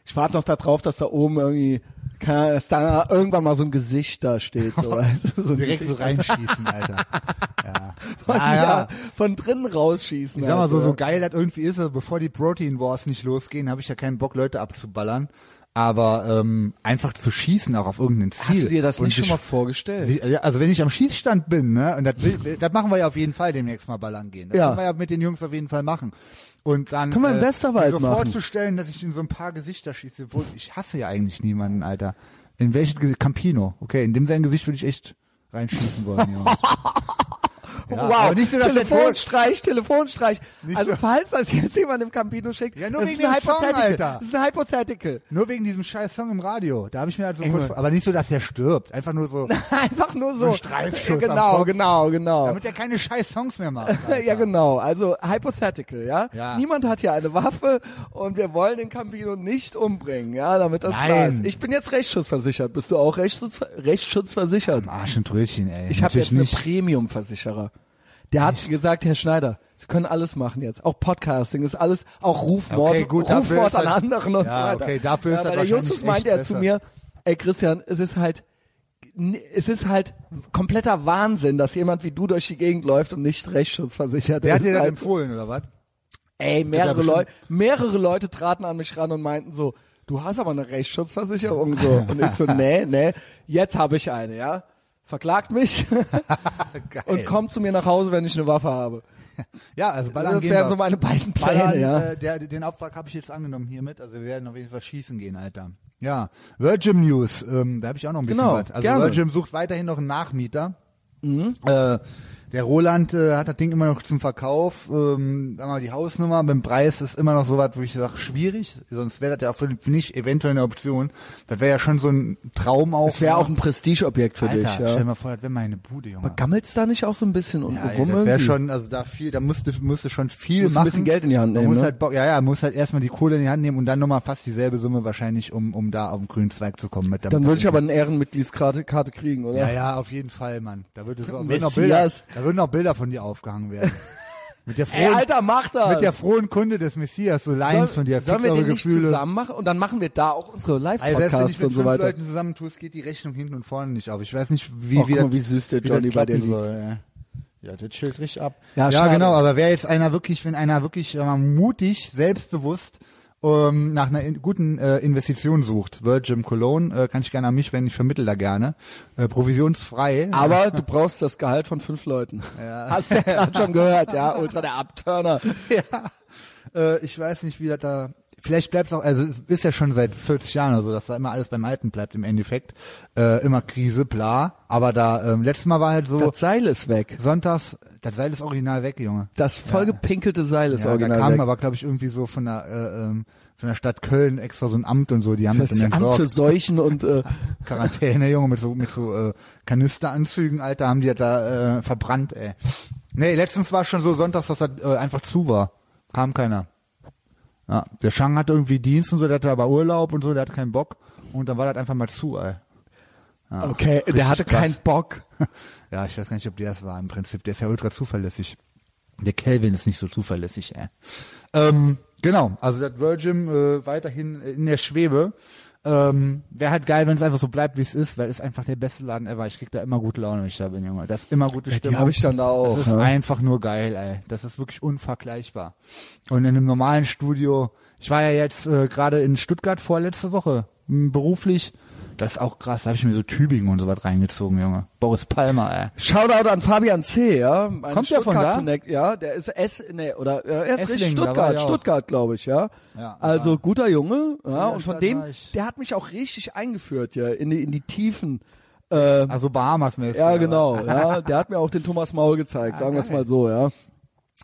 A: ich warte noch darauf, dass da oben irgendwie, keine Ahnung, dass da irgendwann mal so ein Gesicht da steht. So, weißt du, so ein
B: Direkt so
A: Gesicht.
B: reinschießen, Alter. ja.
A: Von,
B: ja, ja.
A: von drinnen rausschießen.
B: Ich sag mal
A: halt,
B: so,
A: oder?
B: so geil das irgendwie ist, also bevor die Protein Wars nicht losgehen, habe ich ja keinen Bock, Leute abzuballern. Aber ähm, einfach zu schießen auch auf irgendein Ziel.
A: Hast du dir das
B: Und
A: nicht schon
B: sich-
A: mal vorgestellt?
B: sich- Also wenn ich am Schießstand bin, ne, und das, will- das machen wir ja auf jeden Fall demnächst mal ballern gehen. Das
A: Ja.
B: können wir ja mit den Jungs auf jeden Fall machen. Und dann
A: Können wir im
B: äh,
A: Westerwald
B: so
A: machen.
B: vorzustellen, dass ich in so ein paar Gesichter schieße, wo ich hasse ja eigentlich niemanden, Alter. In welches Gesicht? Campino. Okay, in dem sein Gesicht würde ich echt reinschießen wollen. Ja. Ja,
A: wow,
B: aber nicht so, dass der tot-
A: Telefonstreich, Telefonstreich.
B: Nicht
A: also
B: so-
A: falls das jetzt jemand im Campino schickt,
B: Ja, nur
A: das,
B: wegen
A: ist ein
B: dem Song,
A: Hypothetical.
B: Alter.
A: das ist ein Hypothetical.
B: Nur wegen diesem scheiß Song im Radio. Da habe ich mir halt so
A: Ey,
B: kurz,
A: Mann. Genau.
B: aber nicht so, dass der stirbt. Einfach nur so,
A: Einfach nur so.
B: ein Streifschuss am
A: genau,
B: Kopf.
A: genau, genau.
B: damit er keine scheiß Songs mehr macht. Alter.
A: Ja, genau. Also hypothetical, ja?
B: Ja.
A: Niemand hat hier eine Waffe und wir wollen den Campino nicht umbringen, ja, damit das klar
B: Nein.
A: ist. Ich bin jetzt rechtsschutzversichert. Bist du auch Rechtsschutz, rechtsschutzversichert?
B: Am Arsch und Trötchen, ey.
A: Ich habe
B: Natürlich
A: jetzt einen
B: nicht.
A: Premium-Versicherer. Der hat gesagt, Herr Schneider, Sie können alles machen jetzt. Auch Podcasting ist alles, auch Rufmord,
B: Okay, gut, dafür
A: Rufmord
B: ist
A: an
B: das-
A: anderen und
B: Ja,
A: so weiter.
B: okay, dafür ist
A: ja,
B: das
A: weil der Justus
B: wahrscheinlich
A: meinte ja
B: echt
A: zu
B: besser.
A: mir, ey Christian, es ist halt, es ist halt kompletter Wahnsinn, dass jemand wie du durch die Gegend läuft und nicht rechtsschutzversichert
B: Der
A: ist.
B: hat dir das
A: halt,
B: empfohlen, oder was?
A: ey, mehrere,
B: bestimmt-
A: Leu mehrere Leute traten an mich ran und meinten so, du hast aber eine Rechtsschutzversicherung so. Und ich so, nee, nee, jetzt habe ich eine, ja. Verklagt mich.
B: Geil.
A: und kommt zu mir nach Hause, wenn ich eine Waffe habe.
B: ja, also Ballern
A: das
B: gehen
A: wären
B: wir.
A: so meine beiden Pläne,
B: Ballern,
A: ja.
B: äh, der, den Auftrag habe ich jetzt angenommen hiermit. Also wir werden auf jeden Fall schießen gehen, Alter. Ja, Virgin News, ähm, da habe ich auch noch ein bisschen
A: Genau,
B: was. Also
A: gerne. Mhm.
B: Virgin sucht weiterhin noch einen Nachmieter. Äh, der Roland äh, hat das Ding immer noch zum Verkauf. Ähm, sag mal, die Hausnummer beim Preis ist immer noch so was, wo ich sage, schwierig. Sonst wäre das ja auch für für mich eventuell eine Option. Das wäre ja schon so ein Traum auch. ne?
A: Das wäre auch ein Prestigeobjekt für
B: genau. Alter,
A: dich,
B: stell dir
A: ja.
B: mal vor, das wäre meine Bude, Junge.
A: Gammelt's da nicht auch so ein bisschen unten
B: Ja, ey,
A: rum
B: das wäre
A: irgendwie?
B: schon, also da viel, da musste, musste schon viel
A: Musst ein
B: machen.
A: bisschen Geld in die Hand
B: Man
A: nehmen,
B: Muss
A: ne?
B: halt, Bock- ja, ja, muss halt erstmal die Kohle in die Hand nehmen und dann nochmal fast dieselbe Summe wahrscheinlich, um, um da auf den grünen Zweig zu kommen mit damit
A: Dann würde ich
B: das-
A: aber eine Ehrenmitgliedskarte Karte kriegen, oder?
B: Ja, ja, auf jeden Fall, Mann. Da wird es, würden noch
A: Messias.
B: Bilder, da würden noch Bilder von dir aufgehangen werden. mit der frohen,
A: Ey, Alter, mach das!
B: mit der frohen Kunde des Messias, so Lines von dir,
A: Sollen
B: fickt
A: wir
B: eure
A: den nicht
B: Gefühle.
A: zusammen machen? Und dann machen wir da auch unsere
B: Ey, selbst wenn ich
A: Live-Podcasts
B: mit
A: und so
B: fünf
A: weiter.
B: Leuten zusammentust, geht die Rechnung hinten und vorne nicht auf. Ich weiß nicht, wie,
A: Och, Oh,
B: wie,
A: guck mal,
B: das-
A: wie süß der
B: wie das
A: Johnny bei dir
B: klappen
A: liegt.
B: soll, ja. Ja, das chillt richtig ab.
A: Ja,
B: Ja,
A: schade.
B: genau, aber wer jetzt einer wirklich, wenn einer wirklich äh, mutig, selbstbewusst ähm, nach einer in, guten äh, Investition sucht, Virgin Cologne, äh, kann ich gerne an mich, wenn ich vermittle da gerne, äh, provisionsfrei.
A: Aber du brauchst das Gehalt von fünf Leuten. Hast du ja gerade schon gehört, ja? Ultra der Abturner.
B: äh, ich weiß nicht, wie das da. Vielleicht bleibt es auch, also es ist ja schon seit 40 Jahren oder so, dass da immer alles beim Alten bleibt im Endeffekt. Äh, immer Krise, bla. Aber da, ähm, letztes Mal war halt so,
A: Das Seil ist weg.
B: sonntags, das Seil ist original weg, Junge.
A: Das vollgepinkelte Seil ist
B: ja,
A: original
B: da kam
A: weg.
B: aber, glaube ich, irgendwie so von der, äh, ähm, von der Stadt Köln extra so ein Amt und so, die haben das,
A: das
B: dann
A: Amt für
B: entsorgt.
A: Seuchen und äh,
B: Quarantäne, Junge, mit so, mit so äh, Kanisteranzügen, Alter, haben die das da äh, verbrannt, ey. Nee, letztens war schon so sonntags, dass das äh, einfach zu war. Kam keiner. Ja, der Shang hatte irgendwie Dienst und so, der hatte aber Urlaub und so, der hat keinen Bock. Und dann war das einfach mal zu, ey.
A: okay, der hatte
B: krass.
A: keinen Bock.
B: Ja, ich weiß gar nicht, ob der das war im Prinzip. Der ist ja ultra zuverlässig. Der Kelvin ist nicht so zuverlässig, ey. Ähm, genau, also das Virgin äh, weiterhin äh, in der Schwebe. Ähm, Wäre halt geil, wenn es einfach so bleibt, wie es ist, weil es einfach der beste Laden ever. Ich krieg da immer gute Laune, wenn ich da bin, Junge. Das ist immer gute Stimmung.
A: hab ich dann da auch,
B: Das ist
A: ja.
B: einfach nur geil, ey. Das ist wirklich unvergleichbar. Und in einem normalen Studio, ich war ja jetzt äh, gerade in Stuttgart vorletzte Woche, m, beruflich. Das ist auch krass, da habe ich mir so Tübingen und so was reingezogen, Junge. Boris Palmer, ey.
A: Shoutout an Fabian C., ja. Mein
B: Kommt der von
A: Stuttgart
B: da?
A: Connect, ja, der ist S, nee, oder äh, er ist
B: Essling,
A: richtig
B: da war
A: Stuttgart,
B: ich auch.
A: Stuttgart, glaube ich, ja.
B: Ja,
A: also
B: ja.
A: guter Junge, ja,
B: Ja,
A: und von
B: Stadt
A: dem,
B: war ich.
A: der hat mich auch richtig eingeführt, ja, in die, in die Tiefen. Äh,
B: Also Bahamas-mäßig.
A: ja,
B: aber-
A: genau, ja. Der hat mir auch den Thomas Maul gezeigt, sagen wir es mal so, ja.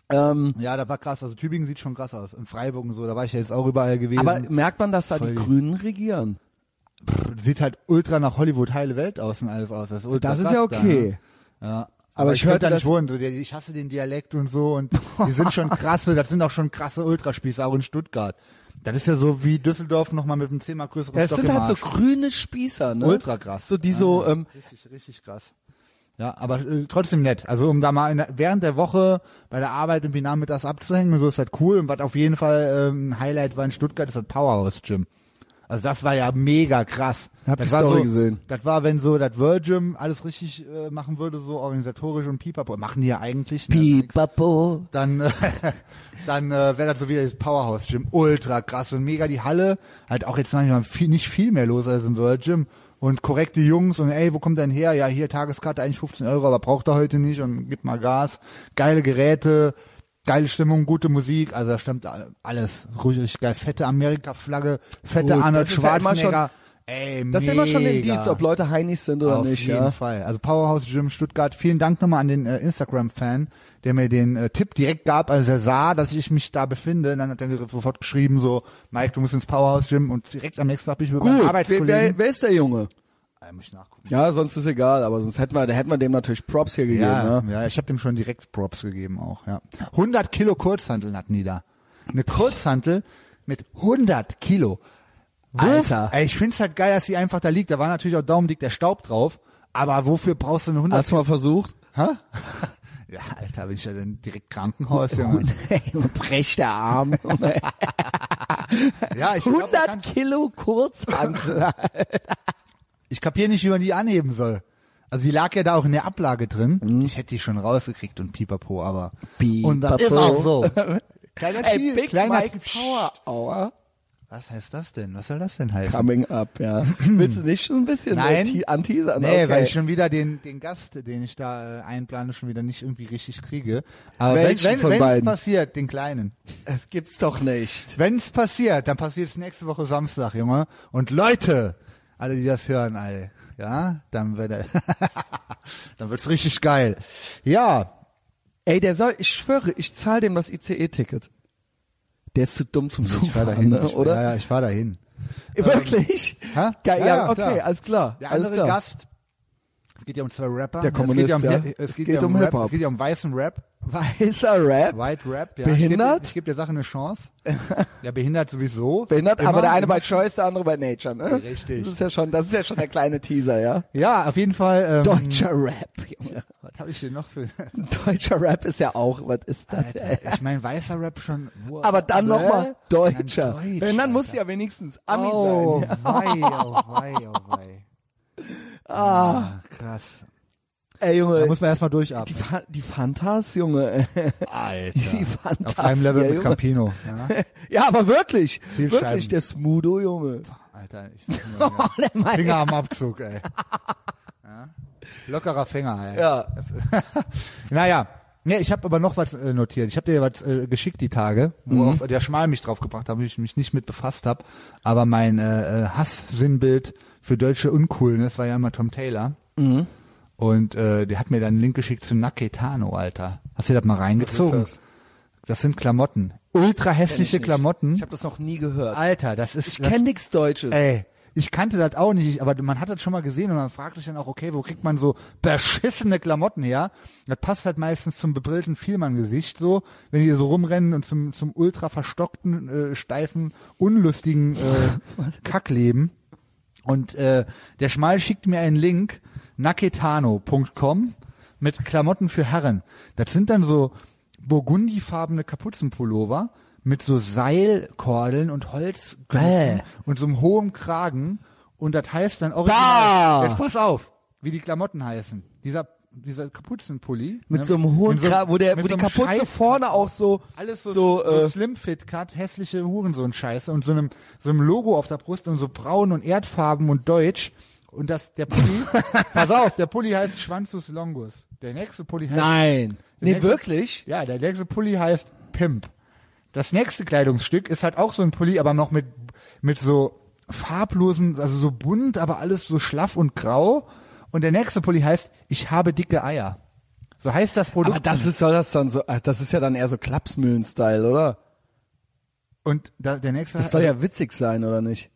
A: Ähm,
B: Ja, da war krass. Also Tübingen sieht schon krass aus. In Freiburg und so, da war ich ja jetzt auch überall gewesen.
A: aber merkt man, dass da
B: Voll
A: die
B: die-
A: Grünen regieren?
B: sieht halt ultra nach Hollywood, heile Welt aus und alles aus. Das ist, ultra
A: Das ist
B: krass
A: ja
B: da,
A: okay.
B: ne? ja.
A: Aber ich
B: könnte
A: hörte,
B: da nicht
A: dass-
B: wohnen. So, der- ich hasse den Dialekt und so. Und die sind schon krasse, das sind auch schon krasse Ultraspieße, auch in Stuttgart. Das ist ja so wie Düsseldorf nochmal mit einem zehnmal größeren
A: Das
B: Stock
A: sind
B: im
A: halt so
B: Arsch.
A: grüne Spießer, ne?
B: Ultra krass.
A: So die so,
B: Ja,
A: ähm,
B: richtig, richtig krass. Ja, aber äh, trotzdem nett. Also um da mal in der, während der Woche bei der Arbeit irgendwie nachmittags abzuhängen und so ist halt cool. Und was auf jeden Fall ähm, ein Highlight war in Stuttgart, ist das Powerhouse Gym. Also das war ja mega krass.
A: Hab
B: das
A: die
B: war
A: Story
B: so,
A: gesehen.
B: Das war, wenn so das Virgin alles richtig äh, machen würde, so organisatorisch und pipapo. Machen die ja eigentlich. Ne?
A: Pipapo.
B: dann, äh, dann äh, wäre das so wieder das Powerhouse Gym. Ultra krass und mega die Halle. Halt auch jetzt manchmal viel, nicht viel mehr los als im World Gym. Und korrekte Jungs und ey, wo kommt denn her? Ja, hier Tageskarte eigentlich 15 Euro, aber braucht er heute nicht und gibt mal Gas. Geile Geräte, geile Stimmung, gute Musik, also da stimmt alles. Ruhig geil. Fette Amerika-Flagge, fette
A: Gut,
B: Arnold
A: das ist ja immer
B: Schwarzenegger.
A: schon-
B: Ey,
A: Das ist immer schon ein
B: mega.
A: Indiz, ob Leute Heinis sind oder
B: Auf
A: nicht.
B: jeden
A: ja.
B: Fall. Also Powerhouse Gym Stuttgart. Vielen Dank nochmal an den äh, Instagram-Fan, der mir den äh, Tipp direkt gab, als er sah, dass ich mich da befinde. Und dann hat er sofort geschrieben so, Mike, du musst ins Powerhouse Gym und direkt am nächsten Tag bin ich mit
A: Gut,
B: meinem
A: wer,
B: Arbeitskollegen.
A: wer, wer ist der Junge?
B: Ah, muss ich nachgucken.
A: Ja, sonst ist egal, aber sonst hätten wir, hätten wir dem natürlich Props hier gegeben.
B: Ja,
A: ne?
B: ja, ich habe dem schon direkt Props gegeben auch, ja. 100 Kilo Kurzhanteln hatten die da. Eine Kurzhantel mit 100 Kilo.
A: Alter.
B: Ey, ich find's halt geil, dass die einfach da liegt. Da war natürlich auch Daumen dick der Staub drauf. Aber wofür brauchst du eine 100
A: Hast du mal versucht?
B: Hä? Ja, Alter, bin ich ja dann direkt Krankenhaus, Junge.
A: Brech der Arm.
B: Ja, ich, glaub, ich,
A: 100
B: kann-
A: Kilo Kurzhantel.
B: ich kapier nicht, wie man die anheben soll. Also die lag ja da auch in der Ablage drin. Ich hätte die schon rausgekriegt und pipapo, aber...
A: Mhm. Pipapo.
B: Und das ist auch so. Kleiner
A: Ey,
B: Kiel,
A: Big
B: kleiner
A: Mike Power Hour
B: Was heißt das denn? Was soll das denn heißen?
A: coming up, ja. Willst du nicht schon ein bisschen
B: Nein.
A: anti anteasern?
B: Nee,
A: okay.
B: weil ich schon wieder den, den Gast, den ich da äh, einplane, schon wieder nicht irgendwie richtig kriege. Aber
A: Welchen
B: wenn,
A: von
B: wenn, wenn's
A: beiden?
B: passiert, den Kleinen.
A: Das gibt's doch nicht.
B: Wenn's passiert, dann passiert's nächste Woche Samstag, Junge. Und Leute, alle, die das hören, ey, ja, dann wird er, dann wird's richtig geil. Ja,
A: Ey, der soll, ich schwöre, ich zahle dem das ICE-Ticket. Der ist zu dumm zum
B: ich war
A: Zugfahren,
B: dahin,
A: ne,
B: ich,
A: oder?
B: Ja, ja, ich war dahin.
A: Wirklich?
B: Hä?
A: Geil, ja,
B: Ja, ja,
A: okay,
B: klar.
A: alles klar.
B: Der
A: alles
B: andere
A: klar.
B: Gast, es geht ja um zwei Rapper.
A: Der Kommunist,
B: es geht ja um,
A: ja.
B: es geht, ja um, Rap,
A: Hip-Hop.
B: es geht ja um weißen Rap.
A: Weißer Rap.
B: White Rap, ja.
A: Behindert?
B: Ich gebe geb der Sache eine Chance. Ja, behindert sowieso.
A: Behindert,
B: Immer,
A: aber der eine
B: immer.
A: bei Choice, der andere bei Nature, ne?
B: Richtig.
A: Das ist ja schon, das ist ja schon der kleine Teaser, ja?
B: Ja, auf jeden Fall. Ähm,
A: Deutscher Rap, Junge.
B: Was habe ich denn noch für?
A: Deutscher Rap ist ja auch, was ist das? ey?
B: Alter, ich mein weißer Rap schon. Wow,
A: Aber dann
B: ne?
A: nochmal
B: Dann
A: Deutscher.
B: Deutsch,
A: Wenn dann muss
B: Alter.
A: ja wenigstens Ami
B: oh,
A: sein.
B: wei, oh wei, oh wei. Ah, krass.
A: Ey,
B: Da
A: Junge,
B: muss man erstmal
A: die,
B: durchatmen.
A: Fa die Fantas, Junge.
B: Alter.
A: Die Fantas.
B: Auf einem Level
A: ja,
B: mit
A: Junge.
B: Campino. Ja?
A: Ja, aber wirklich.
B: Zielscheiben.
A: Wirklich, der Smudo, Junge.
B: Alter, ich sag nur, ja.
A: Oh, Der Mike.
B: Finger am Abzug, ey. Ja? Lockerer Finger, ey.
A: Ja.
B: Naja. Nee, ich habe aber noch was äh, notiert. Ich habe dir was äh, geschickt die Tage,
A: Mhm.
B: worauf der Schmal mich draufgebracht hat, wo ich mich nicht mit befasst habe. Aber mein äh, äh, Hass-Sinnbild für deutsche Uncoolness war ja immer Tom Taylor.
A: Mhm.
B: Und äh, der hat mir dann einen Link geschickt zu Naketano, Alter. Hast du dir das mal reingezogen?
A: das?
B: Das sind Klamotten. Ultra hässliche Klamotten.
A: Ich habe das noch nie gehört. Äh,
B: Alter, das ist...
A: Ich
B: das
A: kenne nix Deutsches.
B: Ey, ich kannte das auch nicht, aber man hat das schon mal gesehen und man fragt sich dann auch, okay, wo kriegt man so beschissene Klamotten her? Das passt halt meistens zum bebrillten Vielmann-Gesicht so, wenn die so rumrennen und zum, zum ultra verstockten, äh, steifen, unlustigen äh, Kackleben. Und äh, der Schmal schickt mir einen Link, naketano.com, mit Klamotten für Herren. Das sind dann so burgundifarbene Kapuzenpullover mit so Seilkordeln und Holzknöpfen
A: Bäh.
B: und so einem hohen Kragen. Und das heißt dann
A: Bah!
B: original, jetzt pass auf, wie die Klamotten heißen. Dieser, dieser Kapuzenpulli.
A: Mit
B: ne?
A: so einem hohen
B: In so einem-
A: Kragen, wo, der,
B: mit
A: wo die
B: so einem
A: Kapuze
B: Scheiß-
A: vorne auch so,
B: alles so,
A: so,
B: so,
A: äh,
B: Slim Fit Cut, hässliche Hurensohn-Scheiße und so einem, so einem Logo auf der Brust und so braun und Erdfarben und deutsch. Und das, der Pulli, pass auf, der Pulli heißt Schwanzus Longus. Der nächste Pulli heißt,
A: nein.
B: der
A: Nee,
B: nächste-
A: wirklich?
B: Ja, der nächste Pulli heißt Pimp. Das nächste Kleidungsstück ist halt auch so ein Pulli, aber noch mit, mit so farblosen, also so bunt, aber alles so schlaff und grau. Und der nächste Pulli heißt, ich habe dicke Eier. So heißt das Produkt.
A: Aber das ist, soll das dann so, ach, das ist ja dann eher so Klapsmühlen-Style, oder?
B: und da, der nächste
A: Das soll ja witzig sein, oder nicht?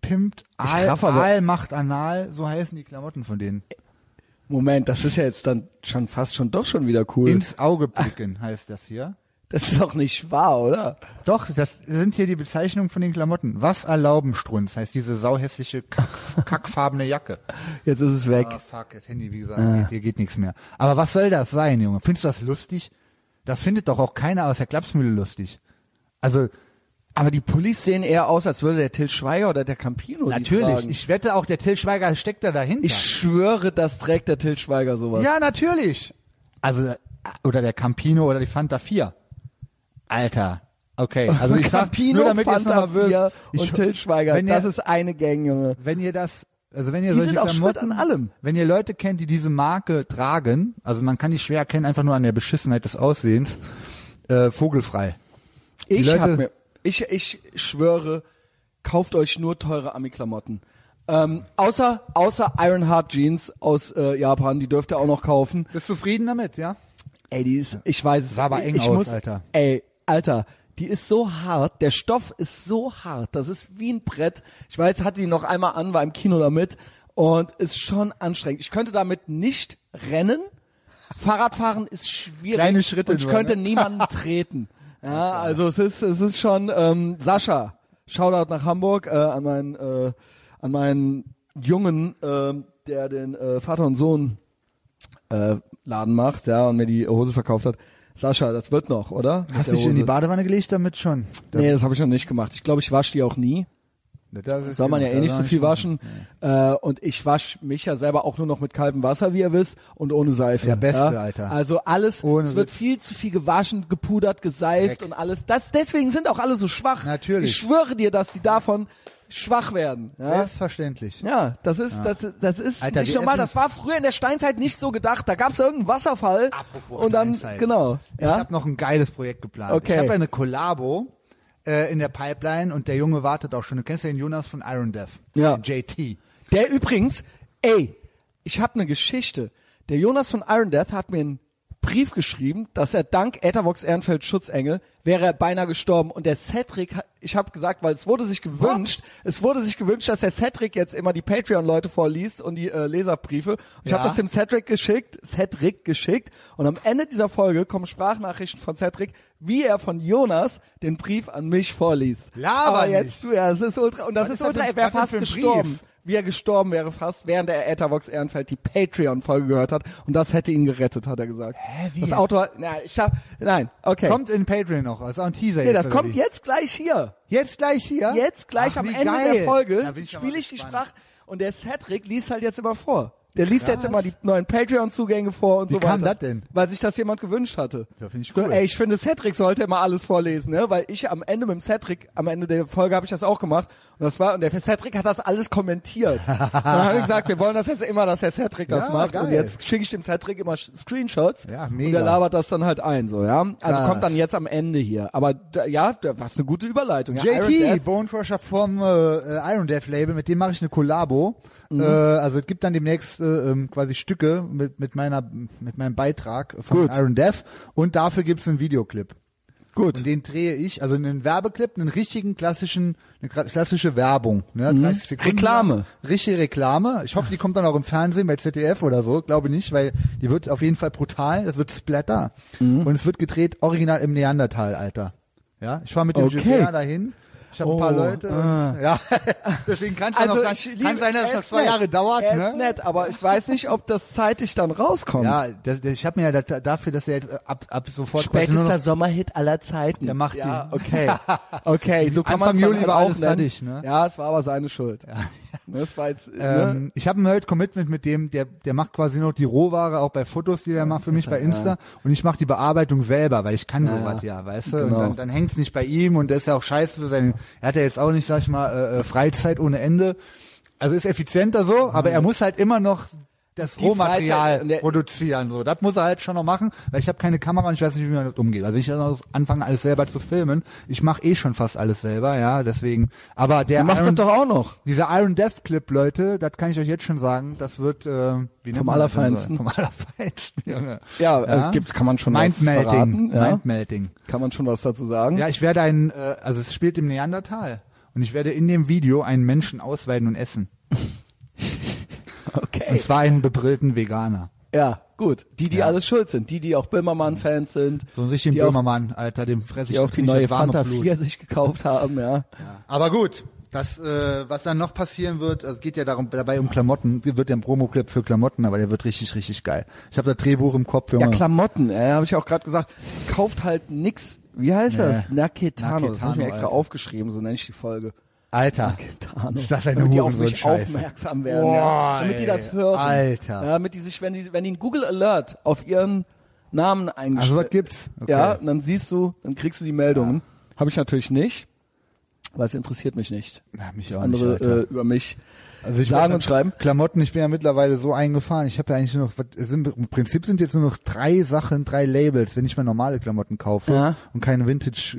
B: pimpt, Aal,
A: raff aber-
B: Aal macht anal, so heißen die Klamotten von denen.
A: Moment, das ist ja jetzt dann schon fast schon doch schon wieder cool.
B: Ins Auge blicken heißt das hier.
A: das ist doch nicht wahr, oder?
B: Doch, das sind hier die Bezeichnungen von den Klamotten. Was erlauben Strunz, heißt diese sauhässliche, kack, kackfarbene Jacke.
A: Jetzt ist es weg.
B: Ah, fuck, das Handy, wie gesagt,
A: Ah.
B: geht, hier geht nichts mehr. Aber was soll das sein, Junge? Findest du das lustig? Das findet doch auch keiner aus der Klapsmühle lustig. Also,
A: Aber die Pullis sehen eher aus, als würde der Till Schweiger oder der Campino Die
B: natürlich,
A: tragen.
B: ich wette auch, der Till Schweiger steckt da dahinter.
A: ich schwöre, das trägt der Till Schweiger sowas.
B: Ja, natürlich. Also, oder der Campino oder die Fanta 4. Alter. Okay, also ich sag,
A: Campino,
B: nur damit ihr es
A: Fanta
B: nochmal wisst,
A: 4
B: ich-
A: und Till Schweiger.
B: wenn ihr,
A: das ist eine Gang, Junge.
B: wenn ihr das, also wenn ihr
A: Die
B: solche
A: sind auch schuld
B: Klamotten,
A: an allem.
B: wenn ihr Leute kennt, die diese Marke tragen, also man kann die schwer erkennen, einfach nur an der Beschissenheit des Aussehens, äh, vogelfrei.
A: Ich
B: Leute-
A: hab mir, ich, ich schwöre, kauft euch nur teure Ami-Klamotten. Ähm, außer, außer Ironheart Jeans aus äh, Japan, die dürft ihr auch noch kaufen.
B: Bist du zufrieden damit, ja?
A: Ey, die ist, ich weiß es.
B: Sah aber eng
A: ich
B: aus,
A: muss,
B: Alter.
A: Ey, Alter, die ist so hart. Der Stoff ist so hart. Das ist wie ein Brett. Ich weiß, hatte die noch einmal an, war im Kino damit und ist schon anstrengend. Ich könnte damit nicht rennen. Fahrradfahren ist schwierig.
B: Kleine Schritte
A: Und ich
B: nur,
A: könnte
B: ne?
A: niemanden treten. Ja, also es ist, es ist schon ähm, Sascha. Shoutout nach Hamburg äh, an meinen, äh, an meinen Jungen, äh, der den äh, Vater und Sohn äh, Laden macht, ja, und mir die Hose verkauft hat. Sascha, das wird noch, oder? Mit
B: Hast
A: der
B: dich in die
A: Hose.
B: Badewanne gelegt damit schon?
A: Nee, das habe ich noch nicht gemacht. Ich glaube, ich wasche die auch nie. Soll man ja eh nicht so viel waschen. Äh, und ich wasche mich ja selber auch nur noch mit kaltem Wasser, wie ihr wisst, und ohne Seife.
B: Der Beste,
A: ja?
B: Alter.
A: Also alles,
B: Ohne
A: es wird
B: Witz.
A: viel zu viel gewaschen, gepudert, geseift
B: Dreck.
A: und alles. Das, deswegen sind auch alle so schwach.
B: Natürlich.
A: Ich schwöre dir, dass die davon schwach werden. Ja?
B: Selbstverständlich.
A: Ja, das ist, das, das ist
B: Alter,
A: nicht
B: wir
A: normal.
B: essen-
A: Das war früher in der Steinzeit nicht so gedacht. Da gab's irgendeinen Wasserfall
B: Apropos
A: und dann,
B: Steinzeit.
A: genau.
B: Ich
A: Ja?
B: habe noch ein geiles Projekt geplant.
A: Okay.
B: Ich habe eine Kollabo äh, in der Pipeline und der Junge wartet auch schon. Du kennst ja den Jonas von Iron Death.
A: Ja.
B: Den JT.
A: Der übrigens, ey, ich habe eine Geschichte. Der Jonas von Iron Death hat mir einen Brief geschrieben, dass er dank Ethervox Ehrenfeld Schutzengel wäre er beinahe gestorben. Und der Cedric, hat- ich habe gesagt, weil es wurde sich gewünscht, es wurde sich gewünscht, dass der Cedric jetzt immer die Patreon-Leute vorliest und die äh, Leserbriefe. Und ich
B: Ja.
A: habe das dem Cedric geschickt, Cedric geschickt. Und am Ende dieser Folge kommen Sprachnachrichten von Cedric, wie er von Jonas den Brief an mich vorliest.
B: Laber
A: Aber jetzt, ja, es ist ultra, und das
B: Was
A: ist
B: ist das
A: ultra,
B: denn-
A: er wäre
B: was ist das
A: fast
B: für ein
A: gestorben
B: Brief?
A: wie er gestorben wäre fast, während er Ethervox Ehrenfeld die Patreon-Folge gehört hat. Und das hätte ihn gerettet, hat er gesagt. Hä,
B: wie
A: Das
B: jetzt?
A: Auto, na, ich hab, nein, okay.
B: Kommt in Patreon noch. Das ist auch ein Teaser
A: nee,
B: jetzt.
A: das
B: oder
A: kommt
B: wie?
A: jetzt gleich hier.
B: Jetzt gleich hier?
A: Jetzt gleich
B: Ach,
A: am
B: wie
A: Ende
B: geil.
A: der Folge
B: Da bin ich aber
A: spiele ich die
B: gespannt.
A: Sprache. Und der Cedric liest halt jetzt immer vor. Der liest jetzt immer die neuen Patreon-Zugänge vor und
B: Wie
A: so
B: kam
A: weiter.
B: das denn?
A: Weil sich das jemand gewünscht hatte.
B: Ja, finde ich
A: So,
B: cool.
A: ey, ich finde, Cedric sollte immer alles vorlesen, ne? Weil ich am Ende mit dem Cedric, am Ende der Folge habe ich das auch gemacht. Und das war, und der Cedric hat das alles kommentiert. und dann habe ich gesagt, wir wollen das jetzt immer, dass der Cedric das
B: Ja,
A: macht. Und
B: geil.
A: jetzt schicke ich dem Cedric immer Sch- Screenshots.
B: Ja,
A: Und
B: mega.
A: der labert das dann halt ein, so, ja? Also
B: Krass.
A: kommt dann jetzt am Ende hier. Aber da, ja, da, was eine gute Überleitung. Ja, Iron Death.
B: JT, Bone Crusher vom äh, äh, Iron Death Label, mit dem mache ich eine Kollabo.
A: Mhm.
B: Äh, also es gibt dann demnächst äh, ähm, quasi Stücke mit, mit, meiner, mit meinem Beitrag von
A: Gut.
B: Iron Death und dafür gibt's einen Videoclip.
A: Gut.
B: Und den drehe ich, also einen Werbeclip, einen richtigen klassischen, eine kla- klassische Werbung. Ne? 30
A: Mhm.
B: Sekunden.
A: Reklame.
B: Richtige Reklame. Ich hoffe, die kommt dann auch im Fernsehen bei ZDF oder so. Glaube nicht, weil die wird auf jeden Fall brutal. Das wird Splatter.
A: Mhm.
B: Und es wird gedreht original im Neandertal, Alter. Ja, ich fahre mit dem
A: Okay.
B: GPR dahin. Ich habe ein paar
A: Oh,
B: Leute. Und, ja, deswegen kann es
A: Also
B: noch
A: ich
B: sein,
A: liebe,
B: kann sein, dass
A: er
B: es noch
A: ist
B: zwei
A: nett.
B: Jahre dauert.
A: Er
B: ne?
A: ist nett, aber ich weiß nicht, ob das zeitig dann rauskommt.
B: Ja, das, das, ich habe mir ja da, dafür, dass er jetzt äh, ab, ab sofort quasi nur noch-
A: Spätester Sommerhit aller Zeiten.
B: Der macht
A: ja,
B: ihn.
A: okay. Okay, so kann
B: Anfang
A: man es
B: Juli
A: halt
B: war
A: auch
B: alles
A: nennen.
B: fertig, ne?
A: Ja, es war aber seine Schuld. Ja. Das war jetzt, ne?
B: Ähm, ich habe ein halt Commitment mit dem, der, der macht quasi noch die Rohware, auch bei Fotos, die der macht für mich bei Insta. Und ich mache die Bearbeitung selber, weil ich kann sowas ja, weißt du?
A: Genau.
B: Und dann, dann hängt's nicht bei ihm und das ist ja auch scheiße für seinen, er hat ja jetzt auch nicht, sag ich mal, äh, äh, Freizeit ohne Ende. Also ist effizienter so, aber er muss halt immer noch das
A: Mhm. Die
B: Rohmaterial
A: Freizeit- und der-
B: produzieren. So, das muss er halt schon noch machen, weil ich habe keine Kamera und ich weiß nicht, wie man damit umgeht. Also ich also anfange alles selber zu filmen. Ich mache eh schon fast alles selber, ja, deswegen. Aber der
A: Er macht das
B: Iron-
A: doch auch noch.
B: dieser Iron Death Clip, Leute, das kann ich euch jetzt schon sagen, das wird äh, wie nennt man das denn so?
A: Allerfeinsten.
B: Vom Allerfeinsten, Junge.
A: Ja, äh, gibt's- kann man schon was
B: Mindmelting.
A: verraten, ja?
B: Mindmelting.
A: Kann man schon was dazu sagen?
B: Ja, ich werde ein, äh, also es spielt im Neandertal und ich werde in dem Video einen Menschen ausweiden und essen.
A: okay.
B: Und zwar einen bebrillten Veganer.
A: Ja, gut. Die, die alles schuld sind. Die, die auch Böhmermann-Fans sind.
B: So einen richtigen
A: die auch,
B: Böhmermann, Alter, dem fresse ich
A: Die auch die
B: natürlich
A: neue
B: das warme
A: Fanta
B: Blut.
A: 4 sich gekauft haben, ja.
B: Aber gut, das, äh, was dann noch passieren wird, also geht ja darum, dabei um Klamotten, wird ja ein Promoclip für Klamotten, aber der wird richtig, richtig geil. Ich habe das Drehbuch im Kopf, Junge.
A: Ja, Klamotten, äh, habe ich auch gerade gesagt. Kauft halt nix. Wie heißt das? Naketano. Das habe ich
B: Naketano,
A: mir extra
B: Alter.
A: aufgeschrieben, so nenne ich die Folge.
B: Alter.
A: Naketano.
B: Ist das eine
A: damit die auf mich
B: Hurensohn-Scheiße.
A: aufmerksam werden.
B: Boah,
A: ja. Damit
B: ey,
A: die das hören.
B: Alter.
A: Ja, damit die sich, wenn die, wenn die einen Google Alert auf ihren Namen
B: Also
A: eingestellt
B: was gibt's? Okay.
A: Ja, und dann siehst du, dann kriegst du die Meldungen. Hab Habe ich natürlich nicht, weil es interessiert mich nicht.
B: Ja, mich
A: Was
B: auch
A: andere
B: nicht, Alter.
A: äh, über mich
B: Also ich
A: sagen
B: bin-
A: und schreiben.
B: Klamotten, ich bin ja mittlerweile so eingefahren. Ich habe ja eigentlich nur noch, was- es sind, im Prinzip sind jetzt nur noch drei Sachen, drei Labels, wenn ich mal normale Klamotten kaufe
A: Ja.
B: und keine Vintage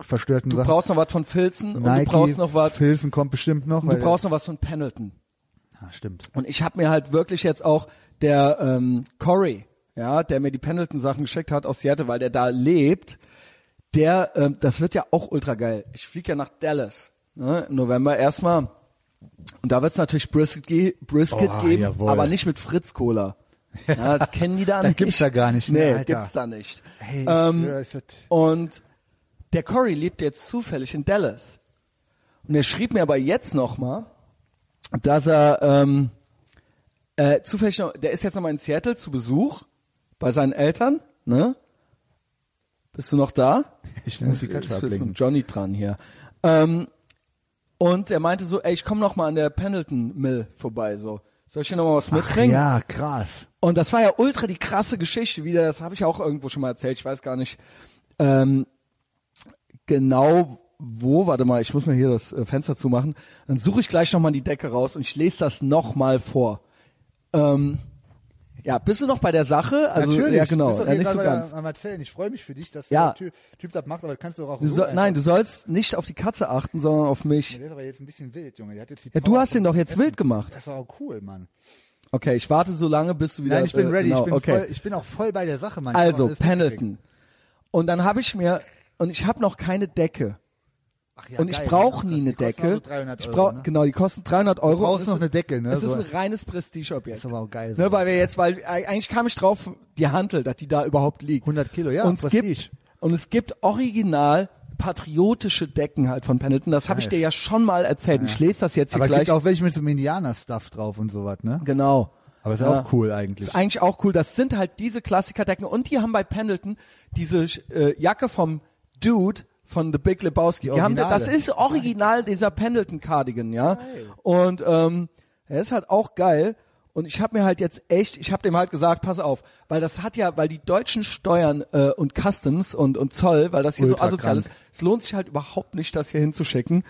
B: äh, verstörten
A: Du
B: Sachen.
A: brauchst noch was von Filzen und du brauchst noch was.
B: Filzen kommt bestimmt noch.
A: Und
B: weil-
A: du brauchst noch was von Pendleton.
B: Ja, stimmt.
A: Und ich habe mir halt wirklich jetzt auch der ähm, Corey, ja, der mir die Pendleton-Sachen geschickt hat aus Seattle, weil der da lebt, der, ähm, das wird ja auch ultra geil. Ich fliege ja nach Dallas ne, im November erstmal. Und da wird es natürlich Brisket, ge Brisket
B: Oh,
A: geben,
B: jawohl.
A: aber nicht mit Fritz Cola. Ja, das kennen die da
B: Das
A: nicht.
B: gibt's da gar nicht, ne,
A: Nee,
B: Alter.
A: gibt's da nicht.
B: Hey, ich
A: Ähm,
B: schwör, ist das-
A: und der Corey lebt jetzt zufällig in Dallas. Und er schrieb mir aber jetzt nochmal, dass er ähm, äh, zufällig, noch, der ist jetzt nochmal in Seattle zu Besuch bei seinen Eltern, ne? Bist du noch da?
B: Ich muss die
A: Ist
B: Katze
A: jetzt
B: ablenken.
A: mit Johnny dran hier. Ähm, und er meinte so, ey, ich komme nochmal an der Pendleton Mill vorbei, so. Soll ich dir nochmal was mitbringen?
B: Ja, krass.
A: Und das war ja ultra die krasse Geschichte wieder. Das habe ich auch irgendwo schon mal erzählt. Ich weiß gar nicht ähm, genau wo. Warte mal, ich muss mir hier das äh, Fenster zumachen. Dann suche ich gleich nochmal die Decke raus und ich lese das nochmal vor. Ähm, ja, bist du noch bei der Sache? Also,
B: Natürlich.
A: Ja, genau.
B: Du bist doch
A: Ja,
B: hier
A: nicht so
B: gerade
A: ganz.
B: Am, am erzählen. Ich freue mich für dich, dass
A: Ja.
B: der Ty- Typ das macht, aber das kannst du doch auch
A: Du
B: so
A: soll,
B: einfach-
A: nein, du sollst nicht auf die Katze achten, sondern auf
B: Ja,
A: mich.
B: Der ist aber jetzt ein bisschen wild, Junge. Der hat jetzt die
A: Ja, du
B: Power
A: hast ihn
B: zum
A: doch jetzt
B: Essen.
A: wild gemacht.
B: Das war auch cool, Mann.
A: Okay, ich warte so lange, bis du wieder.
B: Nein, ich bin
A: äh,
B: ready.
A: Genau,
B: ich, bin
A: okay.
B: voll, ich bin auch voll bei der Sache, Mann. Ich hab
A: Also,
B: alles mitgekriegt.
A: Pendleton. Und dann habe ich mir, und ich habe noch keine Decke.
B: Ach ja,
A: und ich
B: geil,
A: brauche
B: Mann.
A: nie eine
B: Die kosten auch
A: Decke.
B: So 300
A: ich
B: Euro,
A: brauch,
B: ne?
A: Genau, die kosten 300 Euro.
B: brauchst
A: Es
B: noch
A: ist-
B: eine Decke, ne?
A: Es ist
B: So.
A: ein reines Prestigeobjekt.
B: Ist aber auch geil so.
A: Ne, weil wir jetzt, weil äh, eigentlich kam ich drauf, die Handel, dass die da überhaupt liegt.
B: 100 Kilo, ja,
A: Und es
B: Prestige.
A: gibt, und es gibt original patriotische Decken halt von Pendleton. Das habe ich
B: Geil.
A: dir ja schon mal erzählt. Ich lese das jetzt hier
B: Aber es
A: gleich.
B: gibt auch welche mit so einem Indianer-Stuff drauf und sowas, ne?
A: genau.
B: Aber ist
A: Ja.
B: auch cool eigentlich.
A: Ist eigentlich auch cool. Das sind halt diese Klassikerdecken. Und die haben bei Pendleton diese äh, Jacke vom Dude von The Big Lebowski.
B: Die
A: Die haben,
B: Originale.
A: das ist original dieser Pendleton Cardigan, ja. Und ähm, er ist halt auch geil. Und ich habe mir halt jetzt echt, ich habe dem halt gesagt, pass auf, weil das hat ja, weil die deutschen Steuern äh, und Customs und, und Zoll, weil das hier
B: Ultra
A: so asozial
B: krank.
A: ist, es lohnt sich halt überhaupt nicht, das hier hinzuschicken.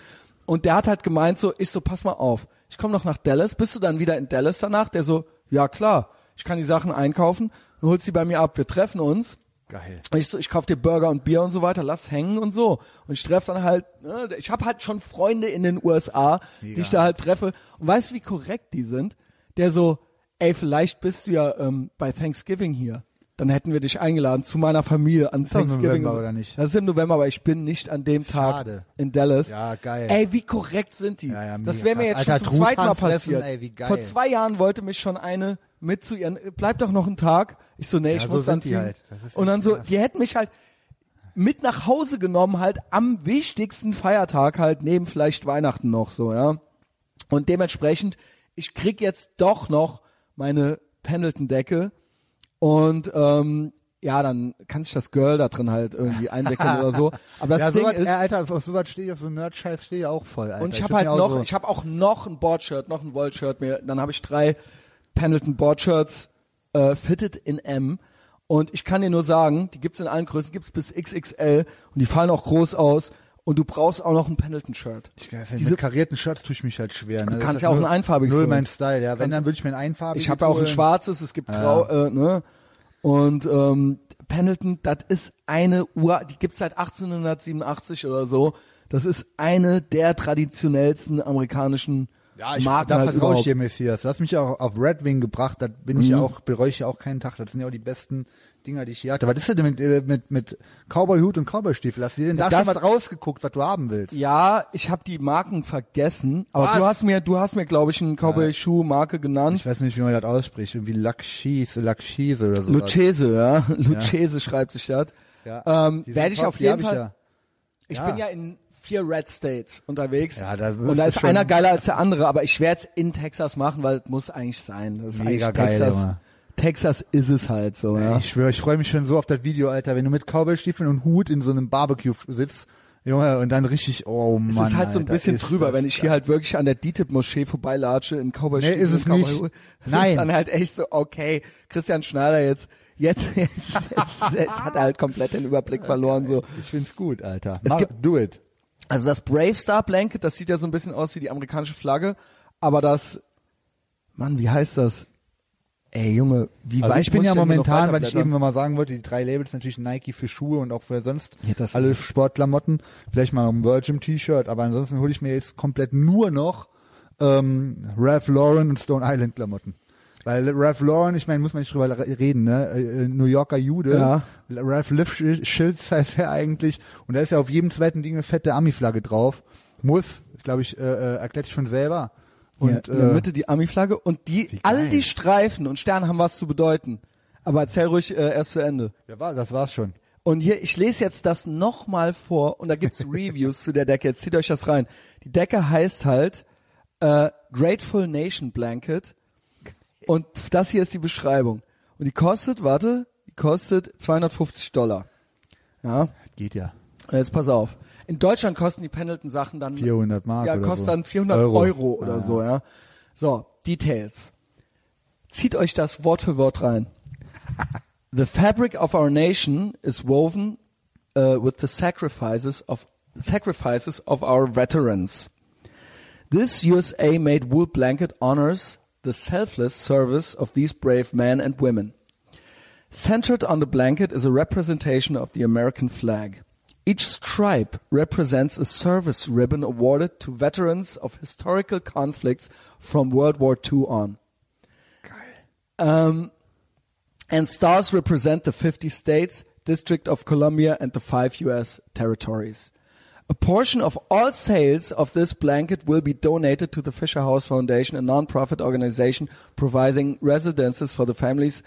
A: Und der hat halt gemeint so, ich so, pass mal auf, ich komme noch nach Dallas, bist du dann wieder in Dallas danach? Der so, ja klar, ich kann die Sachen einkaufen, du holst die bei mir ab, wir treffen uns.
B: Geil.
A: Und ich so, ich kauf dir Burger und Bier und so weiter, lass hängen und so. Und ich treffe dann halt, ne, ich habe halt schon Freunde in den USA, die ich da halt treffe. Und weißt du, wie korrekt die sind? Der so, ey, vielleicht bist du ja ähm, bei Thanksgiving hier. Dann hätten wir dich eingeladen zu meiner Familie an
B: doch im
A: Thanksgiving.
B: November, oder nicht?
A: Das ist im November, aber ich bin nicht an dem Tag
B: Schade.
A: in Dallas.
B: Ja, geil.
A: Ey, wie korrekt sind die?
B: Ja, ja, mega
A: das wäre mir
B: krass.
A: jetzt
B: Alter,
A: schon zum zweiten Mal
B: Truthahn fressen,
A: passiert.
B: ey, wie geil.
A: Vor zwei Jahren wollte mich schon eine mit zu ihren, bleib doch noch einen Tag. Ich so, nee,
B: Ja,
A: ich
B: so
A: muss dann
B: sind die
A: fliegen.
B: halt. Das ist
A: Und dann
B: echt
A: so,
B: krass.
A: die hätten mich halt mit nach Hause genommen, halt am wichtigsten Feiertag halt, neben vielleicht Weihnachten noch so, ja. Und dementsprechend, ich krieg jetzt doch noch meine Pendleton-Decke und ähm, ja, dann kann sich das Girl da drin halt irgendwie eindecken oder so. Aber das
B: ja,
A: Ding
B: sowas,
A: ist,
B: ja, Alter, auf sowas stehe ich, auf so Nerd-Scheiß stehe ich auch voll, Alter.
A: und ich habe
B: würd
A: halt
B: mir auch
A: noch,
B: so-
A: ich habe auch noch ein Boardshirt, noch ein Wollshirt mir. Dann habe ich drei Pendleton Boardshirts äh, fitted in M. Und ich kann dir nur sagen, die gibt's in allen Größen, gibt's bis XXL und die fallen auch groß aus. Und du brauchst auch noch ein Pendleton-Shirt.
B: Ich, weiß nicht,
A: diese-
B: mit karierten Shirts tue ich mich halt schwer. Ne?
A: Du
B: Das
A: kannst
B: ist
A: ja auch
B: null-
A: ein einfarbiges
B: Null
A: holen.
B: mein Style, ja. Wenn,
A: Kannst-
B: dann würde ich mir ein einfarbiges
A: Ich habe auch ein
B: holen.
A: schwarzes, es gibt grau, äh, ne? Und ähm, Pendleton, das ist eine Uhr, die gibt's seit 1887 oder so. Das ist eine der traditionellsten amerikanischen
B: Ja, ich,
A: Marken
B: da
A: halt
B: vertraue
A: überhaupt.
B: ich
A: Mhm.
B: dir, Messias. Du hast mich ja auch auf Red Wing gebracht, da bin ich ja auch, bereue ich ja auch keinen Tag. Das sind ja auch die besten Dinger, die ich hier hatte. Was ist denn mit, äh, mit, mit Cowboy-Hut und Cowboy-Stiefel? Hast du dir denn da
A: Das-
B: schon was rausgeguckt, was du haben willst?
A: Ja, ich habe die Marken vergessen, aber
B: Was?
A: du hast mir, du hast mir, glaube ich, eine Cowboy-Schuh-Marke genannt.
B: Ich weiß nicht, wie man das ausspricht. Irgendwie Lakshis, Lakshise oder so.
A: Lucchese, ja. Lucchese schreibt sich das.
B: Ja.
A: Ähm,
B: Diesen
A: Werde ich
B: Kopf,
A: auf
B: die hab
A: jeden
B: ich
A: Fall.
B: ja.
A: Ich
B: Ja.
A: bin ja in vier Red States unterwegs.
B: Ja, da
A: und da
B: wirst du
A: ist einer
B: schon-
A: geiler als der andere, aber ich werde es in Texas machen, weil es muss eigentlich sein. Das ist
B: Mega
A: eigentlich
B: geil,
A: Texas.
B: Junge.
A: Texas ist es halt so, ja.
B: Ich schwöre, ich freue mich schon so auf das Video, Alter. Wenn du mit Cowboy-Stiefeln und Hut in so einem Barbecue sitzt, Junge, und dann richtig, oh Mann.
A: es ist halt so ein
B: Alter,
A: bisschen
B: ist
A: drüber,
B: das
A: wenn ich hier halt wirklich an der DTIP-Moschee vorbeilatsche in cowboy
B: Nee, ist es
A: Cowboy
B: nicht.
A: Das
B: Nein.
A: ist dann halt echt so, okay, Christian Schneider jetzt, jetzt, jetzt, jetzt, jetzt hat er halt komplett den Überblick verloren, so.
B: Ich find's gut, Alter.
A: Es
B: Mach,
A: gibt-
B: do it.
A: Also das Brave Star Blanket, das sieht ja so ein bisschen aus wie die amerikanische Flagge, aber das, Mann, wie heißt das? Ey Junge, wie
B: Also
A: weit
B: ich bin
A: muss
B: ja
A: denn hier noch
B: momentan, weil ich eben
A: weiterblättern?
B: mal sagen wollte, die drei Labels natürlich Nike für Schuhe und auch für sonst
A: Ja, das ist
B: alle
A: es.
B: Sportklamotten. Vielleicht mal ein Virgin T-Shirt, aber ansonsten hole ich mir jetzt komplett nur noch ähm, Ralph Lauren und Stone Island Klamotten. Weil Ralph Lauren, ich meine, muss man nicht drüber re- reden, ne? Äh, äh, New Yorker Jude.
A: Ja.
B: Ralph Lifschitz heißt er eigentlich. Und da ist ja auf jedem zweiten Ding eine fette Ami-Flagge drauf. Muss, glaube ich, äh, äh, erklärt sich von selber. Und
A: ja, in der
B: äh,
A: Mitte die Ami-Flagge und die, all die Streifen und Sterne haben was zu bedeuten. Aber erzähl ruhig äh, erst zu Ende.
B: ja, war, das war's schon.
A: Und hier, ich lese jetzt das nochmal vor und da gibt's Reviews zu der Decke. Jetzt zieht euch das rein. Die Decke heißt halt äh, Grateful Nation Blanket und das hier ist die Beschreibung. Und die kostet, warte, die kostet 250 Dollar. Ja,
B: Geht ja.
A: und jetzt pass auf. In Deutschland kosten die Pendleton-Sachen dann
B: 400 Mark
A: Ja,
B: oder
A: kostet
B: so.
A: dann 400 Euro,
B: Euro.
A: oder so, ja. So, Details. Zieht euch das Wort für Wort rein. The fabric of our nation is woven uh, with the sacrifices of sacrifices of our veterans. This USA made wool blanket honors the selfless service of these brave men and women. Centered on the blanket is a representation of the American flag. Each stripe represents a service ribbon awarded to veterans of historical conflicts from World War II on. Um, and stars represent the 50 states, District of Columbia, and the five U.S. territories. A portion of all sales of this blanket will be donated to the Fisher House Foundation, a nonprofit organization providing residences for the families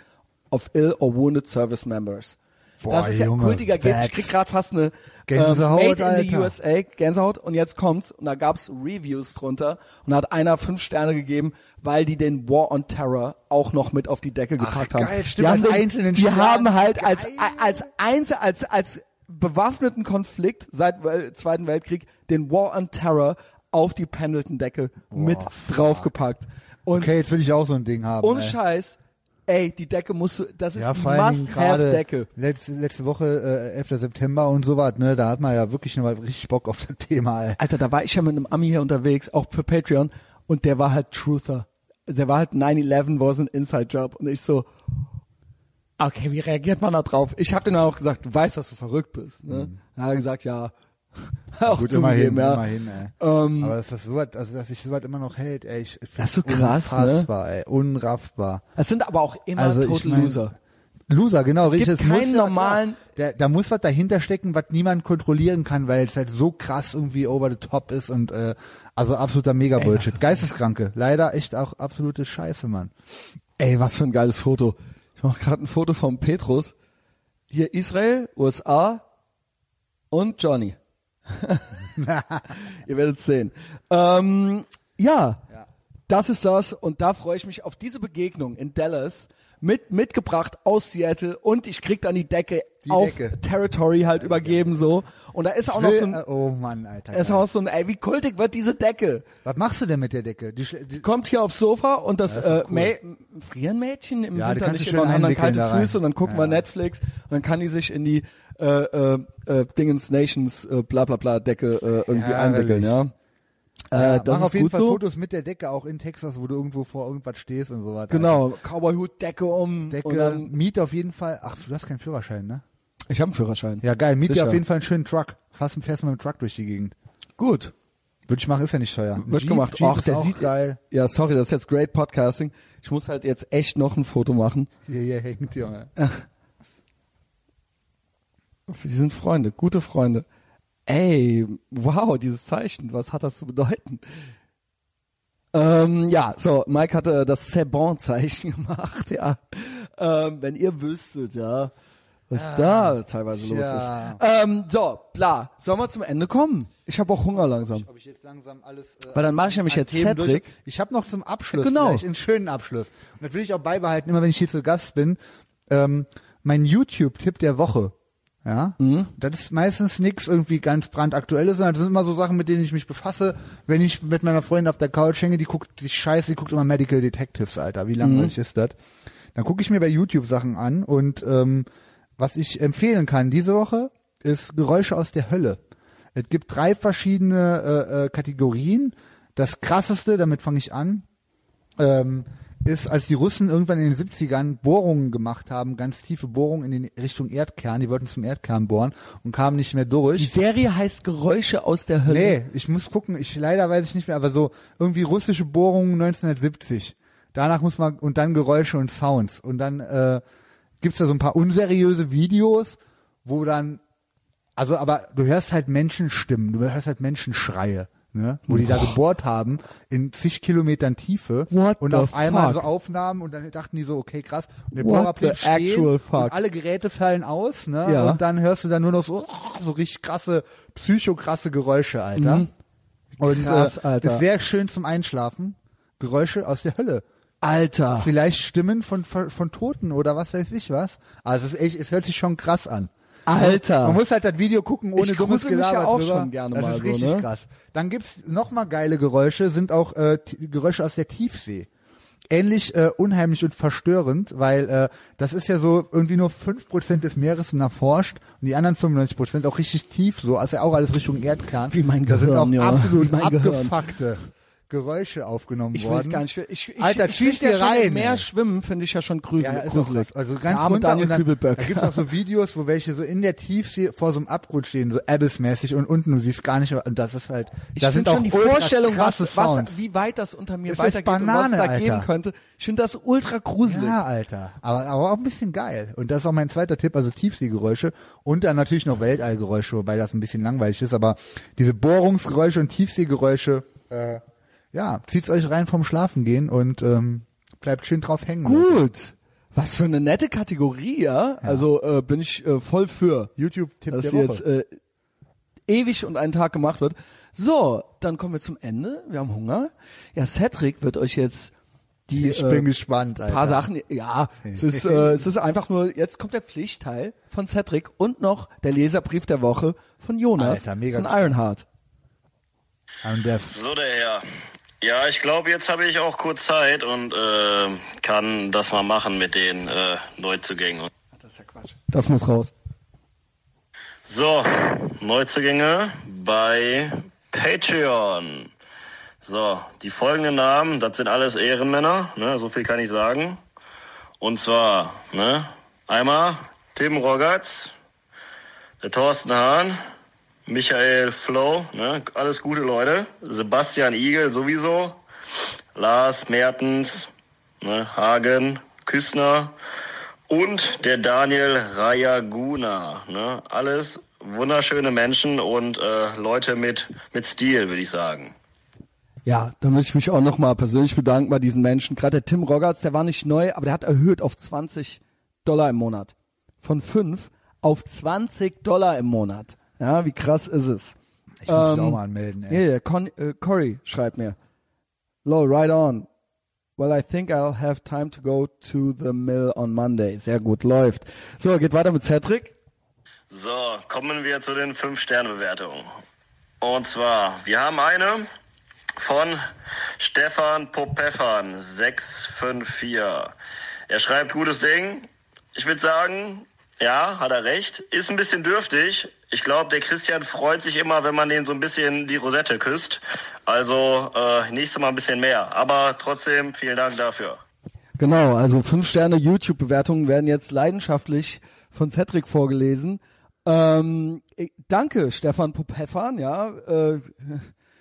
A: of ill or wounded service members.
B: Boah,
A: das ist ja ein
B: Junge,
A: kultiger Gag. Ich
B: that's-
A: krieg gerade fast eine
B: Gänsehaut,
A: ähm, Made in the
B: Alter.
A: USA Gänsehaut. Und jetzt kommt's und da gab's Reviews drunter und da hat einer fünf Sterne gegeben, weil die den War on Terror auch noch mit auf die Decke gepackt haben.
B: geil,
A: die
B: stimmt,
A: haben,
B: als einzelnen
A: die
B: Stern.
A: haben halt als
B: Geil.
A: als einzel als als bewaffneten Konflikt seit Wel- Zweiten Weltkrieg den War on Terror auf die Pendleton Decke mit draufgepackt. Und
B: Okay, jetzt will ich auch so ein Ding haben.
A: ohne
B: ey.
A: Scheiß, ey, die Decke musst du, das ist
B: Ja,
A: die
B: vor allen Dingen gerade
A: Must-Have-Decke.
B: letzte, letzte Woche, äh, 11. September und sowas, ne, da hat man ja wirklich nochmal richtig Bock auf das Thema, ey.
A: Alter, da war ich ja mit einem Ami hier unterwegs, auch für Patreon, und der war halt Truther. Der war halt 9-11 was ein Inside-Job. Und ich so, okay, wie reagiert man da drauf? Ich habe dem auch gesagt, du weißt, dass du verrückt bist. Ne? Dann hat er gesagt, ja. auch
B: Mhm. Gut,
A: zugegeben,
B: immerhin,
A: ja.
B: immerhin, ey.
A: Ähm,
B: Aber dass das sowas, also dass sich sowas immer noch hält, ey, ich, ich
A: Das ist
B: find's
A: so krass, ne?
B: unfassbar, ey, unraffbar.
A: Es sind aber auch immer
B: Also ich
A: total
B: mein,
A: Loser.
B: Loser, genau, richtig.
A: gibt
B: Es muss
A: keinen
B: ja, klar,
A: normalen-
B: Da, da muss was dahinter stecken, was niemand kontrollieren kann, weil es halt so krass irgendwie over the top ist und äh, also absoluter Mega-Bullshit. Geisteskranke. Leider echt auch absolute Scheiße, Mann.
A: Ey, was für ein geiles Foto. Ich mache gerade ein Foto von Petrus. Hier Israel, USA und Johnny. Ihr werdet sehen. Ähm, ja, das ist das. Und da freue ich mich auf diese Begegnung in Dallas. Mit, mitgebracht aus Seattle und ich krieg dann die Decke
B: Die
A: auf
B: Decke.
A: Territory halt übergeben so. Und da ist auch noch so ein,
B: Will- oh Mann, Alter.
A: ist auch so ein, ey, wie kultig wird diese Decke?
B: Was machst du denn mit der Decke? Die, schl- die,
A: kommt hier aufs Sofa und das,
B: ist doch
A: äh,
B: cool.
A: Mä- m- Frierenmädchen im
B: Ja, die
A: Winter
B: kannst du
A: nicht
B: schön
A: immer und haben dann
B: einwickeln
A: kalte
B: da rein.
A: Füße und dann gucken wir
B: Ja.
A: Netflix und dann kann die sich in die äh, äh, äh, Dingens Nations äh, bla bla bla Decke äh, irgendwie
B: Herrlich.
A: einwickeln, ja. Äh,
B: ja,
A: das
B: mach
A: ist
B: auf jeden
A: gut
B: Fall
A: so.
B: Fotos mit der Decke auch in Texas, wo du irgendwo vor irgendwas stehst und so weiter.
A: Genau, Cowboyhut, Decke um. Und
B: Decke,
A: dann,
B: miet auf jeden Fall. Ach, du hast keinen Führerschein, ne?
A: ich habe einen Führerschein.
B: Ja, geil. Miet
A: Sicher.
B: dir auf jeden Fall einen schönen Truck. Fast fährst du mit dem Truck durch die Gegend.
A: Gut,
B: Würde ich machen, ist ja nicht teuer. Ein
A: wird
B: Jeep,
A: gemacht.
B: Jeep
A: Och,
B: ist
A: der
B: auch
A: sieht
B: geil.
A: Ja, sorry, das ist jetzt great Podcasting. Ich muss halt jetzt echt noch ein Foto machen.
B: Hier, hier hängt, Junge.
A: Äh. Die sind Freunde, gute Freunde. Ey, wow, dieses Zeichen, was hat das zu bedeuten? Ähm, ja, so, Mike hatte das C'est bon Zeichen gemacht, ja. Ähm, wenn ihr wüsstet, ja, was da teilweise
B: Ah,
A: los
B: tja.
A: ist. Ähm, so, bla, sollen wir zum Ende kommen? Ich habe auch Hunger langsam.
B: Ob ich jetzt langsam alles. Äh,
A: Weil dann mach ich nämlich
B: an
A: jetzt
B: Themen durch-
A: Cedric.
B: Ich habe noch zum Abschluss.
A: Ja, genau.
B: Vielleicht einen schönen Abschluss. Und das will ich auch beibehalten, immer wenn ich hier zu Gast bin. Ähm, mein YouTube-Tipp der Woche. Ja, das ist meistens nichts irgendwie ganz brandaktuelles, sondern das sind immer so Sachen, mit denen ich mich befasse. Wenn ich mit meiner Freundin auf der Couch hänge, die guckt sich scheiße, die guckt immer Medical Detectives, Alter. Wie langweilig ist das? Dann gucke ich mir bei YouTube Sachen an und ähm, was ich empfehlen kann diese Woche ist Geräusche aus der Hölle. Es gibt drei verschiedene äh, äh, Kategorien. Das krasseste, damit fange ich an, ähm, ist, als die Russen irgendwann in den 70ern Bohrungen gemacht haben, ganz tiefe Bohrungen in die Richtung Erdkern, die wollten zum Erdkern bohren und kamen nicht mehr durch.
A: Die Serie heißt Geräusche aus der Hölle.
B: Nee, ich muss gucken. Ich leider weiß ich nicht mehr, aber so irgendwie russische Bohrungen 1970. Danach muss man und dann Geräusche und Sounds und dann äh, gibt's da so ein paar unseriöse Videos, wo dann also aber du hörst halt Menschenstimmen, du hörst halt Menschenschreie. Ne? wo die da gebohrt haben in zig Kilometern Tiefe
A: What
B: und
A: the
B: auf einmal
A: fuck?
B: so Aufnahmen und dann dachten die so okay krass und der
A: What
B: Bohrer bleibt
A: the
B: stehen
A: actual
B: und
A: fuck?
B: alle Geräte fallen aus ne
A: Ja.
B: und dann hörst du dann nur noch so so richtig krasse psychokrasse Geräusche Alter und
A: Mhm. Krass,
B: äh,
A: Alter.
B: ist sehr schön zum Einschlafen. Geräusche aus der Hölle.
A: Alter.
B: Vielleicht Stimmen von, von Toten oder was weiß ich was. Also es, ist echt, es hört sich schon krass an.
A: Alter.
B: Man muss halt das Video gucken, ohne
F: Ich
B: dummes
F: grusel mich ja
B: Gelaber
F: auch
B: drüber.
F: schon gerne
B: das
F: mal
B: ist
F: so,
B: richtig
F: ne?
B: krass. Dann gibt's noch mal geile Geräusche, sind auch äh, T- Geräusche aus der Tiefsee. Ähnlich äh, unheimlich und verstörend, weil äh, das ist ja so irgendwie nur 5% des Meeres erforscht und die anderen 95% auch richtig tief so, also auch alles Richtung Erdkern.
A: Wie mein
B: da sind
A: Gehirn,
B: auch
A: ja.
B: absolut
A: Wie mein Gehirn.
B: abgefuckte Geräusche aufgenommen
A: Ich
B: worden.
A: weiß gar nicht. Ich, ich,
B: Alter,
A: ich,
B: schieß
A: ich ja
B: dir
A: schon
B: rein.
A: im Meer
B: ey.
A: schwimmen finde ich ja schon grusel,
B: Ja, ist auch
A: gruselig.
B: krass. Also ganz
A: Arme
B: runter
A: Daniel
B: und dann, da
A: Kübelböck.
B: gibt's auch so Videos, wo welche so in der Tiefsee vor so einem Abgrund stehen, so Abyss-mäßig und unten, du siehst gar nicht, und das ist halt,
A: Ich
B: da sind
A: finde
B: auch
A: schon die
B: ultra
A: Vorstellung, was,
B: krasse Sounds.
A: was, wie weit das unter mir
B: Es ist
A: weitergeht und
B: Banane,
A: was da
B: Alter.
A: gehen könnte. Ich finde das ultra gruselig.
B: ja, Alter. Aber, aber auch ein bisschen geil. Und das ist auch mein zweiter Tipp, also Tiefseegeräusche und dann natürlich noch Weltallgeräusche, wobei das ein bisschen langweilig ist, aber diese Bohrungsgeräusche und Tiefseegeräusche, äh, ja, zieht's euch rein vom Schlafen gehen und ähm, bleibt schön drauf hängen. Leute.
A: Gut. Was für eine nette Kategorie, ja? Also äh, bin ich äh, voll für.
B: YouTube-Tipp
A: dass
B: der
A: sie
B: Woche.
A: jetzt äh, ewig und einen Tag gemacht wird. So, dann kommen wir zum Ende. Wir haben Hunger. Ja, Cedric wird euch jetzt die
B: ich
A: äh,
B: bin gespannt, Alter.
A: paar Sachen. Ja, es ist, äh, es ist einfach nur, jetzt kommt der Pflichtteil von Cedric und noch der Leserbrief der Woche von Jonas
B: Alter, mega
A: von
B: gespannt.
A: Ironheart.
B: Und der
G: So, der Herr. Ja, ich glaube, jetzt habe ich auch kurz Zeit und äh, kann das mal machen mit den äh, Neuzugängen.
A: Das muss raus.
G: So, Neuzugänge bei Patreon. So, die folgenden Namen, das sind alles Ehrenmänner, ne, so viel kann ich sagen. Und zwar, ne, einmal Tim Rogatz, der Thorsten Hahn, Michael Flow, ne, alles gute Leute, Sebastian Igel sowieso, Lars Mertens, ne, Hagen, Küssner, und der Daniel Rayaguna. Ne? Alles wunderschöne Menschen und äh, Leute mit, mit Stil, würde ich sagen.
A: Ja, da möchte ich mich auch nochmal persönlich bedanken bei diesen Menschen. Gerade der Tim Roggerts, der war nicht neu, aber der hat erhöht auf 20 Dollar im Monat. Von 5 auf 20 Dollar im Monat. Ja, wie krass ist es?
B: Ich muss mich auch mal anmelden, ey.
A: Ähm, Nee, der Con äh, Corey schreibt mir. Lol, right on. Well, I think I'll have time to go to the mill on Monday. Sehr gut, läuft. So, geht weiter mit Cedric.
G: So, kommen wir zu den 5-Sterne-Bewertungen. Und zwar, wir haben eine von Stefan Popeffan 654. Er schreibt gutes Ding. Ich würde sagen, ja, hat er recht. Ist ein bisschen dürftig. Ich glaube, der Christian freut sich immer, wenn man den so ein bisschen die Rosette küsst. Also äh, nächstes Mal ein bisschen mehr. Aber trotzdem, vielen Dank dafür.
A: Genau, also 5 Sterne YouTube-Bewertungen werden jetzt leidenschaftlich von Cedric vorgelesen. Ähm, äh, danke, Stefan Popeffan, ja. Äh,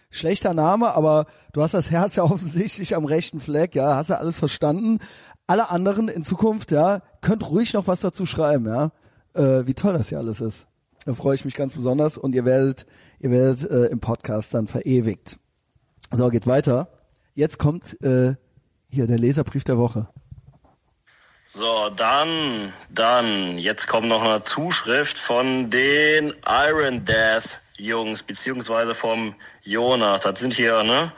A: schlechter Name, aber du hast das Herz ja offensichtlich am rechten Fleck, ja, hast ja alles verstanden. Alle anderen in Zukunft, ja, könnt ruhig noch was dazu schreiben, ja. Äh, wie toll das hier alles ist. Da freue ich mich ganz besonders und ihr werdet, ihr werdet äh, im Podcast dann verewigt. So, geht weiter. Jetzt kommt äh, hier der Leserbrief der Woche.
G: So, dann, dann, jetzt kommt noch eine Zuschrift von den Iron Death Jungs, beziehungsweise vom Jonas. Das sind hier, ne?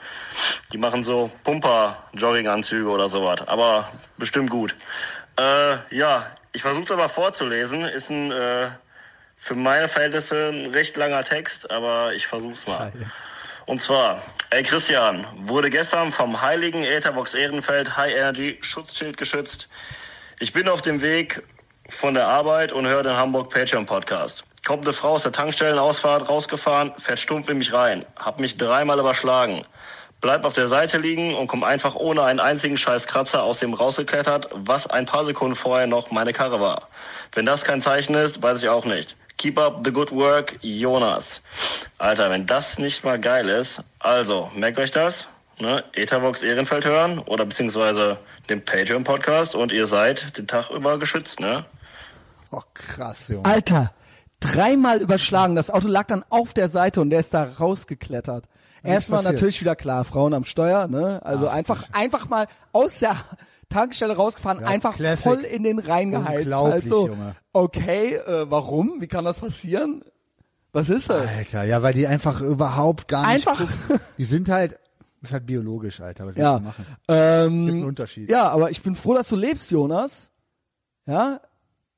G: Die machen so Pumper-Jogginganzüge oder sowas, aber bestimmt gut. Äh, ja, ich versuche aber vorzulesen. Ist ein, äh, für meine Verhältnisse ein recht langer Text, aber ich versuch's mal. Und zwar, ey Christian, wurde gestern vom heiligen Etherbox Ehrenfeld High Energy Schutzschild geschützt. Ich bin auf dem Weg von der Arbeit und höre den Hamburg Patreon Podcast. Kommt eine Frau aus der Tankstellenausfahrt rausgefahren, fährt stumpf in mich rein. Hab mich dreimal überschlagen. Bleib auf der Seite liegen und komm einfach ohne einen einzigen scheiß Kratzer aus dem rausgeklettert, was ein paar Sekunden vorher noch meine Karre war. Wenn das kein Zeichen ist, weiß ich auch nicht. Keep up the good work, Jonas. Alter, wenn das nicht mal geil ist, also, merkt euch das, ne? Ethervox Ehrenfeld hören oder beziehungsweise den Patreon-Podcast und ihr seid den Tag über geschützt, ne?
B: Oh, krass, Junge.
A: Alter, dreimal überschlagen. Das Auto lag dann auf der Seite und der ist da rausgeklettert. Erstmal
B: passiert.
A: natürlich wieder klar, Frauen am Steuer, ne? Also einfach, einfach mal aus der Tankstelle rausgefahren, einfach
B: Classic.
A: voll in den Rhein geheizt.
B: Unglaublich,
A: also,
B: Junge.
A: okay, äh, warum? Wie kann das passieren? Was ist das?
B: Alter, ja, weil die einfach überhaupt gar nicht
A: Einfach-
B: gucken. Die sind halt, ist halt biologisch, Alter. Was willst
A: Ja.
B: du machen?
A: Ähm,
B: Gibt einen Unterschied.
A: Ja, aber ich bin froh, dass du lebst, Jonas. Ja.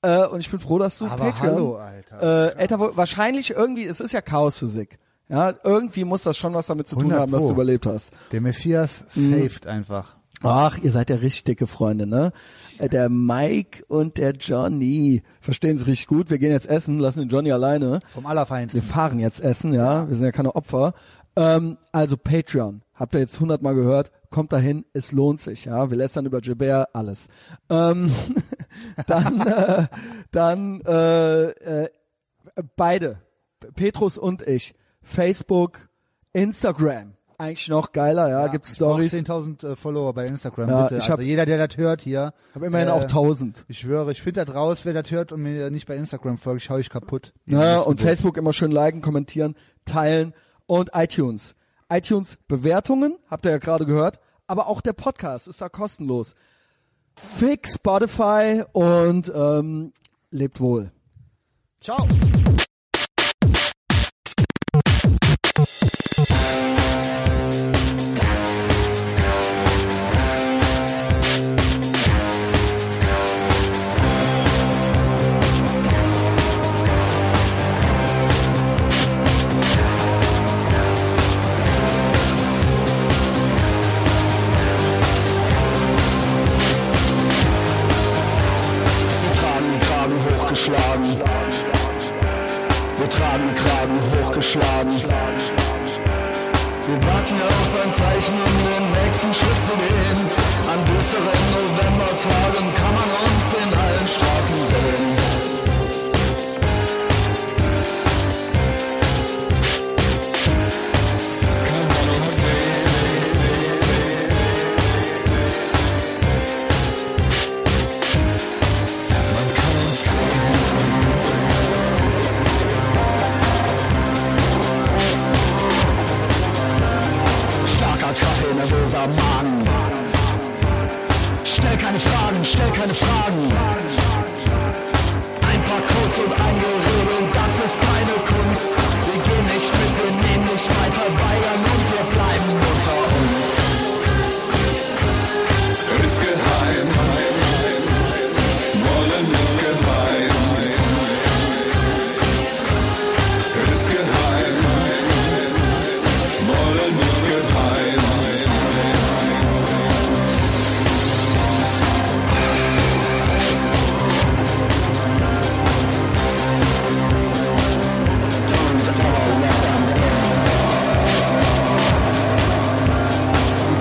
A: Äh, und ich bin froh, dass du
B: Aber
A: Patreon.
B: hallo, Alter.
A: Äh, Alter, wo- wahrscheinlich irgendwie, es ist ja Chaosphysik. Ja, irgendwie muss das schon was damit zu tun
B: 100
A: haben, dass
B: Pro.
A: du überlebt hast.
B: Der Messias
A: Mhm.
B: saved einfach.
A: Ach, ihr seid ja richtig dicke Freunde, ne? Äh, Der Mike und der Johnny verstehen sich richtig gut. Wir gehen jetzt essen, lassen den Johnny alleine.
B: Vom
A: Wir
B: Allerfeinsten.
A: fahren jetzt essen, ja. Wir sind ja keine Opfer. Ähm, also Patreon, habt ihr jetzt hundertmal gehört, kommt dahin, es lohnt sich, ja. Wir lästern über Gilbert, alles. Ähm, dann, äh, dann äh, äh, beide, Petrus und ich, Facebook, Instagram, eigentlich noch geiler, ja, gibt's
B: ich brauch
A: Stories.
B: 10.000 äh, Follower bei Instagram,
A: Ja,
B: bitte.
A: ich hab-
B: also jeder, der das hört hier.
A: Hab immerhin
B: äh,
A: auch 1000.
B: Ich schwöre, ich finde das raus, wer das hört und mir nicht bei Instagram folgt, ich hau ich kaputt.
A: Ja,
B: Nächsten
A: Ne? und
B: Woche.
A: Facebook immer schön liken, kommentieren, teilen und iTunes. iTunes Bewertungen, habt ihr ja gerade gehört, aber auch der Podcast ist da kostenlos. Fix Spotify und ähm, lebt wohl.
B: Ciao.
H: Wir tragen den Kragen hochgeschlagen. Wir tragen den Kragen hochgeschlagen. Wir warten auf ein Zeichen, um den nächsten Schritt zu gehen. An düsteren Novembertagen kann man uns in allen Straßen sehen. Kann man uns Starker Kaffee, nervöser Magen. Stell keine Fragen, stell keine Fragen. Ein paar Codes und ein Gerede, und das ist keine Kunst. Wir gehen nicht mit, wir nehmen nicht weiter, weigern und wir bleiben unter uns.
I: Ist geheim. Wollen ist geheim. Ist geheim. Wollen ist geheim.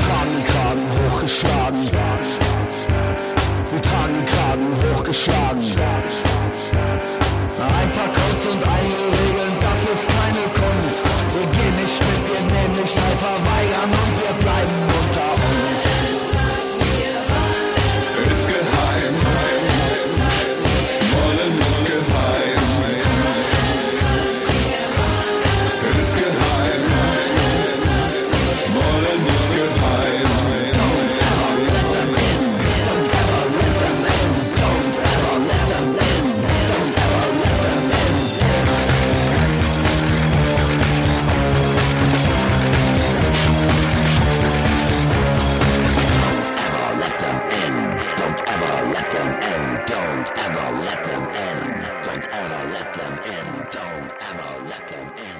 H: tragen den Kragen hochgeschlagen. Wir tragen den Kragen hochgeschlagen. Ein paar Codes und einige Regeln, das ist keine Kunst. Wir gehen nicht mit, wir nehmen nicht teil, verweigern und wir bleiben unter uns.
I: Ist geheim. Wollen ist geheim. Ist geheim. Wollen ist geheim.
H: Don't ever let them in. Don't ever let them in. Don't ever let them in.